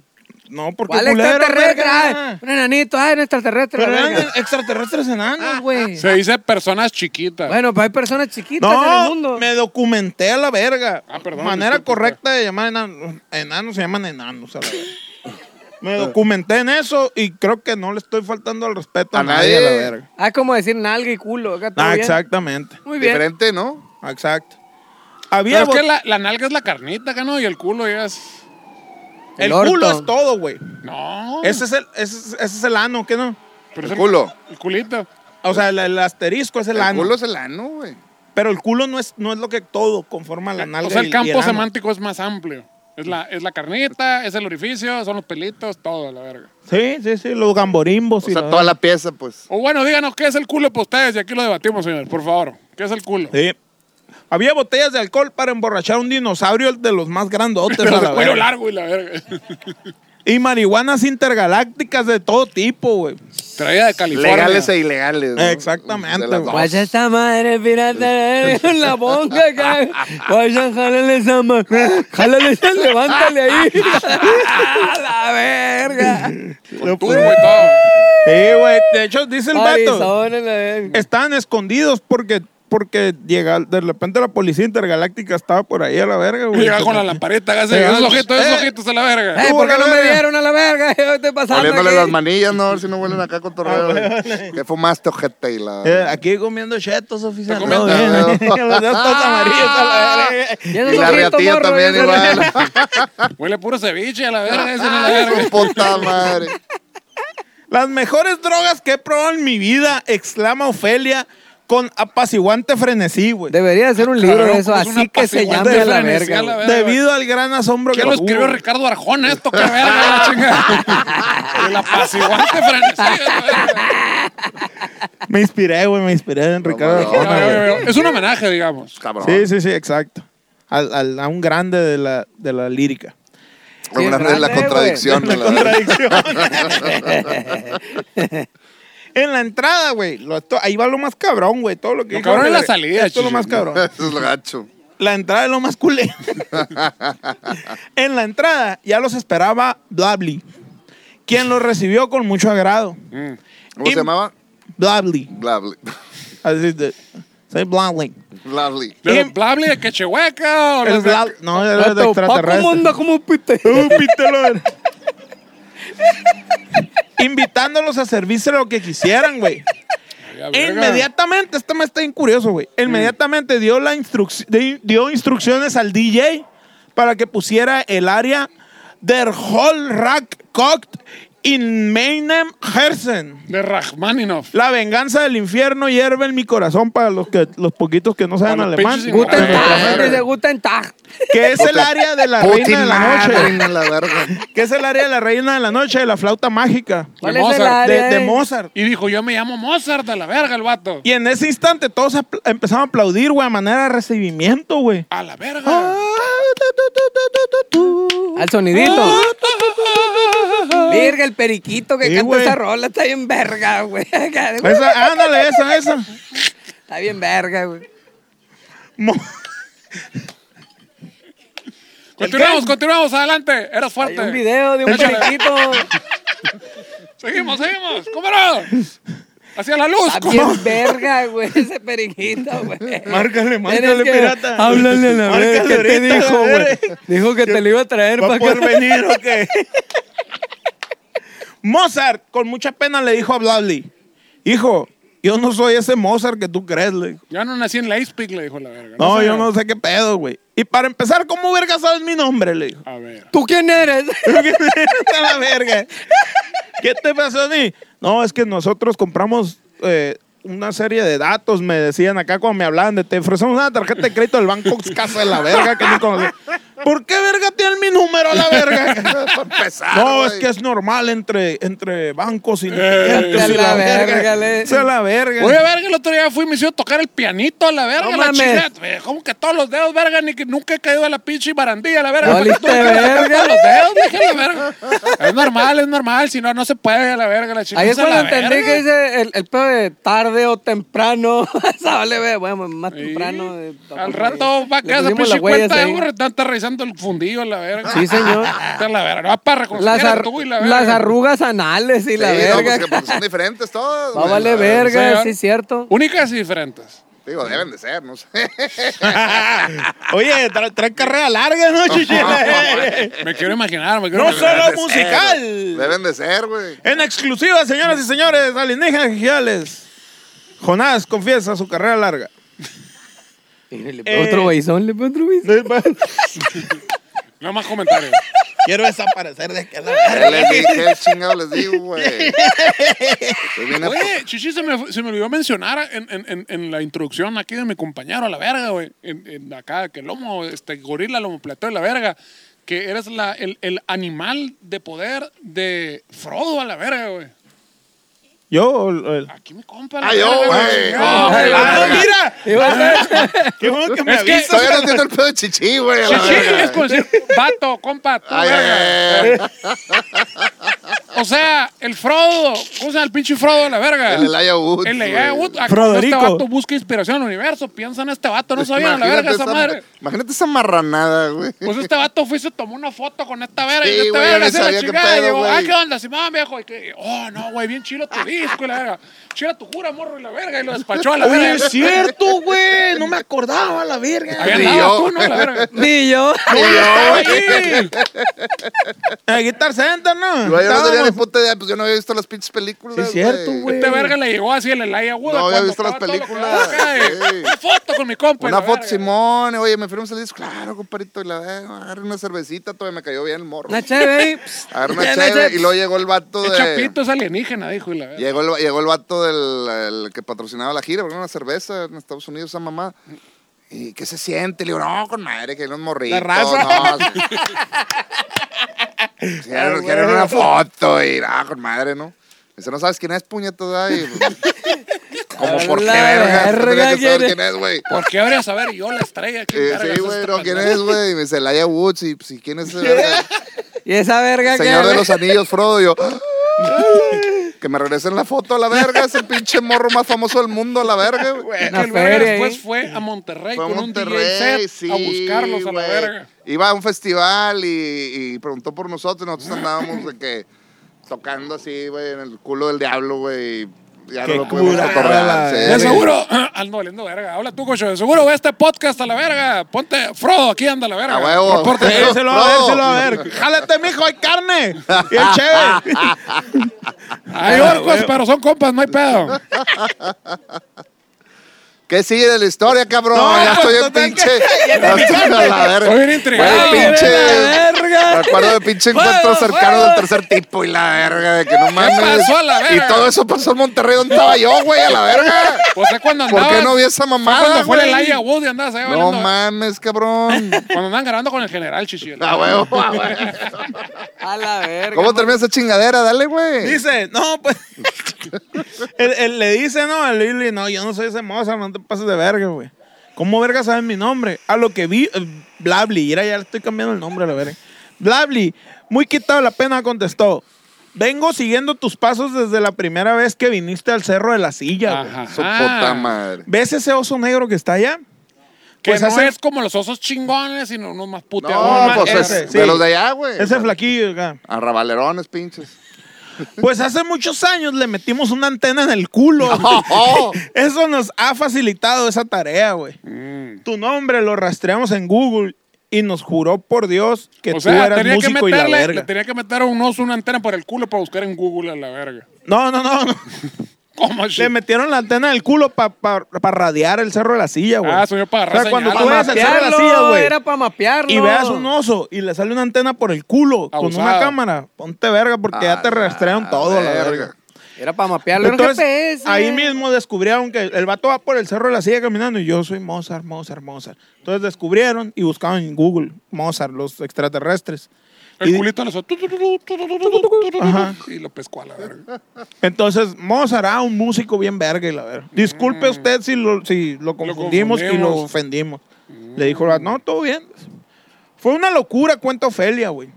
[SPEAKER 5] No, porque
[SPEAKER 3] ¿Cuál
[SPEAKER 5] culero,
[SPEAKER 3] extraterrestre?
[SPEAKER 5] verga.
[SPEAKER 3] Ay, un enanito, ay, un extraterrestre.
[SPEAKER 5] Pero
[SPEAKER 3] la
[SPEAKER 5] eran
[SPEAKER 3] verga.
[SPEAKER 5] extraterrestres enanos,
[SPEAKER 3] Ah,
[SPEAKER 5] güey.
[SPEAKER 3] güey.
[SPEAKER 2] Se dice personas chiquitas.
[SPEAKER 3] Bueno, pues hay personas chiquitas en el
[SPEAKER 5] No,
[SPEAKER 3] mundo.
[SPEAKER 5] me documenté a la verga.
[SPEAKER 2] Ah, perdón,
[SPEAKER 5] Manera
[SPEAKER 2] disculpe,
[SPEAKER 5] correcta de llamar enanos. Enanos se llaman enanos. A la verga. Me documenté en eso y creo que no le estoy faltando al respeto a,
[SPEAKER 4] A
[SPEAKER 5] nadie.
[SPEAKER 4] nadie.
[SPEAKER 5] a la verga.
[SPEAKER 3] Ah, como decir nalga y culo. Acá todo
[SPEAKER 5] Ah,
[SPEAKER 3] bien.
[SPEAKER 5] exactamente.
[SPEAKER 3] Muy bien.
[SPEAKER 4] Diferente, ¿no?
[SPEAKER 5] Exacto. Había
[SPEAKER 2] Pero es
[SPEAKER 5] bot-
[SPEAKER 2] que la, la nalga es la carnita, acá, ¿no? Y el culo ya es.
[SPEAKER 3] El
[SPEAKER 5] el, culo
[SPEAKER 3] orto.
[SPEAKER 5] es todo, güey.
[SPEAKER 2] No.
[SPEAKER 5] Ese es el, ese es, ese es el ano, ¿qué no?
[SPEAKER 2] pero es
[SPEAKER 4] El culo.
[SPEAKER 2] El culito.
[SPEAKER 5] O sea, el, el asterisco es el,
[SPEAKER 4] El,
[SPEAKER 5] ano.
[SPEAKER 4] culo es el ano, güey.
[SPEAKER 5] Pero el culo no es, no es lo que todo conforma la nalga.
[SPEAKER 2] O sea,
[SPEAKER 5] y-
[SPEAKER 2] el
[SPEAKER 5] y
[SPEAKER 2] campo
[SPEAKER 5] ano.
[SPEAKER 2] semántico es más amplio. Es la, es la carnita, es el orificio, son los pelitos, todo, la verga.
[SPEAKER 5] Sí, sí, sí, los gamborimbos.
[SPEAKER 4] O
[SPEAKER 5] y
[SPEAKER 4] sea,
[SPEAKER 5] la-
[SPEAKER 4] toda la pieza, pues.
[SPEAKER 2] O bueno, díganos qué es el culo para ustedes y aquí lo debatimos, señor, por favor. ¿Qué es el culo?
[SPEAKER 5] Sí. Había botellas de alcohol para emborrachar a un dinosaurio de los más grandotes.
[SPEAKER 2] Pero [LAUGHS]
[SPEAKER 5] a
[SPEAKER 2] de
[SPEAKER 5] la
[SPEAKER 2] cuello
[SPEAKER 5] verga.
[SPEAKER 2] largo y la verga. [LAUGHS]
[SPEAKER 5] Y marihuanas intergalácticas de todo tipo, güey.
[SPEAKER 2] Traída de California.
[SPEAKER 4] Legales e ilegales. ¿no?
[SPEAKER 5] Exactamente,
[SPEAKER 4] De las
[SPEAKER 5] güey.
[SPEAKER 4] dos.
[SPEAKER 3] Guacha Pues esta madre pirata en la bonga acá. Guacha, jálale esa madre. Jálale esa, levántale
[SPEAKER 5] [LAUGHS]
[SPEAKER 3] ahí. [LAUGHS] A la verga.
[SPEAKER 2] Con turbo y todo.
[SPEAKER 5] Sí, güey. De hecho, dice el vato.
[SPEAKER 3] Arizona, la verga.
[SPEAKER 5] Estaban escondidos porque, porque llega, de repente la policía intergaláctica estaba por ahí a la verga, güey. Eh,
[SPEAKER 2] Llega
[SPEAKER 5] [LAUGHS]
[SPEAKER 2] con la lamparita, haga así,
[SPEAKER 5] Llega-
[SPEAKER 2] esos ojitos, esos
[SPEAKER 5] Eh.
[SPEAKER 2] ojitos a la verga.
[SPEAKER 3] Eh, ¿por qué no me
[SPEAKER 5] Órale.
[SPEAKER 3] dieron a la verga? [LAUGHS] Yo estoy pasando
[SPEAKER 4] Oliéndole
[SPEAKER 3] aquí.
[SPEAKER 4] las manillas, ¿no? A ver si no huelen acá con
[SPEAKER 5] Ah,
[SPEAKER 4] torreo. ¿Qué fumaste, ojete? Y la...
[SPEAKER 5] Eh, aquí comiendo chetos, oficial.
[SPEAKER 2] Está comiendo.
[SPEAKER 5] No, bien. [LAUGHS] Los dedos todos amarillos
[SPEAKER 2] [LAUGHS]
[SPEAKER 5] a la verga.
[SPEAKER 3] Y
[SPEAKER 4] Y
[SPEAKER 3] esos
[SPEAKER 4] la
[SPEAKER 3] ojitos,
[SPEAKER 4] reatilla
[SPEAKER 3] morro,
[SPEAKER 4] también
[SPEAKER 3] esos-
[SPEAKER 4] igual.
[SPEAKER 5] Ah.
[SPEAKER 2] Huele puro ceviche a la verga, ese no es la
[SPEAKER 5] [LAUGHS]
[SPEAKER 2] verga.
[SPEAKER 4] Su puta madre.
[SPEAKER 5] Las mejores drogas que he probado en mi vida, exclama Ofelia con apaciguante frenesí, güey.
[SPEAKER 3] Debería de ser un libro de eso, así que se llame a la
[SPEAKER 2] diferencia,
[SPEAKER 3] verga.
[SPEAKER 2] la
[SPEAKER 3] güey.
[SPEAKER 2] verga.
[SPEAKER 5] Debido al gran asombro que
[SPEAKER 2] ¿Quién lo
[SPEAKER 5] hubo.
[SPEAKER 2] escribió Ricardo Arjona esto? ¡Qué verga la
[SPEAKER 5] [LAUGHS]
[SPEAKER 2] chingada! El apaciguante frenesí. la verga.
[SPEAKER 5] Me inspiré, güey, me inspiré en Ricardo
[SPEAKER 4] mames.
[SPEAKER 5] Arjona,
[SPEAKER 2] No,
[SPEAKER 5] güey.
[SPEAKER 2] no, no, no. Es un homenaje, digamos.
[SPEAKER 4] Cabrón.
[SPEAKER 5] Sí, sí, sí, exacto. Al- al- a un grande de la, de la lírica.
[SPEAKER 4] Lo
[SPEAKER 3] Sí,
[SPEAKER 4] grande es la
[SPEAKER 3] grande,
[SPEAKER 4] contradicción.
[SPEAKER 5] La
[SPEAKER 4] la-
[SPEAKER 5] contradicción. en la entrada, güey. lo- esto- Ahí va lo más cabrón, güey. Todo lo que
[SPEAKER 2] Lo
[SPEAKER 5] dijo
[SPEAKER 2] cabrón es la
[SPEAKER 5] Ofelia.
[SPEAKER 2] salida,
[SPEAKER 5] Esto es lo
[SPEAKER 2] chichi.
[SPEAKER 5] más cabrón.
[SPEAKER 4] [LAUGHS] Eso es lo gacho.
[SPEAKER 5] La entrada es lo más culé. [LAUGHS] en la entrada ya los esperaba Blabli, quien los recibió con mucho agrado.
[SPEAKER 4] ¿Cómo
[SPEAKER 5] Y-
[SPEAKER 4] se llamaba?
[SPEAKER 5] Blabli.
[SPEAKER 4] [LAUGHS] Blabli.
[SPEAKER 5] Así de. Soy Blabli.
[SPEAKER 4] Blabli.
[SPEAKER 2] Pero
[SPEAKER 5] Y-
[SPEAKER 2] Blable de Quechehueca o
[SPEAKER 5] Em, El
[SPEAKER 2] los
[SPEAKER 5] Blab- No, era de
[SPEAKER 3] Vato, Paco
[SPEAKER 5] extraterrestre.
[SPEAKER 3] Monda, ¿cómo pite? [LAUGHS]
[SPEAKER 5] Uh, pítelo. [LAUGHS] Invitándolos a servirse lo que quisieran, güey. Inmediatamente, este me está bien curioso, güey. Inmediatamente dio, la instruc- di- dio instrucciones al DJ para que pusiera el área Der Hall Rack Cocked in Meinem Herzen.
[SPEAKER 2] De Rachmaninoff.
[SPEAKER 5] La venganza del infierno hierve en mi corazón para los, que, los poquitos que no saben
[SPEAKER 2] Para los
[SPEAKER 5] alemán.
[SPEAKER 2] pinches
[SPEAKER 3] Guten
[SPEAKER 2] Guten
[SPEAKER 3] Tag,
[SPEAKER 2] Tag.
[SPEAKER 3] dice Guten Tag.
[SPEAKER 5] Que es el área de la
[SPEAKER 4] Putin
[SPEAKER 5] reina de la
[SPEAKER 4] madre,
[SPEAKER 5] noche.
[SPEAKER 4] reina de
[SPEAKER 3] [LAUGHS]
[SPEAKER 4] la verga.
[SPEAKER 5] Que es el área de la reina de la noche, de la flauta mágica.
[SPEAKER 3] ¿Cuál
[SPEAKER 2] De
[SPEAKER 3] es el
[SPEAKER 2] Mozart,
[SPEAKER 5] De,
[SPEAKER 3] área?
[SPEAKER 5] de
[SPEAKER 3] eh?
[SPEAKER 5] Mozart.
[SPEAKER 2] Y dijo, yo me llamo Mozart, a la verga el vato.
[SPEAKER 5] Y en ese instante todos apl- empezaron a aplaudir, güey, a manera de recibimiento, güey.
[SPEAKER 2] A la
[SPEAKER 3] Ah,
[SPEAKER 2] verga.
[SPEAKER 3] Al sonidito. Virga, el periquito que
[SPEAKER 5] Sí,
[SPEAKER 3] canta
[SPEAKER 5] güey.
[SPEAKER 3] esa rola está bien verga, güey. [LAUGHS] Está
[SPEAKER 5] Esa, ah. ándale, esa, esa.
[SPEAKER 3] bien verga, güey.
[SPEAKER 5] Mo-
[SPEAKER 2] Continuamos, continuamos, adelante. Eras
[SPEAKER 3] Hay un
[SPEAKER 2] fuerte.
[SPEAKER 3] video de un
[SPEAKER 2] Échale.
[SPEAKER 3] periquito.
[SPEAKER 2] Seguimos, seguimos. ¿Cómo no? Hacia la luz.
[SPEAKER 3] Está
[SPEAKER 2] ¿cómo?
[SPEAKER 3] bien verga, güey, ese periquito, güey.
[SPEAKER 5] Márcale,
[SPEAKER 3] Tienes
[SPEAKER 5] márcale,
[SPEAKER 3] que-
[SPEAKER 5] pirata.
[SPEAKER 3] Háblale a la
[SPEAKER 5] Márcale
[SPEAKER 3] verga. ¿Qué te
[SPEAKER 5] ahorita,
[SPEAKER 3] dijo,
[SPEAKER 5] a
[SPEAKER 3] güey?
[SPEAKER 5] ver.
[SPEAKER 3] Dijo que te lo iba a traer
[SPEAKER 5] ¿Va
[SPEAKER 3] para
[SPEAKER 5] a poder
[SPEAKER 3] acá.
[SPEAKER 5] venir o qué? Mozart, con mucha pena, le dijo a Bradley, hijo, yo no soy ese Mozart que tú crees, le dijo.
[SPEAKER 2] Yo no nací en Leipzig, le dijo la verga.
[SPEAKER 5] No,
[SPEAKER 2] sé.
[SPEAKER 5] yo no sé qué pedo, güey. Y para empezar, ¿cómo verga sabes mi nombre? Le dijo.
[SPEAKER 2] A ver.
[SPEAKER 3] ¿Tú quién eres?
[SPEAKER 5] [LAUGHS] Está la verga. ¿Qué te pasó a ti? No, es que nosotros compramos eh, una serie de datos, me decían acá cuando me hablaban de te ofrecemos una tarjeta de crédito del banco Casa de la verga que ni conocí. ¿Por qué verga tienen mi número a la verga? [LAUGHS]
[SPEAKER 4] Para empezar,
[SPEAKER 5] No, es
[SPEAKER 4] güey.
[SPEAKER 5] que es normal entre, entre bancos y
[SPEAKER 2] Eh,
[SPEAKER 5] clientes y
[SPEAKER 3] la verga, le-
[SPEAKER 5] Esa es la verga.
[SPEAKER 2] Oye, verga, el otro día fui y me hicieron tocar el pianito a la verga,
[SPEAKER 3] No
[SPEAKER 2] la
[SPEAKER 3] mames.
[SPEAKER 2] chingada. Eh, ¿Cómo que todos los dedos, verga? Ni que nunca he caído a la pinche barandilla, la verga.
[SPEAKER 3] No
[SPEAKER 2] Porque
[SPEAKER 3] oliste
[SPEAKER 2] tuve que tocar
[SPEAKER 3] verga.
[SPEAKER 2] todos los dedos, dije, la verga. Es normal, es normal. Si no, no se puede, a la verga, la chingada.
[SPEAKER 3] Ahí es
[SPEAKER 2] Esa es
[SPEAKER 3] cuando
[SPEAKER 2] la
[SPEAKER 3] entendí
[SPEAKER 2] verga.
[SPEAKER 3] que dice el, el pedo de tarde o temprano. [LAUGHS] Esa vale, güey. Bueno, más temprano. eh,
[SPEAKER 2] Sí. Al rato va a
[SPEAKER 3] Le
[SPEAKER 2] quedar esa
[SPEAKER 3] pusimos
[SPEAKER 2] pinche
[SPEAKER 3] las huellas
[SPEAKER 2] cuenta de
[SPEAKER 3] ahí.
[SPEAKER 2] un está revisando el fundillo, la verga.
[SPEAKER 3] Sí, señor.
[SPEAKER 2] [LAUGHS] Está la verga. No, va para reconocer
[SPEAKER 3] Las, ar-
[SPEAKER 2] tú y la verga.
[SPEAKER 3] las arrugas anales y la
[SPEAKER 4] Sí, no,
[SPEAKER 3] verga. [LAUGHS]
[SPEAKER 4] pues que- porque son diferentes todos.
[SPEAKER 3] Va a
[SPEAKER 4] güey,
[SPEAKER 3] valer
[SPEAKER 4] la verga.
[SPEAKER 3] verga,
[SPEAKER 2] señor.
[SPEAKER 3] sí es cierto.
[SPEAKER 2] Únicas y diferentes.
[SPEAKER 4] Digo, deben de
[SPEAKER 5] [LAUGHS]
[SPEAKER 4] ser, no sé.
[SPEAKER 5] Oye, tra- trae carrera larga, ¿no, [LAUGHS]
[SPEAKER 4] [LAUGHS]
[SPEAKER 5] Chichile?
[SPEAKER 2] Me quiero imaginar, me quiero
[SPEAKER 5] no
[SPEAKER 2] imaginar.
[SPEAKER 5] solo musical.
[SPEAKER 4] Deben de ser, güey.
[SPEAKER 5] En exclusiva, señoras y señores, alienígenas geniales. Jonás confiesa su carrera larga.
[SPEAKER 3] Mire, le
[SPEAKER 5] Eh.
[SPEAKER 3] pego otro beisón, le pego otro beisón.
[SPEAKER 2] No más comentarios.
[SPEAKER 5] Quiero desaparecer de casa.
[SPEAKER 4] ¿Qué les di- qué chingado les
[SPEAKER 3] [LAUGHS]
[SPEAKER 4] digo, güey? Estoy bien ap-
[SPEAKER 2] Oye, Chichi, se me, fu- se me olvidó mencionar en, en- en- en la introducción aquí de mi compañero, a la verga, güey. En, en acá, que lomo, este, gorila, lomo plateo, la verga. Que eres la, el, el animal de poder de Frodo, a la verga, güey.
[SPEAKER 5] Yo, o el- el-
[SPEAKER 2] Aquí me compa. la
[SPEAKER 4] Ah, yo,
[SPEAKER 2] verga,
[SPEAKER 4] güey.
[SPEAKER 2] chingado.
[SPEAKER 4] Ah,
[SPEAKER 2] Ay,
[SPEAKER 4] la
[SPEAKER 2] la
[SPEAKER 5] ¡Ah,
[SPEAKER 2] verga.
[SPEAKER 5] mira! Qué bueno que me
[SPEAKER 2] Es que-
[SPEAKER 5] avisas.
[SPEAKER 4] Todavía no entiendo el pedo de chichi, güey. a la
[SPEAKER 2] Chichi
[SPEAKER 4] verga.
[SPEAKER 2] es como decir, vato, compa, tú,
[SPEAKER 4] Ay,
[SPEAKER 2] verga.
[SPEAKER 4] ay, ay,
[SPEAKER 2] O sea, el Frodo, ¿cómo se llama el pinche Frodo de la
[SPEAKER 4] [LAUGHS]
[SPEAKER 2] verga?
[SPEAKER 4] El Elijah Wood.
[SPEAKER 2] El Elijah Wood. Ah,
[SPEAKER 5] Froderico.
[SPEAKER 2] Este vato busca inspiración en el universo. Piensa en este vato, no sabía la verga esa madre.
[SPEAKER 4] Imagínate esa marranada,
[SPEAKER 2] [LAUGHS]
[SPEAKER 4] güey.
[SPEAKER 2] Pues este vato fue y se tomó una foto con esta verga
[SPEAKER 4] Sí,
[SPEAKER 2] y esta
[SPEAKER 4] güey, yo
[SPEAKER 2] verga
[SPEAKER 4] ni
[SPEAKER 2] así la
[SPEAKER 4] sabía qué
[SPEAKER 2] chingada. Y
[SPEAKER 4] pedo,
[SPEAKER 2] digo,
[SPEAKER 4] güey.
[SPEAKER 2] ah, ¿qué onda, Simón, viejo? Y que, oh, no, güey, bien chilo tu disco y la verga. Chila tu cura, morro y la verga. Y lo despachó a la
[SPEAKER 5] Oye, es
[SPEAKER 2] verga.
[SPEAKER 5] cierto, güey. No me acordaba, la verga.
[SPEAKER 2] Ahí
[SPEAKER 4] Ni
[SPEAKER 2] andaba
[SPEAKER 4] yo.
[SPEAKER 2] tú, ¿no? La verga.
[SPEAKER 3] [LAUGHS]
[SPEAKER 4] [LAUGHS]
[SPEAKER 3] Ni yo.
[SPEAKER 5] El Guitar Center, ¿no?
[SPEAKER 4] Güey, yo no tenía ni
[SPEAKER 5] Estábamos-
[SPEAKER 4] puta idea, pues yo no había visto las pinches películas.
[SPEAKER 5] Sí, es cierto, güey.
[SPEAKER 2] Este verga le llegó así el Elijah Wood.
[SPEAKER 4] No había
[SPEAKER 2] cuando
[SPEAKER 4] visto las
[SPEAKER 2] estaba todo lo que
[SPEAKER 4] películas,
[SPEAKER 2] daba acá, y
[SPEAKER 4] sí.
[SPEAKER 2] Una foto con mi compa. y
[SPEAKER 4] Una
[SPEAKER 2] la
[SPEAKER 4] foto,
[SPEAKER 2] verga.
[SPEAKER 4] Simón, oye, me firmas el disco. Claro, compadrito, y la verga, agarré una cervecita, todavía me cayó bien el morro.
[SPEAKER 3] Una chévere ahí. pss, [LAUGHS]
[SPEAKER 2] [LAUGHS]
[SPEAKER 4] Agarré una
[SPEAKER 3] ya,
[SPEAKER 4] chévere,
[SPEAKER 3] chévere.
[SPEAKER 4] y luego llegó el vato
[SPEAKER 2] El
[SPEAKER 4] de...
[SPEAKER 2] chapito es alienígena, dijo. Y la verga.
[SPEAKER 4] Llegó el, llegó el vato del el que patrocinaba la gira, porque era una cerveza en Estados Unidos, esa mamá. ¿Y qué se siente? Le digo, no, con madre, que hay unos morritos.
[SPEAKER 5] La raza.
[SPEAKER 3] [LAUGHS]
[SPEAKER 4] No, sí.
[SPEAKER 3] Ah,
[SPEAKER 4] Quieren- quieren una foto y, ah, con madre, ¿no? Dice, no sabes quién es, puñetada. Y,
[SPEAKER 3] [LAUGHS]
[SPEAKER 4] como por qué
[SPEAKER 3] La
[SPEAKER 4] verga,
[SPEAKER 3] verga,
[SPEAKER 4] tendría que saber
[SPEAKER 3] ¿quién es?
[SPEAKER 4] quién es,
[SPEAKER 3] [LAUGHS]
[SPEAKER 4] güey.
[SPEAKER 2] ¿Por qué habría de saber yo la estrella? ¿Qué
[SPEAKER 4] Eh,
[SPEAKER 2] vergas es este
[SPEAKER 4] sí, güey,
[SPEAKER 2] esta
[SPEAKER 4] no, ¿quién
[SPEAKER 2] pendeja?
[SPEAKER 4] es, güey? Y me dice, Laia Woods, y pues, ¿y quién es
[SPEAKER 3] [LAUGHS]
[SPEAKER 4] ese verga?
[SPEAKER 3] Y esa verga que.
[SPEAKER 4] Señor de los Anillos, Frodo,
[SPEAKER 2] [LAUGHS]
[SPEAKER 4] y yo... Que me regresen la foto a la verga, es el pinche morro más famoso del mundo a la verga, güey.
[SPEAKER 2] Que
[SPEAKER 3] Una
[SPEAKER 2] el verga
[SPEAKER 3] feria,
[SPEAKER 2] después
[SPEAKER 3] ¿eh?
[SPEAKER 2] fue a Monterrey
[SPEAKER 4] Fue a
[SPEAKER 2] con un DJ
[SPEAKER 4] Monterrey,
[SPEAKER 2] set
[SPEAKER 4] sí,
[SPEAKER 2] a buscarlos a la
[SPEAKER 4] güey.
[SPEAKER 2] verga.
[SPEAKER 4] Iba a un festival y, y preguntó por nosotros. Nosotros andábamos de que tocando así, güey, en el culo del diablo, güey. y Ya
[SPEAKER 5] Qué
[SPEAKER 4] no lo pudimos
[SPEAKER 5] curada, la
[SPEAKER 4] cotorrear. sí.
[SPEAKER 2] De seguro, [CLEARS THROAT] ando valiendo verga. Habla tú, cocho. De seguro ve este podcast a la verga. Ponte, Frodo, aquí anda la verga.
[SPEAKER 4] A huevo.
[SPEAKER 2] Reporte.
[SPEAKER 4] Sí.
[SPEAKER 5] Déselo a ver,
[SPEAKER 4] No.
[SPEAKER 5] déselo a
[SPEAKER 4] [LAUGHS]
[SPEAKER 5] ver. Jálate, mijo, hay carne. Y
[SPEAKER 4] Ah,
[SPEAKER 5] el chévere.
[SPEAKER 2] Hay orcos, pero son compas, no hay pedo.
[SPEAKER 4] ¿Qué sigue de la historia, cabrón?
[SPEAKER 5] No,
[SPEAKER 4] ya estoy
[SPEAKER 5] pues,
[SPEAKER 4] en
[SPEAKER 5] total,
[SPEAKER 4] pinche.
[SPEAKER 5] que- ya te
[SPEAKER 4] [LAUGHS] ya estoy a la verga.
[SPEAKER 2] Estoy bien intrigado.
[SPEAKER 4] Güey, pinche.
[SPEAKER 3] Ah, La
[SPEAKER 4] Me
[SPEAKER 3] verga.
[SPEAKER 4] acuerdo de pinche
[SPEAKER 3] Fuego,
[SPEAKER 4] encuentro cercano
[SPEAKER 3] fuego.
[SPEAKER 4] del tercer tipo y la verga, de que no mames.
[SPEAKER 2] pasó a la verga?
[SPEAKER 4] Y todo eso pasó en Monterrey, ¿dónde estaba yo, güey? A la
[SPEAKER 2] O
[SPEAKER 4] verga.
[SPEAKER 2] sea, Pues cuando
[SPEAKER 4] [LAUGHS] ¿Por
[SPEAKER 2] andabas.
[SPEAKER 4] qué no vi esa mamada?
[SPEAKER 2] Cuando fue
[SPEAKER 4] güey?
[SPEAKER 2] el Elijah Wood y andabas ahí
[SPEAKER 4] No
[SPEAKER 2] bailando.
[SPEAKER 4] mames, cabrón.
[SPEAKER 2] [LAUGHS] Cuando andaban grabando con el general, chichi.
[SPEAKER 4] Ah, huevo, ah, huevo.
[SPEAKER 3] A la verga.
[SPEAKER 4] ¿Cómo termina esa chingadera? Dale, güey.
[SPEAKER 5] Dice, no, pues. él, él le dice, no, a Lili, no, yo no soy ese Mozart, no te pases de verga, güey. ¿Cómo verga sabes mi nombre? A lo que vi, eh, Blabli, mira, ya le estoy cambiando el nombre a la verga. Blabli, muy quitado la pena, contestó. Vengo siguiendo tus pasos desde la primera vez que viniste al cerro de la silla, güey.
[SPEAKER 2] Ajá.
[SPEAKER 4] Ah, Su puta madre.
[SPEAKER 5] ¿Ves ese oso negro que está allá?
[SPEAKER 2] Que
[SPEAKER 5] Pues
[SPEAKER 2] no
[SPEAKER 5] hace-
[SPEAKER 2] es como los osos chingones, sino unos más puteados.
[SPEAKER 4] No,
[SPEAKER 5] ma-
[SPEAKER 4] pues es
[SPEAKER 5] ese, sí.
[SPEAKER 4] de los de allá, güey.
[SPEAKER 5] Ese flaquillo acá.
[SPEAKER 4] Arrabalerones, pinches.
[SPEAKER 5] Pues hace muchos años le metimos una antena en el culo.
[SPEAKER 4] Oh,
[SPEAKER 5] Eso nos ha facilitado esa tarea, güey.
[SPEAKER 2] Mm.
[SPEAKER 5] Tu nombre lo rastreamos en Google y nos juró por Dios que
[SPEAKER 2] o
[SPEAKER 5] tú
[SPEAKER 2] sea,
[SPEAKER 5] eras
[SPEAKER 2] tenía que
[SPEAKER 5] músico y la
[SPEAKER 2] meterle, le
[SPEAKER 5] verga.
[SPEAKER 2] tenía que meter a un oso una antena por el culo para buscar en Google a la verga.
[SPEAKER 5] No,
[SPEAKER 2] [LAUGHS]
[SPEAKER 5] no, no. no.
[SPEAKER 2] ¿Cómo así?
[SPEAKER 5] Le metieron la antena del culo para radiar el cerro de la silla, güey.
[SPEAKER 2] Ah, señor, para
[SPEAKER 5] O sea,
[SPEAKER 2] agarrar
[SPEAKER 5] cuando
[SPEAKER 2] señal.
[SPEAKER 5] tú
[SPEAKER 2] Pa'
[SPEAKER 5] ves el cerro de la
[SPEAKER 3] mapearlo,
[SPEAKER 5] silla, güey.
[SPEAKER 3] Era para mapearlo.
[SPEAKER 5] Y veas un oso y le sale una antena por el culo con
[SPEAKER 2] Abusado.
[SPEAKER 5] una cámara. Ponte verga porque ya te rastrearon todo, la verga.
[SPEAKER 3] Era para mapearlo. Era un
[SPEAKER 5] Entonces,
[SPEAKER 3] GPS.
[SPEAKER 5] ahí mismo descubrieron que el vato va por el cerro de la silla caminando y yo soy Mozart, Mozart, Mozart. Entonces descubrieron y buscaban en Google Mozart, los extraterrestres.
[SPEAKER 2] El
[SPEAKER 5] Y-
[SPEAKER 2] culito le hizo tu, tu, tu, tu, tu, tu, tu, tu, tu,
[SPEAKER 5] Ajá.
[SPEAKER 2] y lo pescó a la
[SPEAKER 3] Ah,
[SPEAKER 2] verga.
[SPEAKER 5] Entonces, Mozart, ah, un músico bien verga y la verga. Disculpe usted si lo, si lo confundimos y lo
[SPEAKER 2] Mm. confundimos.
[SPEAKER 5] ofendimos. Le dijo, el vato, no, todo bien. Fue una locura, cuenta Ofelia, güey.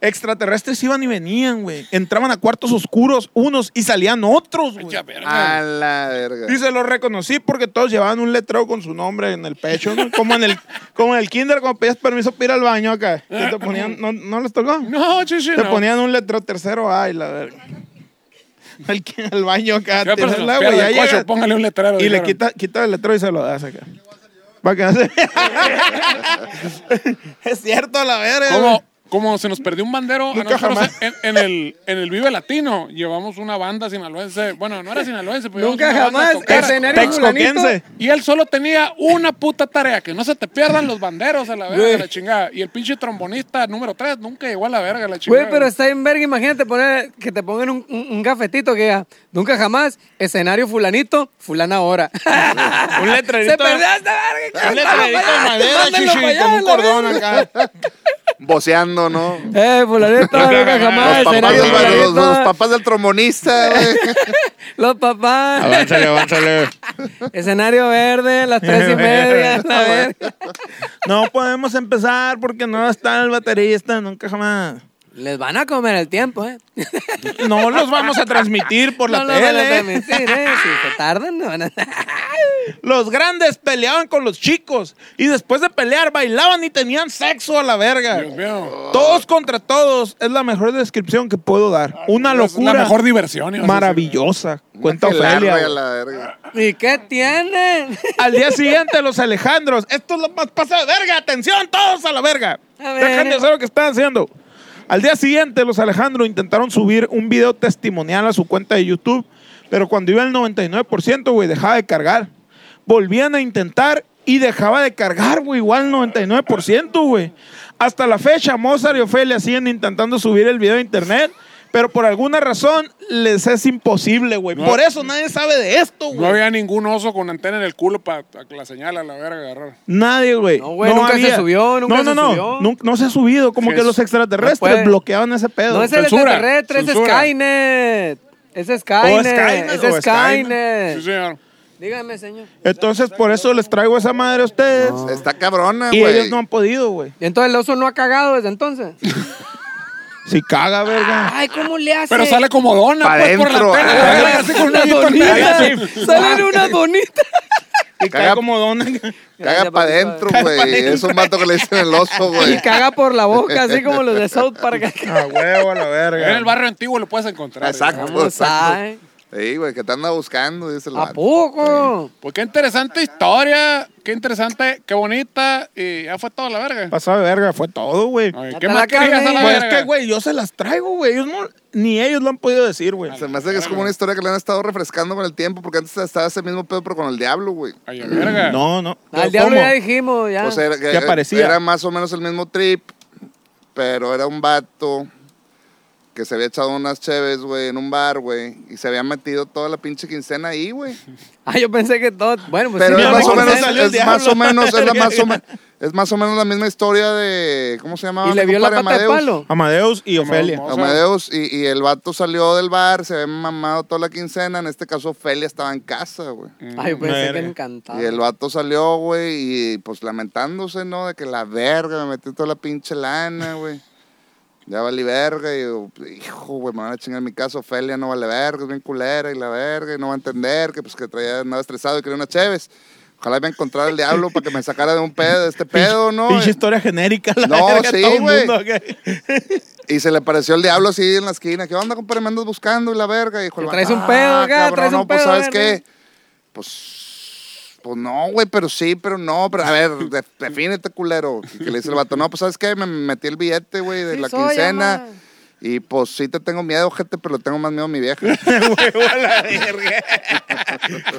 [SPEAKER 5] Extraterrestres iban y venían, güey. Entraban a cuartos oscuros unos y salían otros, güey.
[SPEAKER 2] Ya, verga.
[SPEAKER 5] Ah.
[SPEAKER 4] A la verga.
[SPEAKER 5] Dice, lo reconocí porque todos llevaban un letrero con su nombre en el pecho, ¿no? Como en el, como en el kinder, cuando pedías permiso para ir al baño acá. Y te ponían, ¿no, no les tocó?
[SPEAKER 2] No, chichi,
[SPEAKER 5] Te
[SPEAKER 2] no.
[SPEAKER 5] ponían un letrero tercero A y la verga. al, al baño acá.
[SPEAKER 2] Ya, pero
[SPEAKER 5] tiras
[SPEAKER 2] se
[SPEAKER 5] el
[SPEAKER 2] nos
[SPEAKER 5] agua y
[SPEAKER 2] pierde
[SPEAKER 5] ya
[SPEAKER 2] el coche,
[SPEAKER 5] llegas.
[SPEAKER 2] póngale un letrero.
[SPEAKER 5] Y le
[SPEAKER 2] dijeron.
[SPEAKER 5] quita, quita el letrero y se lo das acá. Para que no se [LAUGHS] Es cierto, la verga.
[SPEAKER 2] Como, como se nos perdió un bandero a
[SPEAKER 5] Nunca
[SPEAKER 2] nosotros
[SPEAKER 5] jamás.
[SPEAKER 2] en, en el, en el Vive Latino, llevamos una banda sinaloense. Bueno, no era sinaloense, pero
[SPEAKER 3] Nunca
[SPEAKER 2] llevamos una banda a
[SPEAKER 3] jamás.
[SPEAKER 2] tocar.
[SPEAKER 3] Escenario fulanito.
[SPEAKER 5] Texcoquense.
[SPEAKER 2] Y él solo tenía una puta tarea, que no se te pierdan los banderos a la verga,
[SPEAKER 3] Güey.
[SPEAKER 2] la chingada. Y el pinche trombonista número 3 nunca llegó a la verga, la chingada.
[SPEAKER 3] Güey, pero está en verga, imagínate poner, que te pongan un, un- un cafetito que diga, nunca jamás, escenario fulanito, fulana ahora. [LAUGHS]
[SPEAKER 5] Un letrerito.
[SPEAKER 3] Se perdió esta verga.
[SPEAKER 5] Un letrerito de
[SPEAKER 3] Mándenlo
[SPEAKER 5] madera,
[SPEAKER 3] para
[SPEAKER 5] chichi,
[SPEAKER 3] allá,
[SPEAKER 5] con un
[SPEAKER 3] la
[SPEAKER 5] cordón
[SPEAKER 3] verga.
[SPEAKER 5] acá.
[SPEAKER 4] Voceando, ¿no?
[SPEAKER 3] Eh, fulanito, nunca jamás,
[SPEAKER 4] Los papás,
[SPEAKER 3] escenario
[SPEAKER 4] los, los
[SPEAKER 3] fulanito,
[SPEAKER 4] papás del trombonista, güey.
[SPEAKER 3] los papás,
[SPEAKER 5] Avánzale, avánzale.
[SPEAKER 3] [LAUGHS] escenario verde, las tres y
[SPEAKER 5] [LAUGHS]
[SPEAKER 3] media, la verga.
[SPEAKER 5] No podemos empezar porque no está el baterista, nunca jamás.
[SPEAKER 3] Les van a comer el tiempo, eh.
[SPEAKER 5] No los vamos a transmitir [LAUGHS] por
[SPEAKER 3] [LAUGHS]
[SPEAKER 5] la
[SPEAKER 3] no lo van a
[SPEAKER 5] tele.
[SPEAKER 3] transmitir, eh. Si se tardan, no van a...
[SPEAKER 5] Los grandes peleaban con los chicos y después de pelear bailaban y tenían sexo a la verga.
[SPEAKER 2] Dios mío.
[SPEAKER 5] Todos contra todos es la mejor descripción que puedo dar. Una locura
[SPEAKER 2] Ah, Es la mejor diversión. ibas a
[SPEAKER 5] maravillosa. Cuenta
[SPEAKER 4] Qué larga
[SPEAKER 5] Ofelia.
[SPEAKER 4] la verga.
[SPEAKER 3] [LAUGHS] ¿Y qué tienen?
[SPEAKER 5] Al día siguiente, los Alejandros. Esto es lo más pasado. ¡Verga! ¡Atención! ¡Todos a la verga!
[SPEAKER 3] A ver.
[SPEAKER 5] Dejen de hacer lo que están haciendo. Al día siguiente, los Alejandros intentaron subir un video testimonial a su cuenta de YouTube, pero cuando iba al 99%, güey, dejaba de cargar. Volvían a intentar y dejaba de cargar, güey, igual 99%, güey. Hasta la fecha, Mozart y Ofelia siguen intentando subir el video a internet, pero por alguna razón les es imposible, güey.
[SPEAKER 2] No.
[SPEAKER 5] Por eso nadie sabe de esto,
[SPEAKER 2] decir.
[SPEAKER 5] güey.
[SPEAKER 2] No había ningún oso con antena en el culo para que la señal a la verga agarrar.
[SPEAKER 5] Nadie, güey.
[SPEAKER 3] No, güey, nunca se subió, nunca
[SPEAKER 5] no, no,
[SPEAKER 3] se
[SPEAKER 5] no,
[SPEAKER 3] subió.
[SPEAKER 5] Nun- No se ha subido. Como
[SPEAKER 2] Sí,
[SPEAKER 5] que
[SPEAKER 2] es-
[SPEAKER 5] los extraterrestres
[SPEAKER 3] no puede.
[SPEAKER 5] bloqueaban ese pedo.
[SPEAKER 3] No es el
[SPEAKER 2] Censura,
[SPEAKER 3] extraterrestre, es
[SPEAKER 2] censura.
[SPEAKER 3] Skynet. Es
[SPEAKER 5] O
[SPEAKER 3] Skynet,
[SPEAKER 5] Skynet,
[SPEAKER 3] es
[SPEAKER 5] o Skynet.
[SPEAKER 2] Sí,
[SPEAKER 3] Skynet.
[SPEAKER 2] señor.
[SPEAKER 3] Dígame, señor.
[SPEAKER 5] Entonces, por eso les traigo esa madre a ustedes.
[SPEAKER 3] Ah.
[SPEAKER 4] Está cabrona,
[SPEAKER 5] y ellos
[SPEAKER 4] güey.
[SPEAKER 5] no han podido, güey.
[SPEAKER 3] Y entonces el oso no ha cagado desde
[SPEAKER 5] [LAUGHS]
[SPEAKER 3] entonces.
[SPEAKER 5] Si caga, verga.
[SPEAKER 3] Ay, ¿cómo le hace?
[SPEAKER 2] Pero sale como dona,
[SPEAKER 4] Pa'
[SPEAKER 2] pues, por la
[SPEAKER 4] dentro.
[SPEAKER 2] antena.
[SPEAKER 5] Ah,
[SPEAKER 2] la verga, así con un
[SPEAKER 3] unas
[SPEAKER 2] hoyito en medio.
[SPEAKER 5] Ay,
[SPEAKER 3] bonitas.
[SPEAKER 5] sí.
[SPEAKER 3] Salen unas bonitas.
[SPEAKER 5] Y caga
[SPEAKER 4] Caga-
[SPEAKER 5] como dona.
[SPEAKER 4] Caga para adentro,
[SPEAKER 5] [LAUGHS]
[SPEAKER 4] güey. Es un vato que le dicen el oso,
[SPEAKER 3] Y
[SPEAKER 4] güey.
[SPEAKER 3] caga por la boca, así como los de South Park.
[SPEAKER 5] [LAUGHS] A huevo, a la verga.
[SPEAKER 2] En el barrio antiguo lo puedes encontrar.
[SPEAKER 4] Exacto.
[SPEAKER 2] ¿verdad?
[SPEAKER 3] Vamos a...
[SPEAKER 4] Sí, güey, que te anda buscando, dice el
[SPEAKER 3] ¿A
[SPEAKER 4] vato.
[SPEAKER 3] poco?
[SPEAKER 2] Pues qué interesante historia, qué interesante, qué bonita. Y ya fue toda la verga.
[SPEAKER 5] Pasó de verga, fue todo, güey.
[SPEAKER 2] Ay,
[SPEAKER 3] Ya
[SPEAKER 2] ¿Qué
[SPEAKER 3] está
[SPEAKER 2] más
[SPEAKER 3] la
[SPEAKER 2] querías
[SPEAKER 3] carne.
[SPEAKER 2] a la
[SPEAKER 5] Pues es
[SPEAKER 2] verga?
[SPEAKER 5] que, güey, yo se las traigo, güey. Ellos no- ni ellos lo han podido decir, güey.
[SPEAKER 4] Se me hace que es como una historia que le han estado refrescando con el tiempo, porque antes estaba ese mismo pedo, pero con el diablo, güey.
[SPEAKER 2] Ay, a verga.
[SPEAKER 5] No, no.
[SPEAKER 3] Al
[SPEAKER 5] ¿Cómo?
[SPEAKER 3] diablo ya dijimos, ya.
[SPEAKER 4] O sea, era,
[SPEAKER 5] ¿Qué aparecía?
[SPEAKER 4] era más o menos el mismo trip, pero era un vato que se había echado unas cheves, güey, en un bar, güey, y se había metido toda la pinche quincena ahí, güey.
[SPEAKER 3] Ah, yo pensé que todo... Bueno, pues
[SPEAKER 4] Pero
[SPEAKER 5] sí,
[SPEAKER 4] es
[SPEAKER 5] mi
[SPEAKER 4] más o
[SPEAKER 5] amigo,
[SPEAKER 4] menos,
[SPEAKER 5] se salió el
[SPEAKER 4] es más
[SPEAKER 5] diablo.
[SPEAKER 4] o menos,
[SPEAKER 5] [LAUGHS]
[SPEAKER 4] es la más o menos, es más o menos la misma historia de, ¿cómo se llamaba?
[SPEAKER 3] ¿Y le
[SPEAKER 4] mi
[SPEAKER 3] vio la
[SPEAKER 4] compadre?
[SPEAKER 3] pata de palo?
[SPEAKER 5] Amadeus y Ofelia.
[SPEAKER 2] Vamos,
[SPEAKER 4] Amadeus, y, y el vato salió del bar, se había mamado toda la quincena, en este caso Felia estaba en casa, güey.
[SPEAKER 3] Ay, yo pensé que
[SPEAKER 5] Verga.
[SPEAKER 3] encantado.
[SPEAKER 4] Y el vato salió, güey, y pues lamentándose, ¿no? De que la verga, me metí toda la pinche lana, güey. [LAUGHS] Ya valí verga, y yo, hijo, güey, me van a chingar en mi casa, Ofelia no vale verga, es bien culera, y la verga, y no va a entender que pues que traía nada estresado y quería unas cheves. Ojalá me encontrara el diablo para que me sacara de un pedo, de este pedo, ¿no?
[SPEAKER 5] Pinche historia genérica, la
[SPEAKER 4] No,
[SPEAKER 5] verga,
[SPEAKER 4] sí,
[SPEAKER 5] todo el
[SPEAKER 4] güey.
[SPEAKER 5] mundo. ok.
[SPEAKER 4] Y se le apareció el diablo así en la esquina. ¿Qué onda, compadre? Me andas buscando y la verga. Y dijo, el
[SPEAKER 3] Que traes
[SPEAKER 4] vato,
[SPEAKER 3] un pedo
[SPEAKER 4] "Ah,
[SPEAKER 3] acá,
[SPEAKER 4] cabrón,
[SPEAKER 3] traes un
[SPEAKER 4] no, pues,
[SPEAKER 3] pedo, eh,
[SPEAKER 4] ¿sabes
[SPEAKER 3] verga".
[SPEAKER 4] qué? Pues, pues no, güey, pero sí, pero no. Pero, a ver,
[SPEAKER 3] [LAUGHS]
[SPEAKER 4] de- defínete, culero. Y que le dice el vato, no, pues, ¿sabes qué? Me metí el billete, güey, de
[SPEAKER 3] Sí
[SPEAKER 4] la
[SPEAKER 3] soy,
[SPEAKER 4] quincena.
[SPEAKER 3] ama.
[SPEAKER 4] Y pues sí te tengo miedo, gente, pero le tengo más miedo a mi
[SPEAKER 3] [LAUGHS]
[SPEAKER 4] vieja.
[SPEAKER 5] Huevo a la verga.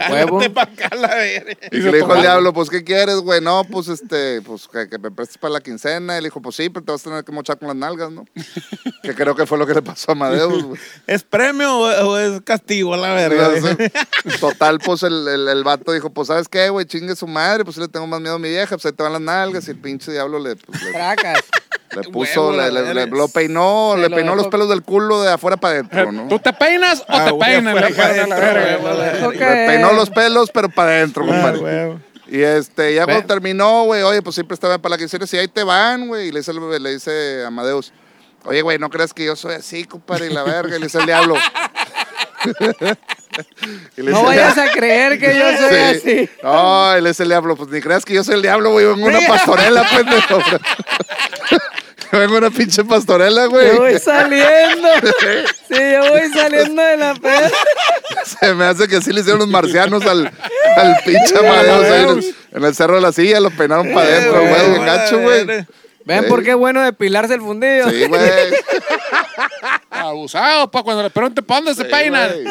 [SPEAKER 3] Huevo.
[SPEAKER 5] Vete pa' acá, la verga.
[SPEAKER 4] Y que le dijo al diablo, pues, ¿qué quieres, güey? No, pues, este, pues, que, que me prestes para la quincena. Y le dijo, pues sí, pero te vas a tener que mochar con las
[SPEAKER 3] [LAUGHS]
[SPEAKER 4] nalgas, ¿no? que creo que fue lo que le pasó a Amadeus, güey.
[SPEAKER 5] ¿Es premio o, o es castigo a la verga? [LAUGHS]
[SPEAKER 4] [LAUGHS] Total, pues el, el, el vato dijo, pues sabes qué, güey, chingue su madre, pues sí le tengo más miedo a mi vieja, pues ahí te van las nalgas y el pinche diablo le, pues, le,
[SPEAKER 3] Cracas.
[SPEAKER 4] le puso,
[SPEAKER 5] Huevo, la
[SPEAKER 4] le, le-
[SPEAKER 5] verga.
[SPEAKER 4] le- lo peinó, le
[SPEAKER 3] lo
[SPEAKER 4] peinó los
[SPEAKER 3] dejó.
[SPEAKER 4] pelos del culo de afuera para adentro, ¿no?
[SPEAKER 2] ¿Tú te peinas o
[SPEAKER 5] Ah,
[SPEAKER 2] te
[SPEAKER 5] güey,
[SPEAKER 2] peinas?
[SPEAKER 5] fuera
[SPEAKER 2] Le peinas a la
[SPEAKER 5] adentro,
[SPEAKER 2] verga.
[SPEAKER 5] güey, la-
[SPEAKER 3] Ok.
[SPEAKER 4] Le peinó los pelos, pero para adentro,
[SPEAKER 5] Ah,
[SPEAKER 4] compadre.
[SPEAKER 5] huevo.
[SPEAKER 4] Y este, ya cuando terminó, güey, oye, pues siempre estaba para la quincena, si ahí te van, güey. Y le dice, el- le dice Amadeus, oye, güey, no creas que yo soy así, compadre, y la verga, y le dice el diablo. [LAUGHS] Y [LAUGHS] le
[SPEAKER 3] No
[SPEAKER 4] dice,
[SPEAKER 3] vayas a creer que yo soy
[SPEAKER 4] Sí.
[SPEAKER 3] así.
[SPEAKER 4] No,
[SPEAKER 3] [LAUGHS]
[SPEAKER 4] él es el diablo. Pues ni creas que yo soy el diablo, güey. Vengo una pastorela, pendejo. pues, [LAUGHS] vengo una pinche pastorela,
[SPEAKER 3] Yo
[SPEAKER 4] güey.
[SPEAKER 3] voy
[SPEAKER 4] [LAUGHS]
[SPEAKER 3] saliendo. Sí, yo voy saliendo de la peda.
[SPEAKER 4] Se me hace que sí le hicieron los marcianos al, al pinche Amadeus ahí en el, en el cerro de la silla, lo peinaron para adentro,
[SPEAKER 3] güey,
[SPEAKER 4] güey, bien
[SPEAKER 3] güey.
[SPEAKER 4] gacho, güey.
[SPEAKER 3] ¿Ven
[SPEAKER 4] Sí.
[SPEAKER 3] por qué es bueno depilarse el fundillo?
[SPEAKER 4] Sí,
[SPEAKER 3] [LAUGHS]
[SPEAKER 4] güey.
[SPEAKER 2] Abusado, pa, cuando le pregunten, ¿para dónde se peinan?
[SPEAKER 4] güey.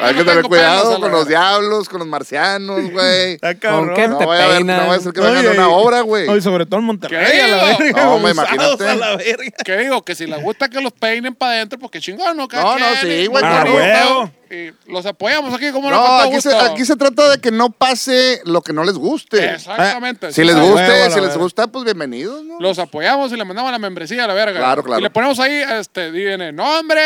[SPEAKER 4] Hay que tener
[SPEAKER 2] Tengo pelos a
[SPEAKER 4] cuidado
[SPEAKER 2] la
[SPEAKER 4] con los
[SPEAKER 2] verga.
[SPEAKER 4] diablos, con los marcianos, güey.
[SPEAKER 5] Está
[SPEAKER 3] ¿Con
[SPEAKER 5] cabrón.
[SPEAKER 3] qué
[SPEAKER 4] No
[SPEAKER 3] te
[SPEAKER 4] vaya a ver- no
[SPEAKER 3] peinan?
[SPEAKER 4] vaya a ser que vengan a una obra, güey.
[SPEAKER 5] Oye, sobre todo en Monterrey,
[SPEAKER 2] ¿Qué
[SPEAKER 5] a la
[SPEAKER 2] digo?
[SPEAKER 5] verga.
[SPEAKER 4] No, hombre,
[SPEAKER 5] abusados
[SPEAKER 4] imagínate.
[SPEAKER 5] A la verga.
[SPEAKER 2] Que digo, que si les gusta que los peinen para adentro, porque chingón, ¿no? Cada
[SPEAKER 4] No, no,
[SPEAKER 2] quien,
[SPEAKER 4] sí,
[SPEAKER 2] y-
[SPEAKER 4] güey,
[SPEAKER 5] Ah, claro.
[SPEAKER 2] y los apoyamos aquí, como
[SPEAKER 4] No, aquí se, aquí se trata de que no pase lo que no les guste.
[SPEAKER 2] Exactamente.
[SPEAKER 4] Si les
[SPEAKER 5] Ah,
[SPEAKER 4] guste,
[SPEAKER 5] huevo, la
[SPEAKER 4] si les
[SPEAKER 5] verga.
[SPEAKER 4] gusta, pues bienvenidos, ¿no?
[SPEAKER 2] Los apoyamos y le mandamos la membresía a la verga.
[SPEAKER 4] Claro, claro.
[SPEAKER 2] Y le ponemos ahí, este, viene nombre,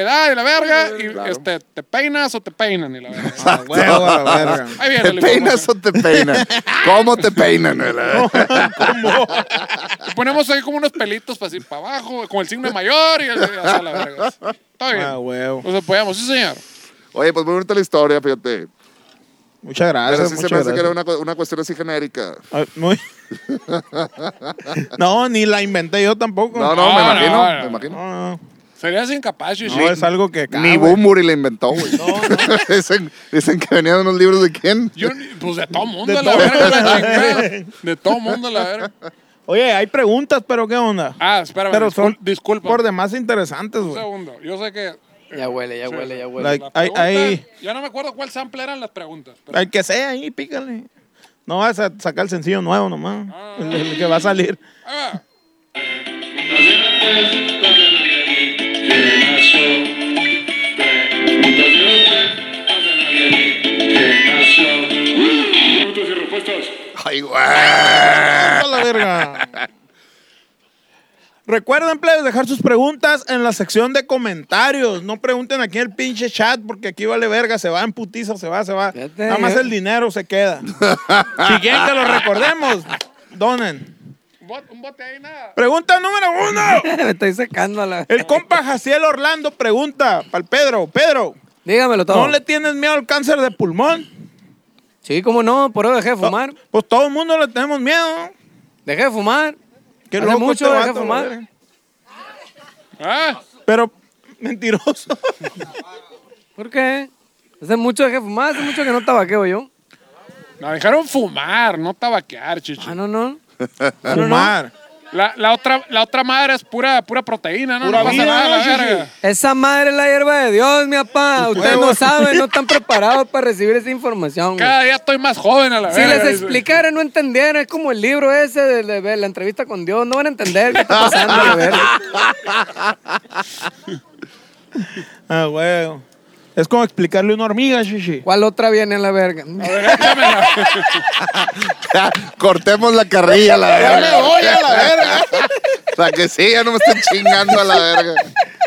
[SPEAKER 2] edad y la verga. Y este, te peinas o te peinan y la verga.
[SPEAKER 5] A huevo, a la verga.
[SPEAKER 2] Ahí viene
[SPEAKER 4] ¿Te
[SPEAKER 2] la
[SPEAKER 4] peinas
[SPEAKER 2] información.
[SPEAKER 4] o te peinan? [LAUGHS] ¿Cómo te peinan? güey?
[SPEAKER 5] ¿Cómo?
[SPEAKER 2] Y ponemos ahí como unos pelitos para así para abajo, con el signo de mayor y el- hacia la verga. Está bien.
[SPEAKER 5] Ah, huevo.
[SPEAKER 2] Los apoyamos, sí, señor.
[SPEAKER 4] Oye, pues muy bonita la historia, fíjate.
[SPEAKER 5] Muchas
[SPEAKER 4] Pero
[SPEAKER 5] gracias.
[SPEAKER 4] sí
[SPEAKER 5] muchas
[SPEAKER 4] se me hace
[SPEAKER 5] gracias.
[SPEAKER 4] que era una, cu- una cuestión así genérica.
[SPEAKER 5] Ay, muy- [LAUGHS] no, ni la inventé yo tampoco.
[SPEAKER 4] No, no,
[SPEAKER 2] No,
[SPEAKER 4] me
[SPEAKER 2] no,
[SPEAKER 4] imagino,
[SPEAKER 2] no.
[SPEAKER 4] me imagino.
[SPEAKER 5] No,
[SPEAKER 2] Serías incapaz,
[SPEAKER 5] no,
[SPEAKER 2] Shishi.
[SPEAKER 5] no, es algo que.
[SPEAKER 4] Ni
[SPEAKER 5] cabe.
[SPEAKER 4] Bumburi la inventó, güey. [LAUGHS] dicen, dicen que venían unos libros de quién.
[SPEAKER 2] Yo ni- pues de
[SPEAKER 5] [LAUGHS]
[SPEAKER 2] todo mundo
[SPEAKER 5] De
[SPEAKER 2] a la
[SPEAKER 5] todo
[SPEAKER 2] verga.
[SPEAKER 5] mundo a la
[SPEAKER 2] la chingada.
[SPEAKER 5] verga.
[SPEAKER 2] De todo mundo a la verga.
[SPEAKER 5] Oye, hay preguntas, pero ¿qué onda?
[SPEAKER 2] Ah, espérame.
[SPEAKER 5] pero
[SPEAKER 2] discul- disculpa.
[SPEAKER 5] por demás interesantes,
[SPEAKER 2] Un
[SPEAKER 5] güey.
[SPEAKER 2] segundo. Yo sé que.
[SPEAKER 3] Ya huele, ya huele, ya huele.
[SPEAKER 5] Like-
[SPEAKER 2] la
[SPEAKER 5] Ay,
[SPEAKER 2] pregunta-
[SPEAKER 5] ay.
[SPEAKER 2] Ya no me acuerdo cuál sample eran las preguntas. pero-
[SPEAKER 5] El que sea ahí, pícale. No vas a sacar el sencillo nuevo nomás. El, el que va a salir.
[SPEAKER 2] Ah,
[SPEAKER 6] Preguntas y respuestas.
[SPEAKER 4] Ay, [LAUGHS] güey.
[SPEAKER 5] ¡A la verga! Recuerden, plebes, dejar sus preguntas en la sección de comentarios. No pregunten aquí en el pinche chat porque aquí vale verga. Se va en putiza, se va, se va.
[SPEAKER 3] Fíjate,
[SPEAKER 5] Nada más
[SPEAKER 3] yo-
[SPEAKER 5] el dinero se queda. si quieren que lo recordemos, donen.
[SPEAKER 2] bot- un bote ahí nada.
[SPEAKER 5] Pregunta número uno.
[SPEAKER 3] [LAUGHS] Me estoy secando a la...
[SPEAKER 5] El compa Jaciel Orlando pregunta para el Pedro. Pedro,
[SPEAKER 3] Dígamelo todo.
[SPEAKER 5] ¿no le tienes miedo al cáncer de pulmón?
[SPEAKER 3] Sí, cómo no, por eso dejé de fumar.
[SPEAKER 5] Pues todo el mundo le tenemos miedo.
[SPEAKER 3] Dejé de fumar.
[SPEAKER 5] Que
[SPEAKER 3] Hace
[SPEAKER 5] loco
[SPEAKER 3] mucho
[SPEAKER 5] este
[SPEAKER 3] dejé
[SPEAKER 5] vato,
[SPEAKER 3] fumar.
[SPEAKER 5] la verga.
[SPEAKER 2] Ah,
[SPEAKER 5] Pero mentiroso.
[SPEAKER 3] ¿Por qué? Hace mucho dejé de fumar, hace mucho que no tabaqueo yo.
[SPEAKER 2] la dejaron fumar, no tabaquear, chichi.
[SPEAKER 3] Ah, no, no.
[SPEAKER 5] Fumar.
[SPEAKER 2] La, la otra, la otra madre es pura, pura proteína, ¿no?
[SPEAKER 5] Pura
[SPEAKER 2] no pasa
[SPEAKER 5] vida,
[SPEAKER 2] nada, la
[SPEAKER 5] ¿no, chichi?
[SPEAKER 2] verga.
[SPEAKER 3] Esa madre es la hierba de Dios, mi papá. Ustedes no saben, no están preparados para recibir esa información. güey.
[SPEAKER 2] Cada día estoy más joven a la
[SPEAKER 3] Si
[SPEAKER 2] verga.
[SPEAKER 3] les
[SPEAKER 2] dice.
[SPEAKER 3] explicara, no entendieran. Es como el libro ese de, de- de la entrevista con Dios. No van a entender qué está pasando. la verga.
[SPEAKER 5] Ah, güey. Es como explicarle a una hormiga, Shishi.
[SPEAKER 3] ¿Cuál otra viene a la verga?
[SPEAKER 2] A ver, eh. échamela.
[SPEAKER 4] Ya, [LAUGHS] cortemos la carrilla, la verga. Ya me voy a la verga. Para que sí, ya no me estén chingando a la verga.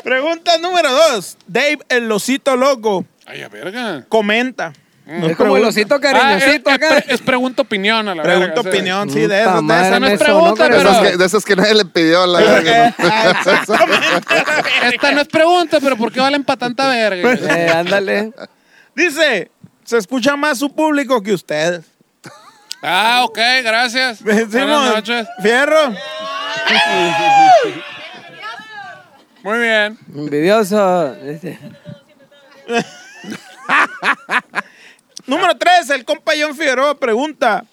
[SPEAKER 5] Pregunta número dos. Dave, el osito loco,
[SPEAKER 2] Ay, a verga.
[SPEAKER 5] comenta. Nos
[SPEAKER 3] Mm, es como el
[SPEAKER 5] pregunta-
[SPEAKER 3] osito
[SPEAKER 2] Ah, es, es
[SPEAKER 3] cariñosito acá.
[SPEAKER 2] pre- es pregunta opinión a la verga.
[SPEAKER 5] Pregunta
[SPEAKER 2] o sea.
[SPEAKER 5] opinión, sí, de
[SPEAKER 3] Puta
[SPEAKER 5] eso. De
[SPEAKER 3] madre,
[SPEAKER 5] eso.
[SPEAKER 2] no es
[SPEAKER 3] me sonó
[SPEAKER 2] pregunta,
[SPEAKER 4] De
[SPEAKER 2] pero-
[SPEAKER 4] esas, que, de esas que nadie le pidió a la verga. [LAUGHS] ¿no?
[SPEAKER 2] Esta no es pregunta, pero ¿por qué valen para tanta
[SPEAKER 5] Pues,
[SPEAKER 2] verga?
[SPEAKER 3] Eh, ándale.
[SPEAKER 5] Dice, se escucha más su público que ustedes. [LAUGHS]
[SPEAKER 2] ah, ok, gracias.
[SPEAKER 3] [LAUGHS]
[SPEAKER 2] Buenas
[SPEAKER 5] Simón,
[SPEAKER 2] noches.
[SPEAKER 5] Fierro.
[SPEAKER 2] Muy bien.
[SPEAKER 3] Envidioso. Este,
[SPEAKER 5] Número 3, el compa John Figueroa pregunta.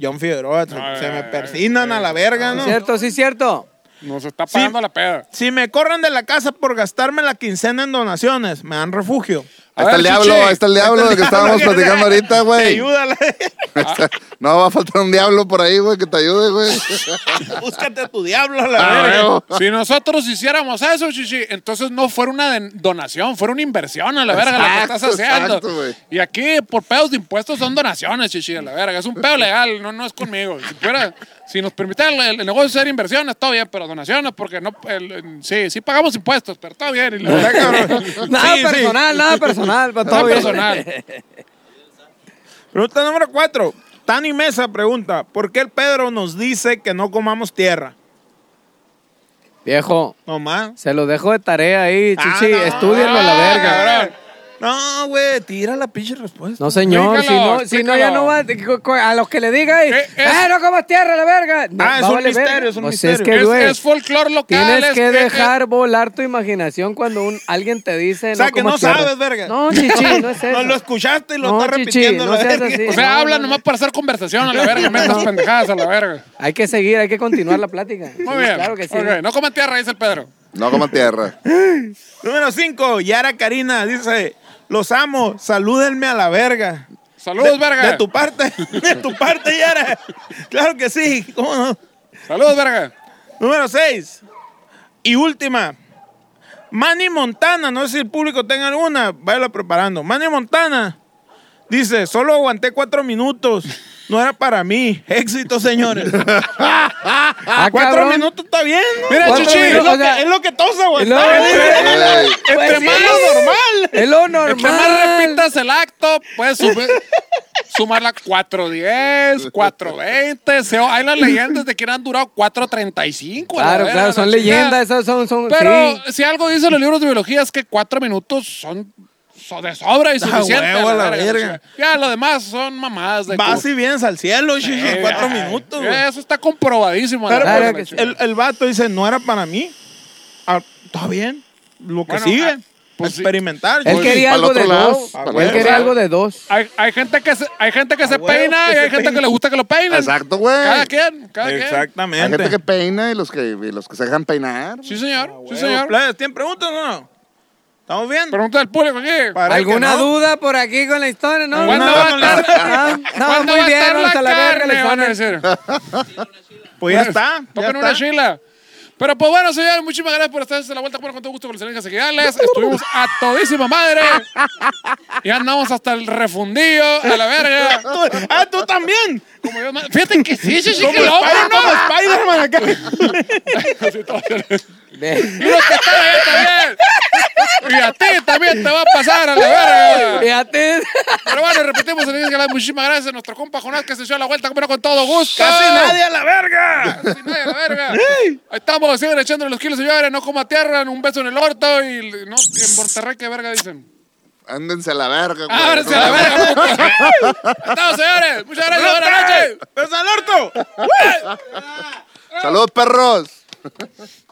[SPEAKER 5] John Figueroa, se,
[SPEAKER 2] Ay,
[SPEAKER 5] se me
[SPEAKER 2] ay,
[SPEAKER 5] persinan a la verga, ¿no?
[SPEAKER 3] ¿Cierto? Sí, cierto.
[SPEAKER 2] Nos está pagando la peda.
[SPEAKER 5] Si me corren de la casa por gastarme la quincena en donaciones, me dan refugio.
[SPEAKER 4] Ahí está el diablo, ahí está el diablo del que estábamos platicando ahorita, [LAUGHS]
[SPEAKER 5] Te
[SPEAKER 4] güey.
[SPEAKER 5] ayuda, la-
[SPEAKER 4] No, va a faltar un diablo por ahí, güey, que te ayude, güey.
[SPEAKER 5] búscate a tu diablo, la
[SPEAKER 4] Ah,
[SPEAKER 5] verga.
[SPEAKER 4] huevo.
[SPEAKER 2] Si nosotros hiciéramos eso, chichi, entonces no fuera una den- donación, fuera una inversión a la verga lo que
[SPEAKER 4] Exacto,
[SPEAKER 2] estás haciendo.
[SPEAKER 4] exacto, güey.
[SPEAKER 2] y aquí, por pedos de impuestos, son donaciones, chichi, a la verga. Es un
[SPEAKER 4] [LAUGHS]
[SPEAKER 2] pedo legal, no, no es conmigo. Si, fuera- si nos permitiera el, el negocio hacer inversiones, todo bien, pero donaciones, porque no. el- el- sí, sí pagamos impuestos, pero todo bien. y
[SPEAKER 3] [LAUGHS]
[SPEAKER 2] la
[SPEAKER 5] Está
[SPEAKER 2] verga.
[SPEAKER 5] cabrón.
[SPEAKER 3] Nada
[SPEAKER 5] Sí, sí.
[SPEAKER 3] personal, nada personal. pa'
[SPEAKER 2] Nada
[SPEAKER 3] todo bien.
[SPEAKER 2] personal.
[SPEAKER 5] Pregunta número 4. Tani Mesa pregunta, ¿por qué el Pedro nos dice que no comamos tierra?
[SPEAKER 3] Viejo,
[SPEAKER 5] Nomás.
[SPEAKER 3] se los dejo de tarea ahí,
[SPEAKER 5] Ah,
[SPEAKER 3] chichi.
[SPEAKER 5] no.
[SPEAKER 3] Estudienlo a la verga.
[SPEAKER 5] Ah, cabrón. No, güey, tira la pinche respuesta.
[SPEAKER 3] No, señor, si
[SPEAKER 2] Explícalo,
[SPEAKER 3] no, si no, ya no va. co- co- A los que le diga ahí,
[SPEAKER 2] Eh, es-
[SPEAKER 3] ¡ah, no comas tierra, la verga! No,
[SPEAKER 5] Ah, es
[SPEAKER 3] va a
[SPEAKER 5] un
[SPEAKER 3] valer
[SPEAKER 5] misterio,
[SPEAKER 3] verga.
[SPEAKER 5] es un
[SPEAKER 3] Pues
[SPEAKER 5] misterio.
[SPEAKER 3] Es que,
[SPEAKER 2] Es,
[SPEAKER 3] güey,
[SPEAKER 2] es folclore local.
[SPEAKER 3] Tienes
[SPEAKER 2] es-
[SPEAKER 3] que
[SPEAKER 2] es-
[SPEAKER 3] dejar volar tu imaginación cuando un, alguien te dice.
[SPEAKER 5] O sea, que
[SPEAKER 3] comas
[SPEAKER 5] no
[SPEAKER 3] tierra".
[SPEAKER 5] sabes, verga.
[SPEAKER 3] No, chichi, no es eso.
[SPEAKER 5] No, lo escuchaste y lo
[SPEAKER 3] No,
[SPEAKER 5] está
[SPEAKER 3] chichi,
[SPEAKER 5] repitiendo.
[SPEAKER 3] no
[SPEAKER 5] la
[SPEAKER 3] seas
[SPEAKER 5] verga.
[SPEAKER 3] así.
[SPEAKER 2] O sea,
[SPEAKER 3] No,
[SPEAKER 2] habla
[SPEAKER 3] no,
[SPEAKER 2] nomás para hacer conversación a la verga,
[SPEAKER 3] [LAUGHS]
[SPEAKER 2] metas pendejadas a la verga.
[SPEAKER 3] Hay que seguir, hay que continuar la plática.
[SPEAKER 2] Muy
[SPEAKER 3] Sí,
[SPEAKER 2] bien.
[SPEAKER 3] Claro que sí.
[SPEAKER 2] Ok, No coman tierra, dice el Pedro.
[SPEAKER 4] No como tierra.
[SPEAKER 5] Número 5, Yara Karina dice: Los amo, salúdenme a la verga.
[SPEAKER 2] Saludos,
[SPEAKER 5] De-
[SPEAKER 2] verga.
[SPEAKER 5] De tu parte, [LAUGHS] de tu parte, Yara. Claro que sí, cómo no.
[SPEAKER 2] Saludos, verga.
[SPEAKER 3] Ah.
[SPEAKER 5] Número 6. Y última. Manny Montana, no sé si el público tenga alguna, váyala preparando. Manny Montana dice, solo aguanté cuatro minutos, no era para mí. Éxito, señores. [LAUGHS]
[SPEAKER 3] Ah,
[SPEAKER 5] cuatro
[SPEAKER 3] cabrón.
[SPEAKER 5] minutos está bien, ¿no?
[SPEAKER 2] Mira,
[SPEAKER 5] Cuatro
[SPEAKER 2] Chichi,
[SPEAKER 5] minutos, es, lo
[SPEAKER 3] o sea,
[SPEAKER 5] que, es lo que todos
[SPEAKER 3] Y luego,
[SPEAKER 5] aguantamos. [LAUGHS]
[SPEAKER 4] Ey,
[SPEAKER 3] pues
[SPEAKER 2] Entre
[SPEAKER 3] sí,
[SPEAKER 2] más
[SPEAKER 3] Es lo
[SPEAKER 2] Entre más
[SPEAKER 3] normal.
[SPEAKER 2] repitas el acto, puedes subir-
[SPEAKER 3] [LAUGHS]
[SPEAKER 2] sumarla 410, 420. se- hay las leyendas de que han durado 435. a pues, la
[SPEAKER 3] Claro,
[SPEAKER 2] verga,
[SPEAKER 3] claro,
[SPEAKER 2] la
[SPEAKER 3] son
[SPEAKER 2] chingada.
[SPEAKER 3] leyendas, esas son. son
[SPEAKER 2] Pero
[SPEAKER 3] sí.
[SPEAKER 2] si algo dicen los libros de biología es que cuatro minutos son so- de
[SPEAKER 3] Ah,
[SPEAKER 2] sobra y suficiente. a
[SPEAKER 5] huevo, a la
[SPEAKER 2] o
[SPEAKER 5] verga.
[SPEAKER 2] sea, Ya lo demás son mamadas de
[SPEAKER 5] Vas
[SPEAKER 2] cu-
[SPEAKER 5] y vienes al cielo, Chichi,
[SPEAKER 2] Eh,
[SPEAKER 5] cuatro
[SPEAKER 2] ay,
[SPEAKER 5] minutos.
[SPEAKER 2] eh,
[SPEAKER 5] güey.
[SPEAKER 2] Eso está comprobadísimo. a la
[SPEAKER 5] Pero
[SPEAKER 3] Claro
[SPEAKER 2] verga,
[SPEAKER 3] que
[SPEAKER 2] la
[SPEAKER 3] sí.
[SPEAKER 2] chingada.
[SPEAKER 5] El, el vato dice, no era para mí. Ah, Está bien, lo que
[SPEAKER 2] Bueno,
[SPEAKER 5] sigue.
[SPEAKER 2] ah, pues sí.
[SPEAKER 5] experimentar.
[SPEAKER 3] Él
[SPEAKER 5] Chichi.
[SPEAKER 3] quería
[SPEAKER 4] pa'l
[SPEAKER 3] algo
[SPEAKER 4] otro
[SPEAKER 3] de
[SPEAKER 4] lado,
[SPEAKER 3] dos.
[SPEAKER 4] pa'
[SPEAKER 3] Él
[SPEAKER 4] huevo.
[SPEAKER 3] quería algo de dos.
[SPEAKER 2] Hay, hay gente que se, hay gente que se
[SPEAKER 5] huevo,
[SPEAKER 2] peina
[SPEAKER 5] Ah,
[SPEAKER 2] y
[SPEAKER 5] que se
[SPEAKER 2] hay gente
[SPEAKER 5] peina.
[SPEAKER 2] que le gusta que lo peinen.
[SPEAKER 4] Exacto, güey.
[SPEAKER 2] Cada quien, cada quien.
[SPEAKER 4] Hay
[SPEAKER 5] Exactamente.
[SPEAKER 4] gente que peina y los que, y los que se dejan peinar.
[SPEAKER 2] Sí, señor. sí,
[SPEAKER 5] Huevo,
[SPEAKER 2] señor.
[SPEAKER 5] plebes, ¿Tienen preguntas o no? ¿Estamos bien?
[SPEAKER 2] Pregunta del público aquí.
[SPEAKER 5] Parece
[SPEAKER 3] ¿Alguna
[SPEAKER 5] que no.
[SPEAKER 3] duda por aquí con la historia? No,
[SPEAKER 2] ¿Cuándo
[SPEAKER 3] no,
[SPEAKER 2] va a
[SPEAKER 3] no,
[SPEAKER 2] estar-
[SPEAKER 5] Ah,
[SPEAKER 3] no, Ah, no,
[SPEAKER 2] ¿Cuándo
[SPEAKER 3] muy
[SPEAKER 2] va a
[SPEAKER 3] bien,
[SPEAKER 2] estar
[SPEAKER 3] vamos
[SPEAKER 2] la
[SPEAKER 3] a la verga,
[SPEAKER 2] carne?
[SPEAKER 3] la
[SPEAKER 2] Van a
[SPEAKER 3] zona.
[SPEAKER 2] decir.
[SPEAKER 5] [LAUGHS] Pues ya está. ya
[SPEAKER 2] Toquen una
[SPEAKER 5] está.
[SPEAKER 2] chila. Pero pues bueno, señores, muchísimas gracias por estarse la vuelta por con todo gusto con los Selengas Seguidales. Estuvimos a todísima madre. Y andamos hasta el refundillo, a la verga.
[SPEAKER 5] Tú- ah, tú también.
[SPEAKER 2] [LAUGHS] Como yo, ma- fíjate que sí, sí, sí,
[SPEAKER 5] Como
[SPEAKER 2] que lo
[SPEAKER 5] Spider-
[SPEAKER 2] ¿no?
[SPEAKER 5] como Spider-Man acá.
[SPEAKER 3] Ve.
[SPEAKER 2] Y los que están allá también. Y a ti también te va a pasar, a la verga.
[SPEAKER 3] Fíjate.
[SPEAKER 2] Pero bueno, repetimos, Selengas Seguidales, muchísimas gracias a nuestro compa Jonás que se echó a la vuelta, como no, con todo gusto.
[SPEAKER 5] Casi nadie a la verga. [LAUGHS]
[SPEAKER 2] Sin nadie, la verga. Ahí estamos, siguen echándole los kilos, señores. No coma tierra, un beso en el orto y no, en Monterrey, ¿qué verga dicen?
[SPEAKER 4] Ándense a la verga, güey.
[SPEAKER 2] ¡Ábranse a la verga, putos! Ahí estamos, señores. Muchas gracias,
[SPEAKER 5] Pues,
[SPEAKER 2] buenas noches.
[SPEAKER 5] ¡Pesa al orto!
[SPEAKER 4] Saludos, perros.